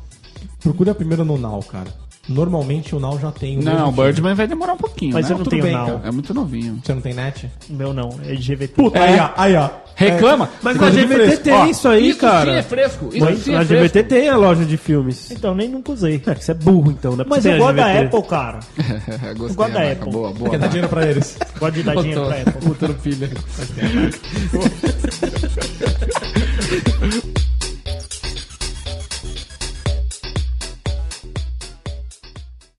Speaker 1: Procura primeiro no Now, cara. Normalmente o Now já tem o
Speaker 2: Não,
Speaker 1: mesmo
Speaker 2: o
Speaker 1: filme.
Speaker 2: Birdman vai demorar um pouquinho,
Speaker 4: Mas
Speaker 2: né?
Speaker 4: eu não
Speaker 1: tudo
Speaker 4: tenho
Speaker 1: bem,
Speaker 4: não.
Speaker 1: cara.
Speaker 2: É muito novinho.
Speaker 1: Você não tem net?
Speaker 4: O Meu não, é GVT.
Speaker 1: Puta,
Speaker 2: É.
Speaker 1: aí ó, aí ó.
Speaker 2: Reclama.
Speaker 5: Mas
Speaker 1: Tem
Speaker 5: na
Speaker 1: coisa
Speaker 5: GVT
Speaker 1: fresca.
Speaker 5: tem
Speaker 1: Ó,
Speaker 5: isso aí,
Speaker 2: isso sim é
Speaker 5: cara.
Speaker 2: fresco. Isso
Speaker 5: Mas
Speaker 2: sim é
Speaker 5: na
Speaker 2: fresco.
Speaker 5: GVT tem a loja de filmes.
Speaker 4: Então, nem nunca usei.
Speaker 5: É, que você é burro, então, né? Porque
Speaker 4: Mas
Speaker 5: tem
Speaker 4: eu
Speaker 5: a
Speaker 4: gosto da
Speaker 5: GVT.
Speaker 4: Apple,
Speaker 2: [LAUGHS]
Speaker 4: cara.
Speaker 2: Gostei,
Speaker 4: Igual da
Speaker 2: Marca.
Speaker 4: Apple.
Speaker 2: Boa, boa.
Speaker 1: Quer dar dinheiro pra eles.
Speaker 4: Gosto de dar dinheiro pra Apple.
Speaker 3: Botando pilha.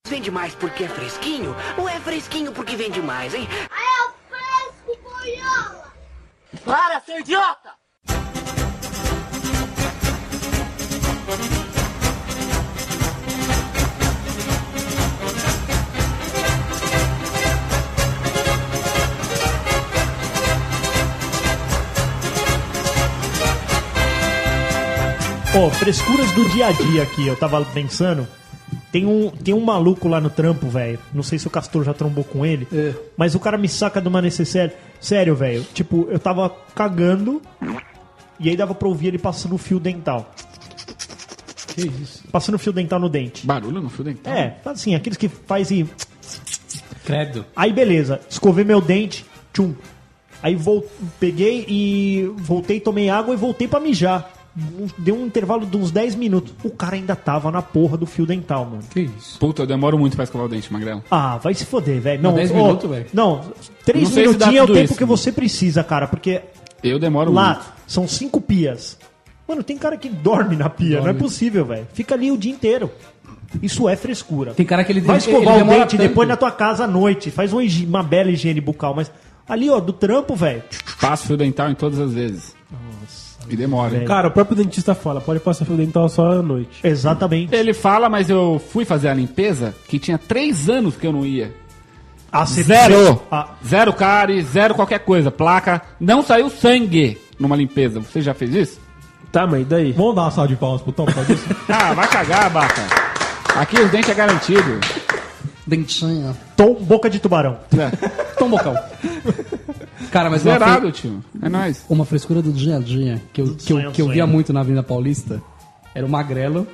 Speaker 8: Vende mais porque é fresquinho? Ou é fresquinho porque vende mais, hein?
Speaker 6: É o fresco boiola!
Speaker 8: Para, seu idiota!
Speaker 4: Ó, frescuras do dia a dia aqui, eu tava pensando. Tem um, tem um maluco lá no trampo, velho. Não sei se o Castor já trombou com ele,
Speaker 3: É.
Speaker 4: mas o cara me saca de uma necessária. Sério, velho. Tipo, eu tava cagando e aí dava pra ouvir ele passando fio dental.
Speaker 3: Que isso?
Speaker 4: Passando fio dental no dente.
Speaker 2: Barulho no fio dental.
Speaker 4: É, assim, aqueles que faz e.
Speaker 1: Credo.
Speaker 4: Aí beleza, escovei meu dente, tchum. Aí vol... peguei e voltei, tomei água e voltei pra mijar. Deu um intervalo de uns 10 minutos. O cara ainda tava na porra do fio dental, mano.
Speaker 3: Que isso?
Speaker 2: Puta, eu demoro muito pra escovar o dente, Magrela.
Speaker 4: Ah, vai se foder, velho. Não,
Speaker 3: 10
Speaker 4: ó,
Speaker 3: minutos, velho.
Speaker 4: Não,
Speaker 2: Não
Speaker 4: 3
Speaker 2: sei se dá
Speaker 4: minutinhos é o
Speaker 2: tudo
Speaker 4: tempo
Speaker 2: isso,
Speaker 4: que
Speaker 2: né?
Speaker 4: você precisa, cara, porque
Speaker 2: Eu demoro muito.
Speaker 4: lá são 5 pias. Mano, tem cara que dorme na pia, não é possível, velho. Fica ali o dia inteiro. Isso é frescura.
Speaker 3: Tem cara que ele
Speaker 4: Vai
Speaker 3: ele-
Speaker 4: escovar
Speaker 3: ele
Speaker 4: o
Speaker 3: demora
Speaker 4: dente
Speaker 3: tanto.
Speaker 4: depois na tua casa à noite. Faz uma, higi- uma bela higiene bucal, mas ali, ó, do trampo, velho.
Speaker 2: Passo fio dental em todas as vezes. E demora. hein?
Speaker 5: Cara, o próprio dentista fala, pode passar fio dental só à noite.
Speaker 4: Exatamente.
Speaker 2: Ele fala, mas eu fui fazer a limpeza que tinha três anos que eu não ia.
Speaker 4: Ah, você-
Speaker 2: Zero!
Speaker 4: Ah,
Speaker 2: Zero cárie, zero qualquer coisa. Placa. Não saiu sangue numa limpeza. Você já fez isso?
Speaker 5: Tá, mas e daí?
Speaker 1: Vamos dar uma salva de palmas pro Tom por causa disso?
Speaker 2: Ah, vai cagar, Baca. Aqui os dentes é garantido.
Speaker 3: Dentinho.
Speaker 4: tom, boca de tubarão.
Speaker 3: Toma um bocal. Cara, mas uma, fre-
Speaker 2: Zerado, tio. É nóis.
Speaker 3: uma frescura do dia a dia que eu, que eu, que eu via muito na Avenida Paulista era o magrelo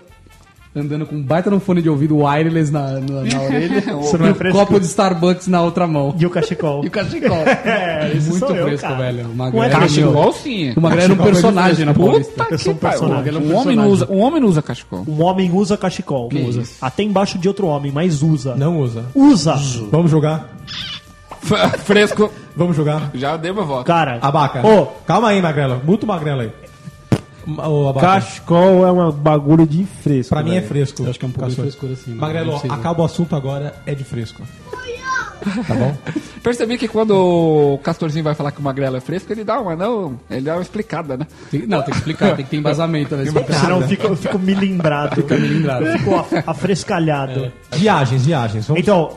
Speaker 3: andando com um baita no fone de ouvido wireless na, na, na orelha
Speaker 4: Isso não é
Speaker 3: e um
Speaker 4: frescura.
Speaker 3: copo de Starbucks na outra mão.
Speaker 4: E o cachecol.
Speaker 3: [LAUGHS] E o cachecol.
Speaker 4: [LAUGHS] É, esse
Speaker 3: muito
Speaker 4: sou eu,
Speaker 3: fresco,
Speaker 4: cara.
Speaker 3: velho. O
Speaker 4: Não é
Speaker 3: magrelo.
Speaker 4: cachecol.
Speaker 2: Cachecol sim.
Speaker 3: O magrelo era um personagem na Paulista.
Speaker 2: Puta
Speaker 4: Eu sou
Speaker 2: que
Speaker 4: um
Speaker 2: pariu.
Speaker 4: personagem.
Speaker 2: Um homem não usa, um homem não usa cachecol.
Speaker 4: Um homem usa cachecol. usa. Até embaixo de outro homem, mas usa.
Speaker 1: não usa.
Speaker 4: Usa.
Speaker 1: Vamos jogar?
Speaker 2: F- Fresco.
Speaker 1: Vamos jogar?
Speaker 2: Já devo a volta.
Speaker 4: Cara.
Speaker 1: Abaca.
Speaker 4: Ô,
Speaker 1: Calma aí, Magrela. Muta o Magrela aí. Ma- Ô, Abaca.
Speaker 5: Cachecol é um bagulho de fresco.
Speaker 1: Pra mim é
Speaker 5: velho.
Speaker 1: fresco.
Speaker 3: Eu acho que é um pouco de frescura, sim, mano.
Speaker 1: Magrelo,
Speaker 3: Não precisa.
Speaker 1: acaba o assunto agora, é de fresco.
Speaker 2: Percebi que quando o Castorzinho vai falar que o magrelo é fresco, ele dá uma, não, ele dá uma explicada, né?
Speaker 3: Tem- não, tem que explicar, tem que ter embasamento. Né?
Speaker 4: senão eu fico, eu fico milimbrado. Fica milimbrado. Fico af- afrescalhado.
Speaker 2: É.
Speaker 1: Viagens, viagens. Vamos
Speaker 4: Então,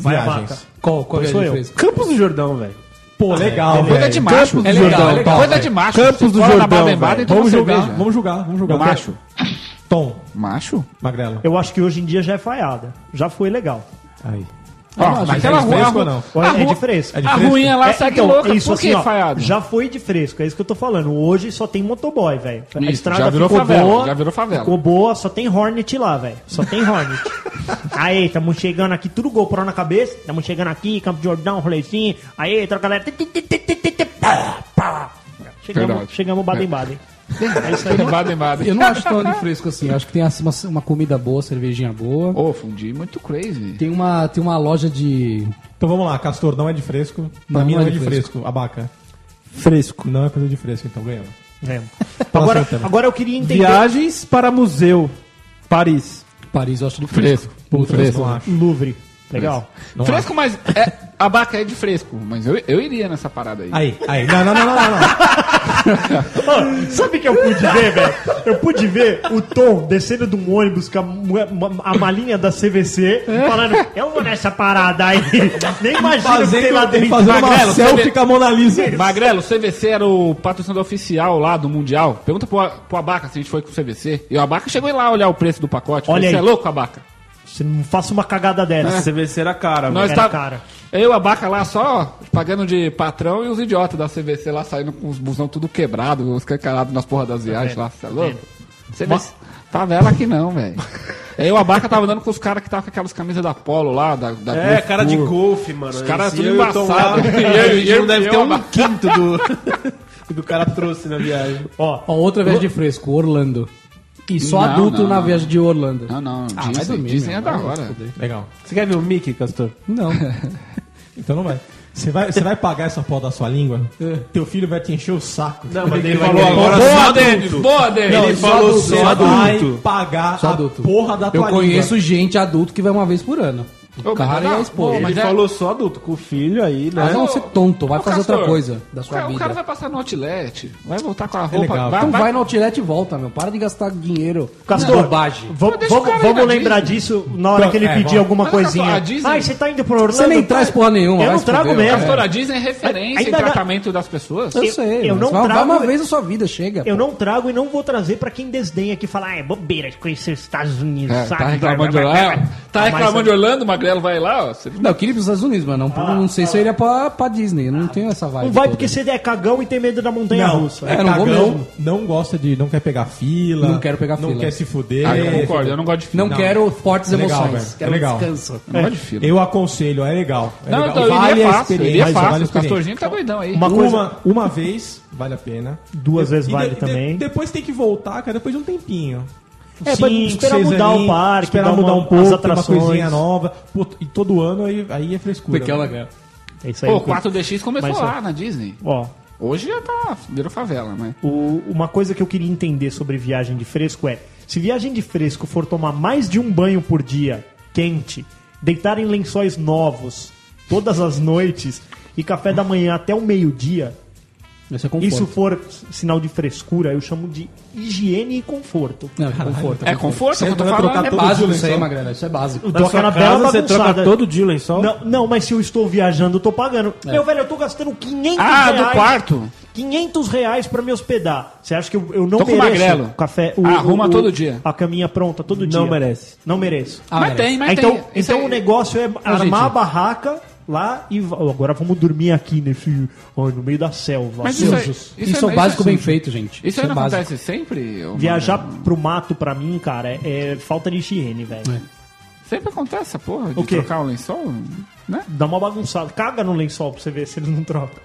Speaker 4: vai
Speaker 1: viagens.
Speaker 4: Abaca.
Speaker 3: Qual, qual é a
Speaker 4: Sou eu.
Speaker 3: diferença?
Speaker 5: Campos do Jordão, velho.
Speaker 1: Pô, legal,
Speaker 2: Coisa
Speaker 1: velho.
Speaker 2: de macho. é
Speaker 3: Campos do Jordão, pau,
Speaker 2: Coisa
Speaker 3: velho.
Speaker 2: de macho.
Speaker 5: Campos do
Speaker 2: Cola na
Speaker 5: Jordão,
Speaker 2: Baden-Baden e toma
Speaker 1: Vamos jogar,
Speaker 2: cerveja.
Speaker 1: vamos jogar, vamos jogar.
Speaker 2: Eu macho.
Speaker 1: Tom,
Speaker 2: Macho?
Speaker 1: Magrelo.
Speaker 4: Eu acho que hoje em dia já é falhada. Já foi legal.
Speaker 1: Aí.
Speaker 2: Ó, naquela
Speaker 1: é de
Speaker 2: rua.
Speaker 1: fresco
Speaker 2: a
Speaker 1: ou
Speaker 2: rua-
Speaker 1: não?
Speaker 4: Ou
Speaker 2: a
Speaker 4: É, é
Speaker 2: rua-
Speaker 4: de fresco.
Speaker 1: É de
Speaker 2: A
Speaker 1: fresco?
Speaker 2: ruinha lá
Speaker 4: É,
Speaker 2: segue
Speaker 4: então,
Speaker 2: louca.
Speaker 4: é isso
Speaker 2: Por que
Speaker 4: assim, ó,
Speaker 2: falhado?
Speaker 4: Já foi de fresco, é isso que eu tô falando. Hoje só tem motoboy, velho. A
Speaker 2: Isso,
Speaker 4: estrada
Speaker 2: já virou
Speaker 4: ficou
Speaker 2: favela,
Speaker 4: boa.
Speaker 2: já virou favela.
Speaker 4: Ficou boa, só tem Hornet lá, velho. Só tem
Speaker 2: [LAUGHS]
Speaker 4: Hornet. Aí, tamo chegando aqui, tudo gol na cabeça. Tamo chegando aqui, Campo de Jordão, rolezinho. Aí, troca a galera. Pá, pá. Chegamos,
Speaker 2: Verdade.
Speaker 4: chegamos Baden-Baden. É isso aí.
Speaker 2: Baden-Baden.
Speaker 3: Eu não acho tão de fresco assim. Eu acho que tem assim, uma, uma comida boa, cervejinha boa.
Speaker 2: Ô, fundi muito crazy.
Speaker 3: Tem uma, tem uma loja de.
Speaker 1: Então vamos lá, Castor, não é de fresco. Pra
Speaker 3: Não,
Speaker 1: mim não é de fresco. Abaca. Fresco. Não é coisa de fresco, então ganhamos.
Speaker 2: É.
Speaker 4: Vemos. Agora,
Speaker 1: tema.
Speaker 4: agora eu queria entender.
Speaker 5: Viagens para museu. Paris.
Speaker 3: Paris, eu acho de
Speaker 2: Fresco.
Speaker 3: Puta,
Speaker 2: Fresco.
Speaker 1: Não acho.
Speaker 4: Louvre. Legal.
Speaker 2: Fresco, mas. É, a baca é de fresco. Mas eu, eu iria nessa parada aí.
Speaker 1: Aí, aí. Não, não, não, não, não. não.
Speaker 4: Ô, Ah, sabe o que eu pude ver, velho? Eu pude ver o Tom descendo de um ônibus com a, mu- ma- a malinha da CVC
Speaker 1: É?
Speaker 4: falando, eu vou nessa
Speaker 1: [LAUGHS]
Speaker 4: parada aí. Nem imagino o que tem lá
Speaker 1: Fazendo,
Speaker 4: dentro.
Speaker 1: fazendo uma
Speaker 2: Magrelo,
Speaker 1: selfie
Speaker 2: você-
Speaker 1: com a Mona Lisa.
Speaker 2: Magrelo, o CVC era o patrocinador oficial lá do Mundial. Pergunta pro, pro Abaca se a gente foi com o CVC. E o Abaca chegou lá olhar o preço do pacote.
Speaker 4: Olha
Speaker 2: Você é
Speaker 4: aí.
Speaker 2: louco, Abaca?
Speaker 4: Você não faça uma cagada
Speaker 1: É.
Speaker 4: dessa.
Speaker 5: Você vencer a cara,
Speaker 2: Nós
Speaker 4: Era
Speaker 2: tá...
Speaker 4: cara.
Speaker 2: Eu e a Baca lá só pagando de patrão e os idiotas da CVC lá saindo com os busão tudo quebrado, os cancarados nas porra das viagens lá. Você é louco? Você vê... Favela aqui não, velho. Eu e a Baca tava andando com os caras que tava com aquelas camisas da Polo lá, da, da
Speaker 5: É,
Speaker 2: Gulf
Speaker 5: cara de
Speaker 2: Tour.
Speaker 5: golfe, mano.
Speaker 2: Os caras
Speaker 5: Esse
Speaker 2: tudo
Speaker 5: eu um e o Tom
Speaker 2: embaçado.
Speaker 1: [LAUGHS]
Speaker 5: lá,
Speaker 2: E eu-
Speaker 5: a gente
Speaker 2: eu-
Speaker 5: não deve
Speaker 2: eu
Speaker 5: ter um
Speaker 2: abaixo.
Speaker 5: quinto do que o cara trouxe na viagem.
Speaker 4: Ó,
Speaker 3: Ó, outra viagem de fresco, Orlando. E só
Speaker 2: Não,
Speaker 3: adulto
Speaker 2: não,
Speaker 3: na
Speaker 2: não.
Speaker 3: viagem de Orlando.
Speaker 2: Não, não,
Speaker 3: Ah, vai
Speaker 2: dizem,
Speaker 3: dormir,
Speaker 2: dizem
Speaker 3: meu,
Speaker 2: é da
Speaker 3: vai
Speaker 2: hora.
Speaker 1: Legal.
Speaker 5: Você quer ver o Mickey, Castor?
Speaker 3: Não.
Speaker 1: Então não vai. Você vai, você vai pagar essa porra da sua língua? Teu filho vai te encher o saco.
Speaker 5: Não, mas ele falou agora
Speaker 2: Boa, Denis! Boa, Denis!
Speaker 5: Ele falou só
Speaker 1: vai
Speaker 5: adulto.
Speaker 1: pagar
Speaker 3: Só adulto.
Speaker 1: a porra da tua
Speaker 3: Eu
Speaker 1: língua.
Speaker 3: conheço gente adulto que vai uma vez por ano. O
Speaker 2: Ô,
Speaker 3: cara
Speaker 2: mas
Speaker 3: e
Speaker 2: dá-
Speaker 3: a esposa.
Speaker 2: Pô, mas
Speaker 5: Ele
Speaker 2: é-
Speaker 5: falou só adulto, com o filho aí, né?
Speaker 3: Ah, não, você é tonto, vai
Speaker 2: Ô,
Speaker 3: fazer outra
Speaker 2: Castor,
Speaker 3: coisa da
Speaker 2: o cara-
Speaker 3: sua
Speaker 2: O cara vai
Speaker 3: vida.
Speaker 2: passar no outlet, vai voltar com a roupa.
Speaker 1: legal.
Speaker 2: vai,
Speaker 3: Então
Speaker 2: vai-
Speaker 3: vai no outlet e volta, meu. Para de gastar dinheiro.
Speaker 4: Castor,
Speaker 3: Bobagem.
Speaker 4: va-
Speaker 2: Mas deixa o
Speaker 4: vamos,
Speaker 2: cara ir
Speaker 4: vamos
Speaker 2: na
Speaker 4: lembrar disso na hora
Speaker 1: Então,
Speaker 4: que ele
Speaker 1: é,
Speaker 4: pedir
Speaker 1: vamos.
Speaker 4: alguma
Speaker 2: Mas olha só,
Speaker 4: coisinha.
Speaker 2: a Disney-
Speaker 4: Ai, você tá indo pro Orlando?
Speaker 3: Você nem traz porra nenhuma,
Speaker 4: Eu
Speaker 3: vai
Speaker 4: não
Speaker 3: se
Speaker 4: trago
Speaker 3: fuder,
Speaker 4: mesmo.
Speaker 2: Pastor, a Disney é referência
Speaker 4: Ainda
Speaker 2: em
Speaker 4: dá-
Speaker 2: tratamento das pessoas.
Speaker 3: Eu,
Speaker 4: Eu-
Speaker 3: sei.
Speaker 4: eu
Speaker 3: mas
Speaker 4: não
Speaker 3: vai, vai
Speaker 4: trago-
Speaker 3: uma vez na sua vida, chega.
Speaker 4: Eu
Speaker 2: Tá
Speaker 3: pô.
Speaker 4: não trago e não vou trazer pra quem desdenha que fala, ah, é bobeira de conhecer os Estados Unidos,
Speaker 2: É,
Speaker 4: sabe?
Speaker 2: tá reclamando de Orlando.
Speaker 4: Ah,
Speaker 2: Tá reclamando de Orlando, o Magrelo vai lá, ó. Você-
Speaker 3: Não, eu queria ir pros Estados Unidos, mas não, não sei se eu iria pra, pra Disney. Eu não tenho essa vibe.
Speaker 4: Ah, tá. Não vai
Speaker 3: toda.
Speaker 4: porque você é cagão e tem medo da montanha
Speaker 1: Não,
Speaker 4: russa.
Speaker 1: é
Speaker 3: É, não vou
Speaker 1: cagão,
Speaker 3: mesmo.
Speaker 1: não gosta de. Não quer pegar fila.
Speaker 3: Não quero pegar
Speaker 1: Não
Speaker 3: fila.
Speaker 1: quer se fuder. É
Speaker 2: Ah, eu concordo, eu não gosto de fila.
Speaker 3: Não, quero fortes
Speaker 1: Legal,
Speaker 3: emoções.
Speaker 1: velho. É
Speaker 3: Quero
Speaker 1: Legal.
Speaker 3: descanso.
Speaker 2: Não gosto de fila.
Speaker 1: Eu aconselho, é legal. É
Speaker 2: não,
Speaker 1: legal.
Speaker 2: então, eu iria fácil, eu iria
Speaker 1: mas
Speaker 2: fácil.
Speaker 1: vale a
Speaker 2: O
Speaker 1: experiência.
Speaker 2: Castorzinho tá doidão aí.
Speaker 4: Uma
Speaker 1: Uma,
Speaker 4: coisa-
Speaker 1: uma, vez vale a pena.
Speaker 4: Duas vezes
Speaker 1: E
Speaker 4: vale
Speaker 1: de-
Speaker 4: também.
Speaker 1: de- depois tem que voltar, cara, depois de um tempinho.
Speaker 4: É, pra esperar
Speaker 1: seis
Speaker 4: mudar o parque,
Speaker 1: esperar
Speaker 4: dar uma-
Speaker 1: mudar um
Speaker 4: as
Speaker 1: pouco,
Speaker 4: atrações.
Speaker 1: uma coisinha nova. Puta, e todo ano aí, aí é frescura.
Speaker 3: Pequena
Speaker 1: né?
Speaker 3: guerra.
Speaker 4: É isso aí.
Speaker 2: Pô, 4DX começou
Speaker 4: Mas, ó.
Speaker 2: lá na Disney.
Speaker 4: Ó,
Speaker 2: Hoje já tá, virou favela, mas...
Speaker 4: o- uma coisa que eu queria entender sobre viagem de fresco é, se viagem de fresco for tomar mais de um banho por dia, quente, deitar em lençóis novos todas as noites e café da manhã até o meio-dia,
Speaker 3: Isso é conforto.
Speaker 4: isso for sinal de frescura, eu chamo de higiene e conforto.
Speaker 3: Não, é conforto.
Speaker 2: É conforto, eu tô
Speaker 1: vai
Speaker 2: falando.
Speaker 1: trocar
Speaker 2: é
Speaker 3: É
Speaker 1: todo
Speaker 2: básico.
Speaker 3: básico
Speaker 1: dia,
Speaker 3: isso aí,
Speaker 1: então.
Speaker 3: Magrela. Isso é básico.
Speaker 4: Eu
Speaker 5: Na
Speaker 4: dou
Speaker 5: sua
Speaker 4: aquela
Speaker 5: casa
Speaker 4: bela
Speaker 5: você
Speaker 4: bagunçada.
Speaker 5: troca todo dia o lençol?
Speaker 4: Não, não, mas se eu estou viajando, eu tô pagando. Meu velho, eu tô gastando 500
Speaker 2: É. Ah,
Speaker 4: reais.
Speaker 2: do quarto?
Speaker 4: 500 reais pra me hospedar. Você acha que eu, eu não
Speaker 2: Tô com
Speaker 4: mereço
Speaker 2: magrelo. Ah,
Speaker 4: o café? o-
Speaker 2: Arruma
Speaker 4: o- o-
Speaker 2: todo dia.
Speaker 4: A caminha pronta todo dia.
Speaker 5: Não merece.
Speaker 4: Não mereço.
Speaker 3: Ah,
Speaker 2: mas
Speaker 3: merece.
Speaker 2: tem, mas
Speaker 4: então,
Speaker 2: tem. Isso
Speaker 4: então
Speaker 2: aí-
Speaker 4: o negócio é armar
Speaker 3: gente.
Speaker 4: a barraca lá e... va- Agora vamos dormir aqui nesse... ó, no meio da selva.
Speaker 2: Mas
Speaker 4: Seus-
Speaker 2: isso, aí-
Speaker 3: Isso,
Speaker 2: aí
Speaker 3: é
Speaker 2: não-
Speaker 3: o básico
Speaker 2: isso-
Speaker 3: bem feito, gente.
Speaker 2: Isso aí não
Speaker 3: básico.
Speaker 2: acontece sempre? ô,
Speaker 4: Viajar
Speaker 2: mano?
Speaker 4: pro mato, pra mim, cara, é, é falta de higiene, velho.
Speaker 2: Sempre acontece essa porra de
Speaker 4: O quê?
Speaker 2: trocar um lençol, né?
Speaker 4: Dá uma bagunçada. Caga no lençol pra você ver se ele não troca.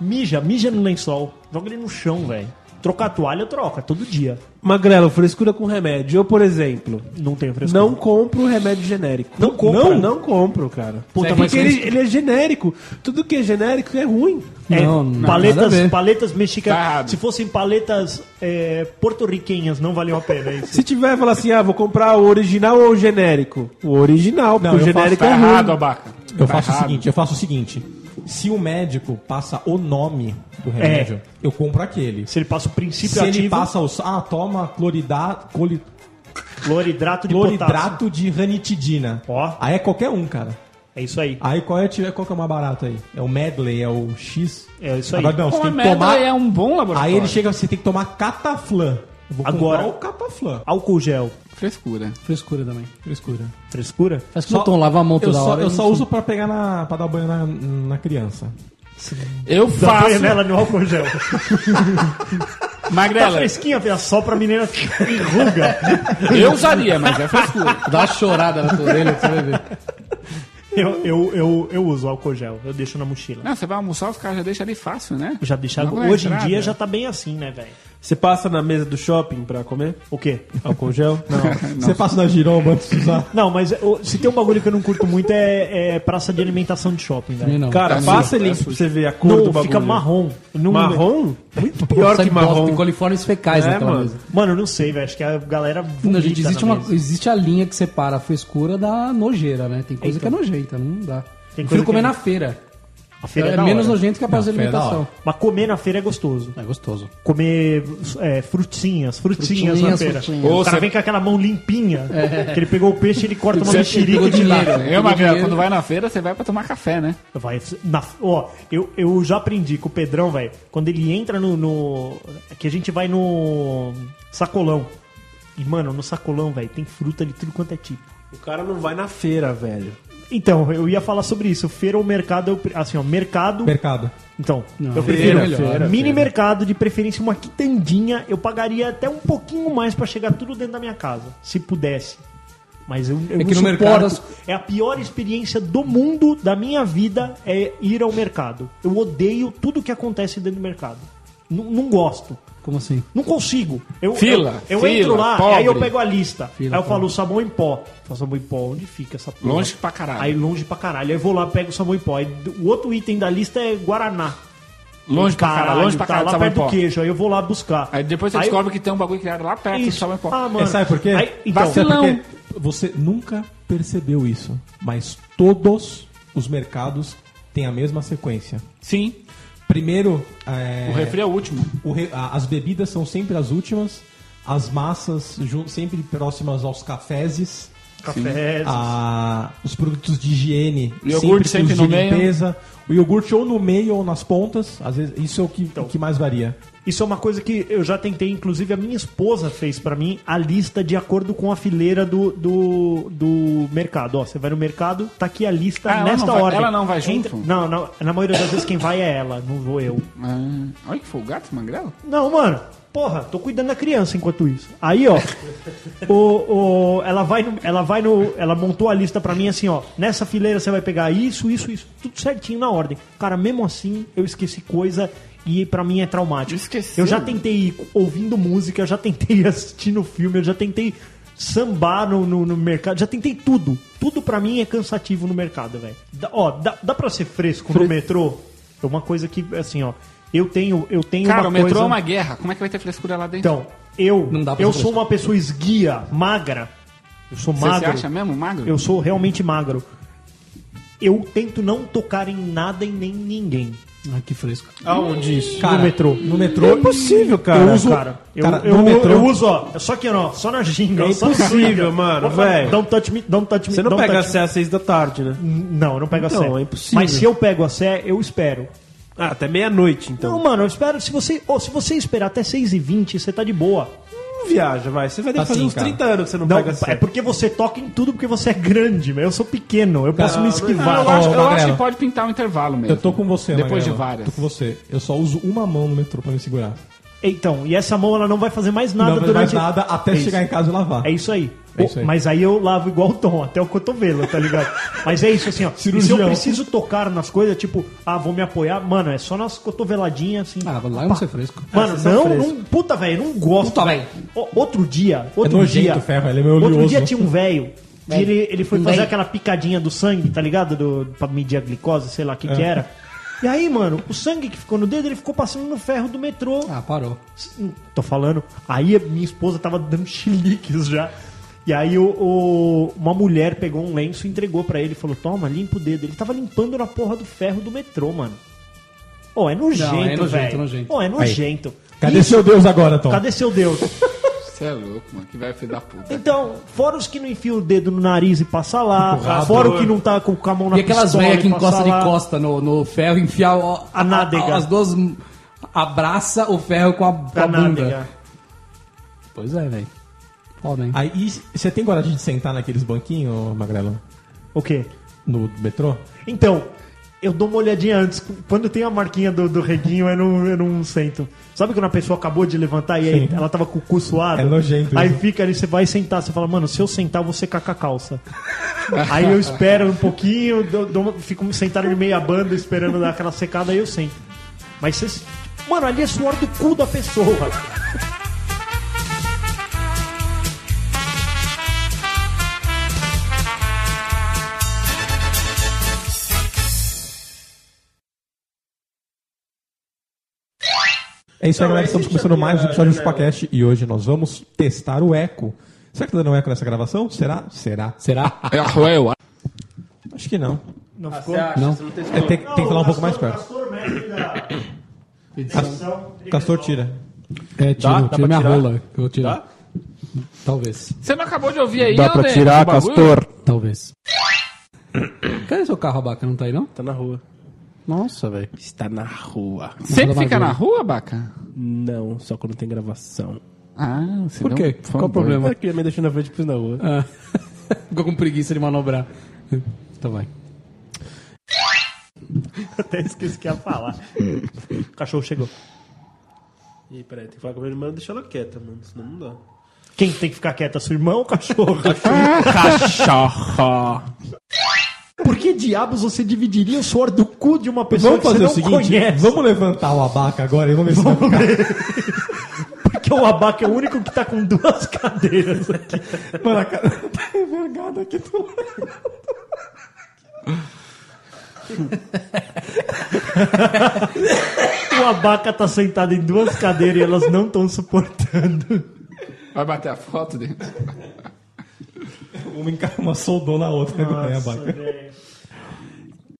Speaker 4: mija, mija no lençol. Joga ele no chão, velho. Trocar a toalha, troca. Todo dia.
Speaker 5: Magrelo, frescura com remédio. Eu, por exemplo,
Speaker 4: Não tem frescura.
Speaker 5: não compro remédio genérico.
Speaker 4: Não compra?
Speaker 5: Não, não compro, cara.
Speaker 4: Puta, mas
Speaker 5: porque ele, ele é genérico. Tudo que é genérico é ruim.
Speaker 4: É,
Speaker 3: Não, não, nada a
Speaker 4: paletas,
Speaker 3: ver.
Speaker 4: paletas mexicanas.
Speaker 2: Tá errado.
Speaker 4: Se fossem paletas é, porto-riquenhas, não valiam a pena é isso.
Speaker 5: Se tiver, falar assim, ah, vou comprar o original ou o genérico? O original, porque
Speaker 1: Não,
Speaker 5: o
Speaker 1: eu
Speaker 5: genérico
Speaker 2: Tá
Speaker 5: é ruim.
Speaker 2: errado, abaca.
Speaker 1: Eu
Speaker 2: Tá
Speaker 1: faço
Speaker 2: errado.
Speaker 1: o seguinte, eu faço o seguinte. Se o médico passa o nome do remédio, eu compro aquele.
Speaker 4: Se ele passa o princípio
Speaker 1: Se
Speaker 4: ativo,
Speaker 1: ele passa os. Ah, toma cloridado, coli-
Speaker 4: cloridrato de potássio.
Speaker 1: cloridrato de ranitidina.
Speaker 4: Ó.
Speaker 1: Aí é qualquer um, cara.
Speaker 4: É isso aí.
Speaker 1: Aí qual é, qual que é o mais barato aí? É o medley, é o X?
Speaker 4: É isso aí.
Speaker 1: Agora não, você
Speaker 2: Pô,
Speaker 1: tem
Speaker 2: a
Speaker 1: que
Speaker 2: merda
Speaker 1: tomar...
Speaker 2: é um bom laboratório.
Speaker 1: Aí ele chega, você tem que tomar cataflã. Eu vou
Speaker 4: Agora-
Speaker 1: comprar o cataflã.
Speaker 4: Álcool gel.
Speaker 2: Frescura.
Speaker 3: Frescura também.
Speaker 1: Frescura.
Speaker 4: Frescura?
Speaker 3: Faz que o Tom lava a mão
Speaker 1: Eu
Speaker 3: toda
Speaker 1: só,
Speaker 3: hora.
Speaker 5: é
Speaker 1: eu
Speaker 3: e
Speaker 1: só
Speaker 3: não-
Speaker 1: uso pra pegar na... pra dar banho na, na criança.
Speaker 2: Eu
Speaker 4: Dá
Speaker 2: faço.
Speaker 4: panela no álcool gel. Tá
Speaker 2: Magrela,
Speaker 4: fresquinha, filha. Só pra menina enruga.
Speaker 2: eu usaria, mas é frescura.
Speaker 3: Dá uma chorada na tua orelha, você vai ver.
Speaker 4: Eu, eu, eu, eu uso álcool gel, eu deixo na mochila.
Speaker 2: Não, você vai almoçar, os caras já deixam ali fácil, né?
Speaker 4: Já deixaram.
Speaker 2: Logo na
Speaker 4: Hoje em
Speaker 2: entrada.
Speaker 4: dia já tá bem assim, né, velho?
Speaker 5: Você passa na mesa do shopping pra comer?
Speaker 4: O quê?
Speaker 1: [LAUGHS]
Speaker 5: Álcool gel?
Speaker 1: Você passa na giromba antes de usar.
Speaker 4: Não, mas eu- se tem um bagulho que eu não curto muito é, é praça de alimentação de shopping,
Speaker 3: Também
Speaker 4: velho.
Speaker 3: não.
Speaker 5: Cara,
Speaker 2: É
Speaker 5: passa
Speaker 2: sujo,
Speaker 5: ele
Speaker 2: é
Speaker 5: pra
Speaker 2: sujo.
Speaker 5: você ver a cor do
Speaker 4: Não,
Speaker 5: bagulho.
Speaker 4: fica marrom. Eu não-
Speaker 5: Marrom? Muito pior
Speaker 3: Sai
Speaker 5: que
Speaker 3: bosta,
Speaker 5: marrom.
Speaker 3: Tem coliformes fecais
Speaker 5: É,
Speaker 3: naquela
Speaker 5: mano.
Speaker 3: mesa.
Speaker 4: Mano, eu não sei, velho. Acho que a galera.
Speaker 3: Não,
Speaker 4: vomita
Speaker 3: gente, existe,
Speaker 4: na
Speaker 3: uma,
Speaker 4: mesa.
Speaker 3: existe a linha que separa a frescura da nojeira, né? Tem coisa
Speaker 4: Então.
Speaker 3: que é nojenta, não dá.
Speaker 4: Tem
Speaker 3: Prefiro
Speaker 4: coisa que
Speaker 3: comer
Speaker 4: é-
Speaker 3: na feira.
Speaker 4: A feira é,
Speaker 3: é
Speaker 4: da
Speaker 3: menos
Speaker 4: hora.
Speaker 3: nojento que a praça de
Speaker 1: Não, feira é da
Speaker 3: alimentação.
Speaker 4: Mas comer na feira é gostoso.
Speaker 3: É gostoso.
Speaker 4: Comer é, frutinhas, frutinhas, na
Speaker 3: Frutinhas,
Speaker 4: feira.
Speaker 3: frutinhas. É.
Speaker 4: O cara vem com aquela mão limpinha, que ele pegou o peixe ele corta uma mexerica de
Speaker 3: lá.
Speaker 4: dinheiro.
Speaker 2: Eu, Magrela,
Speaker 3: dinheiro.
Speaker 2: É, quando vai na feira, você vai pra tomar café, né?
Speaker 4: Vai, na, ó, eu, eu já aprendi que o Pedrão, velho, quando ele entra no, no- Que a gente vai no sacolão. E, mano, no sacolão, velho, tem fruta de tudo quanto é tipo.
Speaker 5: O cara não vai na feira, velho.
Speaker 4: Então, eu ia falar sobre isso. Feira ou mercado, eu pre- assim, ó, mercado.
Speaker 1: Mercado.
Speaker 4: Então,
Speaker 3: Não,
Speaker 4: eu
Speaker 3: feira
Speaker 4: prefiro
Speaker 3: é melhor.
Speaker 4: Feira, mini mercado, de preferência uma quitandinha. Eu pagaria até um pouquinho mais pra chegar tudo dentro da minha casa, se pudesse. Mas eu, eu
Speaker 3: É
Speaker 4: não
Speaker 3: que no
Speaker 4: suporto.
Speaker 3: mercado-
Speaker 4: É a pior experiência do mundo, da minha vida, é ir ao mercado. Eu odeio tudo que acontece dentro do mercado. N- não gosto.
Speaker 3: Como assim?
Speaker 4: Não consigo. Eu,
Speaker 2: Fila,
Speaker 4: Eu, eu
Speaker 2: fila,
Speaker 4: entro lá,
Speaker 2: pobre.
Speaker 4: aí eu pego a lista.
Speaker 3: Fila,
Speaker 4: aí eu falo
Speaker 3: pobre.
Speaker 4: sabão em pó. Falo, sabão em pó, onde fica essa porra?
Speaker 2: Longe pra caralho.
Speaker 4: Aí longe pra caralho. Aí eu vou lá, pego o sabão em pó. Aí o outro item da lista é Guaraná.
Speaker 2: Longe pra caralho, longe pra
Speaker 4: tá
Speaker 2: caralho,
Speaker 4: lá
Speaker 2: sabão em
Speaker 4: perto do
Speaker 2: pó.
Speaker 4: queijo. Aí eu vou lá buscar.
Speaker 2: Aí depois você descobre que tem um bagulho criado lá perto,
Speaker 4: isso.
Speaker 2: só vai pôr.
Speaker 4: Ah, mano.
Speaker 1: É, sabe por quê?
Speaker 4: Aí, então,
Speaker 2: Vacilão.
Speaker 1: Sabe por quê? Você nunca percebeu isso, mas todos os mercados têm a mesma sequência.
Speaker 2: Sim,
Speaker 1: Primeiro, é,
Speaker 2: o refri é o último.
Speaker 1: o re- a- as bebidas são sempre as últimas, as massas jun- sempre próximas aos caféses,
Speaker 4: cafés.
Speaker 1: Ah. a- os produtos de higiene,
Speaker 2: O iogurte sempre
Speaker 1: os
Speaker 2: no
Speaker 1: de
Speaker 2: meio.
Speaker 1: limpeza, o iogurte ou no meio ou nas pontas, às vezes isso é o que,
Speaker 2: Então.
Speaker 1: o que mais varia.
Speaker 4: Isso é uma coisa que eu já tentei, inclusive a minha esposa fez pra mim a lista de acordo com a fileira do, do, do mercado. Ó, você vai no mercado, tá aqui a lista
Speaker 2: Ah, ela
Speaker 4: nesta
Speaker 2: não vai-
Speaker 4: ordem.
Speaker 2: ela não vai junto?
Speaker 4: Não, não, na maioria das vezes quem vai é ela, não vou eu.
Speaker 2: Ah, olha que folgado esse magrelo.
Speaker 4: Não, mano. Porra, tô cuidando da criança enquanto isso. Aí, ó, o, o- ela vai no, ela vai no, ela montou a lista pra mim assim, ó, nessa fileira você vai pegar isso, isso, isso, tudo certinho na ordem. Cara, mesmo assim, eu esqueci coisa e pra mim é traumático.
Speaker 2: Esqueceu?
Speaker 4: Eu já tentei ir ouvindo música, eu já tentei [LAUGHS] assistindo filme, eu já tentei sambar no, no, no mercado, já tentei tudo. Tudo pra mim é cansativo no mercado, velho. Dá- Ó, dá, dá pra ser fresco no metrô? É uma coisa que, assim, ó, eu tenho, eu tenho
Speaker 2: Cara,
Speaker 4: uma
Speaker 2: o metrô
Speaker 4: coisa...
Speaker 2: é uma guerra. Como é que vai ter frescura lá dentro?
Speaker 4: Então, eu,
Speaker 3: Não dá pra
Speaker 4: eu
Speaker 3: ser
Speaker 4: sou uma pessoa esguia, magra. Eu sou
Speaker 2: Você se
Speaker 4: magro.
Speaker 2: acha mesmo magro?
Speaker 4: Eu sou realmente magro. Eu tento não tocar em nada e nem ninguém.
Speaker 3: Ah, que fresco.
Speaker 5: Aonde isso?
Speaker 1: Cara,
Speaker 4: no metrô.
Speaker 1: No metrô.
Speaker 5: É impossível, cara.
Speaker 4: eu uso,
Speaker 5: Cara,
Speaker 4: eu,
Speaker 1: cara,
Speaker 4: eu,
Speaker 1: no metrô-
Speaker 4: eu uso, ó, é só que ó, só na ginga.
Speaker 5: É
Speaker 4: só na
Speaker 5: impossível,
Speaker 4: ginga.
Speaker 5: mano,
Speaker 4: Opa,
Speaker 5: velho.
Speaker 4: Don't touch me, don't touch me,
Speaker 5: Você não tá tipo-
Speaker 4: don't
Speaker 5: pega a
Speaker 4: touch
Speaker 5: Sé às seis da tarde, né?
Speaker 4: me. Não, eu não pego a
Speaker 5: Não,
Speaker 4: sé.
Speaker 5: é impossível.
Speaker 4: Mas se eu pego a sé, eu espero.
Speaker 5: Ah, até meia-noite, então.
Speaker 4: Não, mano, eu espero. Se você, ou se você esperar até 6h20, você tá de boa.
Speaker 5: Não viaja, vai. Você vai ter que fazer
Speaker 1: Assim,
Speaker 5: uns
Speaker 1: cara.
Speaker 5: 30 anos que você Tá não,
Speaker 4: Não,
Speaker 5: pega Sé.
Speaker 4: é porque você toca em tudo porque você é grande, mas eu sou pequeno, eu posso me esquivar.
Speaker 2: Ah, eu
Speaker 1: Ô,
Speaker 2: acho, eu
Speaker 1: Magrelo.
Speaker 2: acho que pode pintar um intervalo mesmo.
Speaker 1: Eu tô com você,
Speaker 2: Depois
Speaker 1: Magrelo.
Speaker 2: de várias.
Speaker 1: Tô com você. Eu só uso uma mão no metrô pra me segurar.
Speaker 4: Então, e essa mão ela não vai fazer mais nada
Speaker 1: não vai
Speaker 4: durante
Speaker 1: mais nada até
Speaker 4: É isso.
Speaker 1: chegar em casa e lavar.
Speaker 4: É isso aí.
Speaker 1: É isso aí.
Speaker 4: Mas aí eu lavo igual o Tom, até o cotovelo,
Speaker 1: [LAUGHS]
Speaker 4: tá ligado? Mas é isso, assim, ó. E se eu
Speaker 1: Cirurgião.
Speaker 4: preciso tocar nas coisas, tipo, ah, vou me apoiar, mano, é só nas cotoveladinhas, assim.
Speaker 3: Ah, lá é um ser fresco.
Speaker 4: Mano,
Speaker 5: Ah, vocês
Speaker 4: não,
Speaker 5: são frescos.
Speaker 4: não, puta, velho, não gosto.
Speaker 3: Puta, velho.
Speaker 4: O- Outro dia, outro
Speaker 1: É nojento
Speaker 4: dia.
Speaker 1: o ferro, ele é meio
Speaker 4: Outro
Speaker 1: oleoso.
Speaker 4: dia tinha um velho, que ele, ele foi fazer
Speaker 3: Velho.
Speaker 4: aquela picadinha do sangue, tá ligado? Do, pra medir a glicose, sei lá o que que era. E aí, mano, o sangue que ficou no dedo, ele ficou passando no ferro do metrô. Hum,
Speaker 3: Ah, parou.
Speaker 4: Tô falando. Aí a minha esposa tava dando [LAUGHS] chiliques já. E aí o, o- uma mulher pegou um lenço e entregou pra ele. Falou, toma, limpa o dedo. Ele tava limpando na porra do ferro do metrô, mano. Ô, é
Speaker 3: Não, é
Speaker 4: nojento,
Speaker 3: nojento,
Speaker 4: velho.
Speaker 3: é nojento.
Speaker 4: Ô, é nojento.
Speaker 1: Cadê
Speaker 4: Isso,
Speaker 1: seu é Deus agora, Tom?
Speaker 4: cadê seu Deus?
Speaker 2: Você é louco, mano. Que vai filho da puta.
Speaker 4: Então, fora os que não enfiam o dedo no nariz e passa lá. fora o que não tá com a mão na
Speaker 3: E aquelas
Speaker 4: pistola
Speaker 3: velhas que
Speaker 4: e passa
Speaker 3: encostam de
Speaker 4: lá.
Speaker 3: costa no, no ferro, enfiar o-
Speaker 4: A nádega.
Speaker 3: as duas m- abraça o ferro com a, com a
Speaker 4: Pra nada,
Speaker 3: bunda.
Speaker 4: cara.
Speaker 3: Pois é, velho. Foda,
Speaker 5: Ah,
Speaker 3: hein?
Speaker 1: Aí e você tem coragem de sentar naqueles banquinhos, Magrelo?
Speaker 4: O quê?
Speaker 1: No metrô?
Speaker 4: Então, eu dou uma olhadinha antes. Quando tem a marquinha do, do reguinho, eu não, eu não sento. Sabe quando a pessoa acabou de levantar e aí
Speaker 1: Sim.
Speaker 4: ela tava com o cu suado?
Speaker 1: É nojento
Speaker 4: Aí
Speaker 1: isso.
Speaker 4: fica ali, você vai sentar, você fala, mano, se eu sentar, eu vou secar com
Speaker 3: [LAUGHS]
Speaker 4: a calça. aí eu espero um pouquinho, dou- dou uma- fico sentado de meia banda esperando dar aquela secada, aí eu sento. Mas vocês. Mano, ali é suor do cu da pessoa.
Speaker 1: É isso aí, galera. Estamos começando mais um episódio do Chupacast e hoje nós vamos testar o eco. Será que tá dando eco nessa gravação? Será? Será?
Speaker 3: Será?
Speaker 2: É a Royal.
Speaker 1: Acho que não.
Speaker 4: Não ficou?
Speaker 3: Não?
Speaker 1: É, tem, tem que falar um pouco mais perto. Castor tira.
Speaker 3: É, tiro,
Speaker 5: Dá?
Speaker 3: tiro
Speaker 5: Dá pra
Speaker 3: minha
Speaker 5: tirar?
Speaker 3: rola. Eu vou tirar. Talvez,
Speaker 2: Você não acabou de ouvir aí,
Speaker 9: Dá pra
Speaker 2: André,
Speaker 9: tirar,
Speaker 2: o bagulho?
Speaker 9: Castor?
Speaker 5: [COUGHS]
Speaker 3: talvez. Cadê seu carro, Abaca? Não tá aí, não?
Speaker 5: Tá na rua.
Speaker 3: Nossa, velho. um.
Speaker 5: Está na rua.
Speaker 2: Sempre fica na rua, Baca?
Speaker 5: Não, só quando tem gravação.
Speaker 2: Ah,
Speaker 3: Por quê? Qual o problema?
Speaker 5: É que me deixou na frente e pus na rua.
Speaker 3: Ah. [LAUGHS] Ficou com preguiça de manobrar. Então vai.
Speaker 4: Até esqueci o que ia falar. o cachorro chegou.
Speaker 5: Ih, peraí, tem que falar com a minha irmã e deixar ela quieta, mano. Senão não dá.
Speaker 4: Quem tem que ficar quieto é sua irmã ou o cachorro?
Speaker 2: Cachorro.
Speaker 4: Por que diabos você dividiria o suor do cu de uma pessoa
Speaker 1: Vamos fazer
Speaker 4: que você não
Speaker 1: o seguinte,
Speaker 4: conhece?
Speaker 1: vamos levantar o abaca agora e vamos ver se vai ficar.
Speaker 4: Porque o abaca é o único que tá com duas [LAUGHS] cadeiras aqui.
Speaker 1: Mano, a cara tá envergada aqui do lado.
Speaker 4: O abaca tá sentado em duas cadeiras e elas não estão suportando.
Speaker 2: Vai bater a foto dele?
Speaker 1: Uma, enca- uma soldou na outra, né, abaca.
Speaker 4: velho.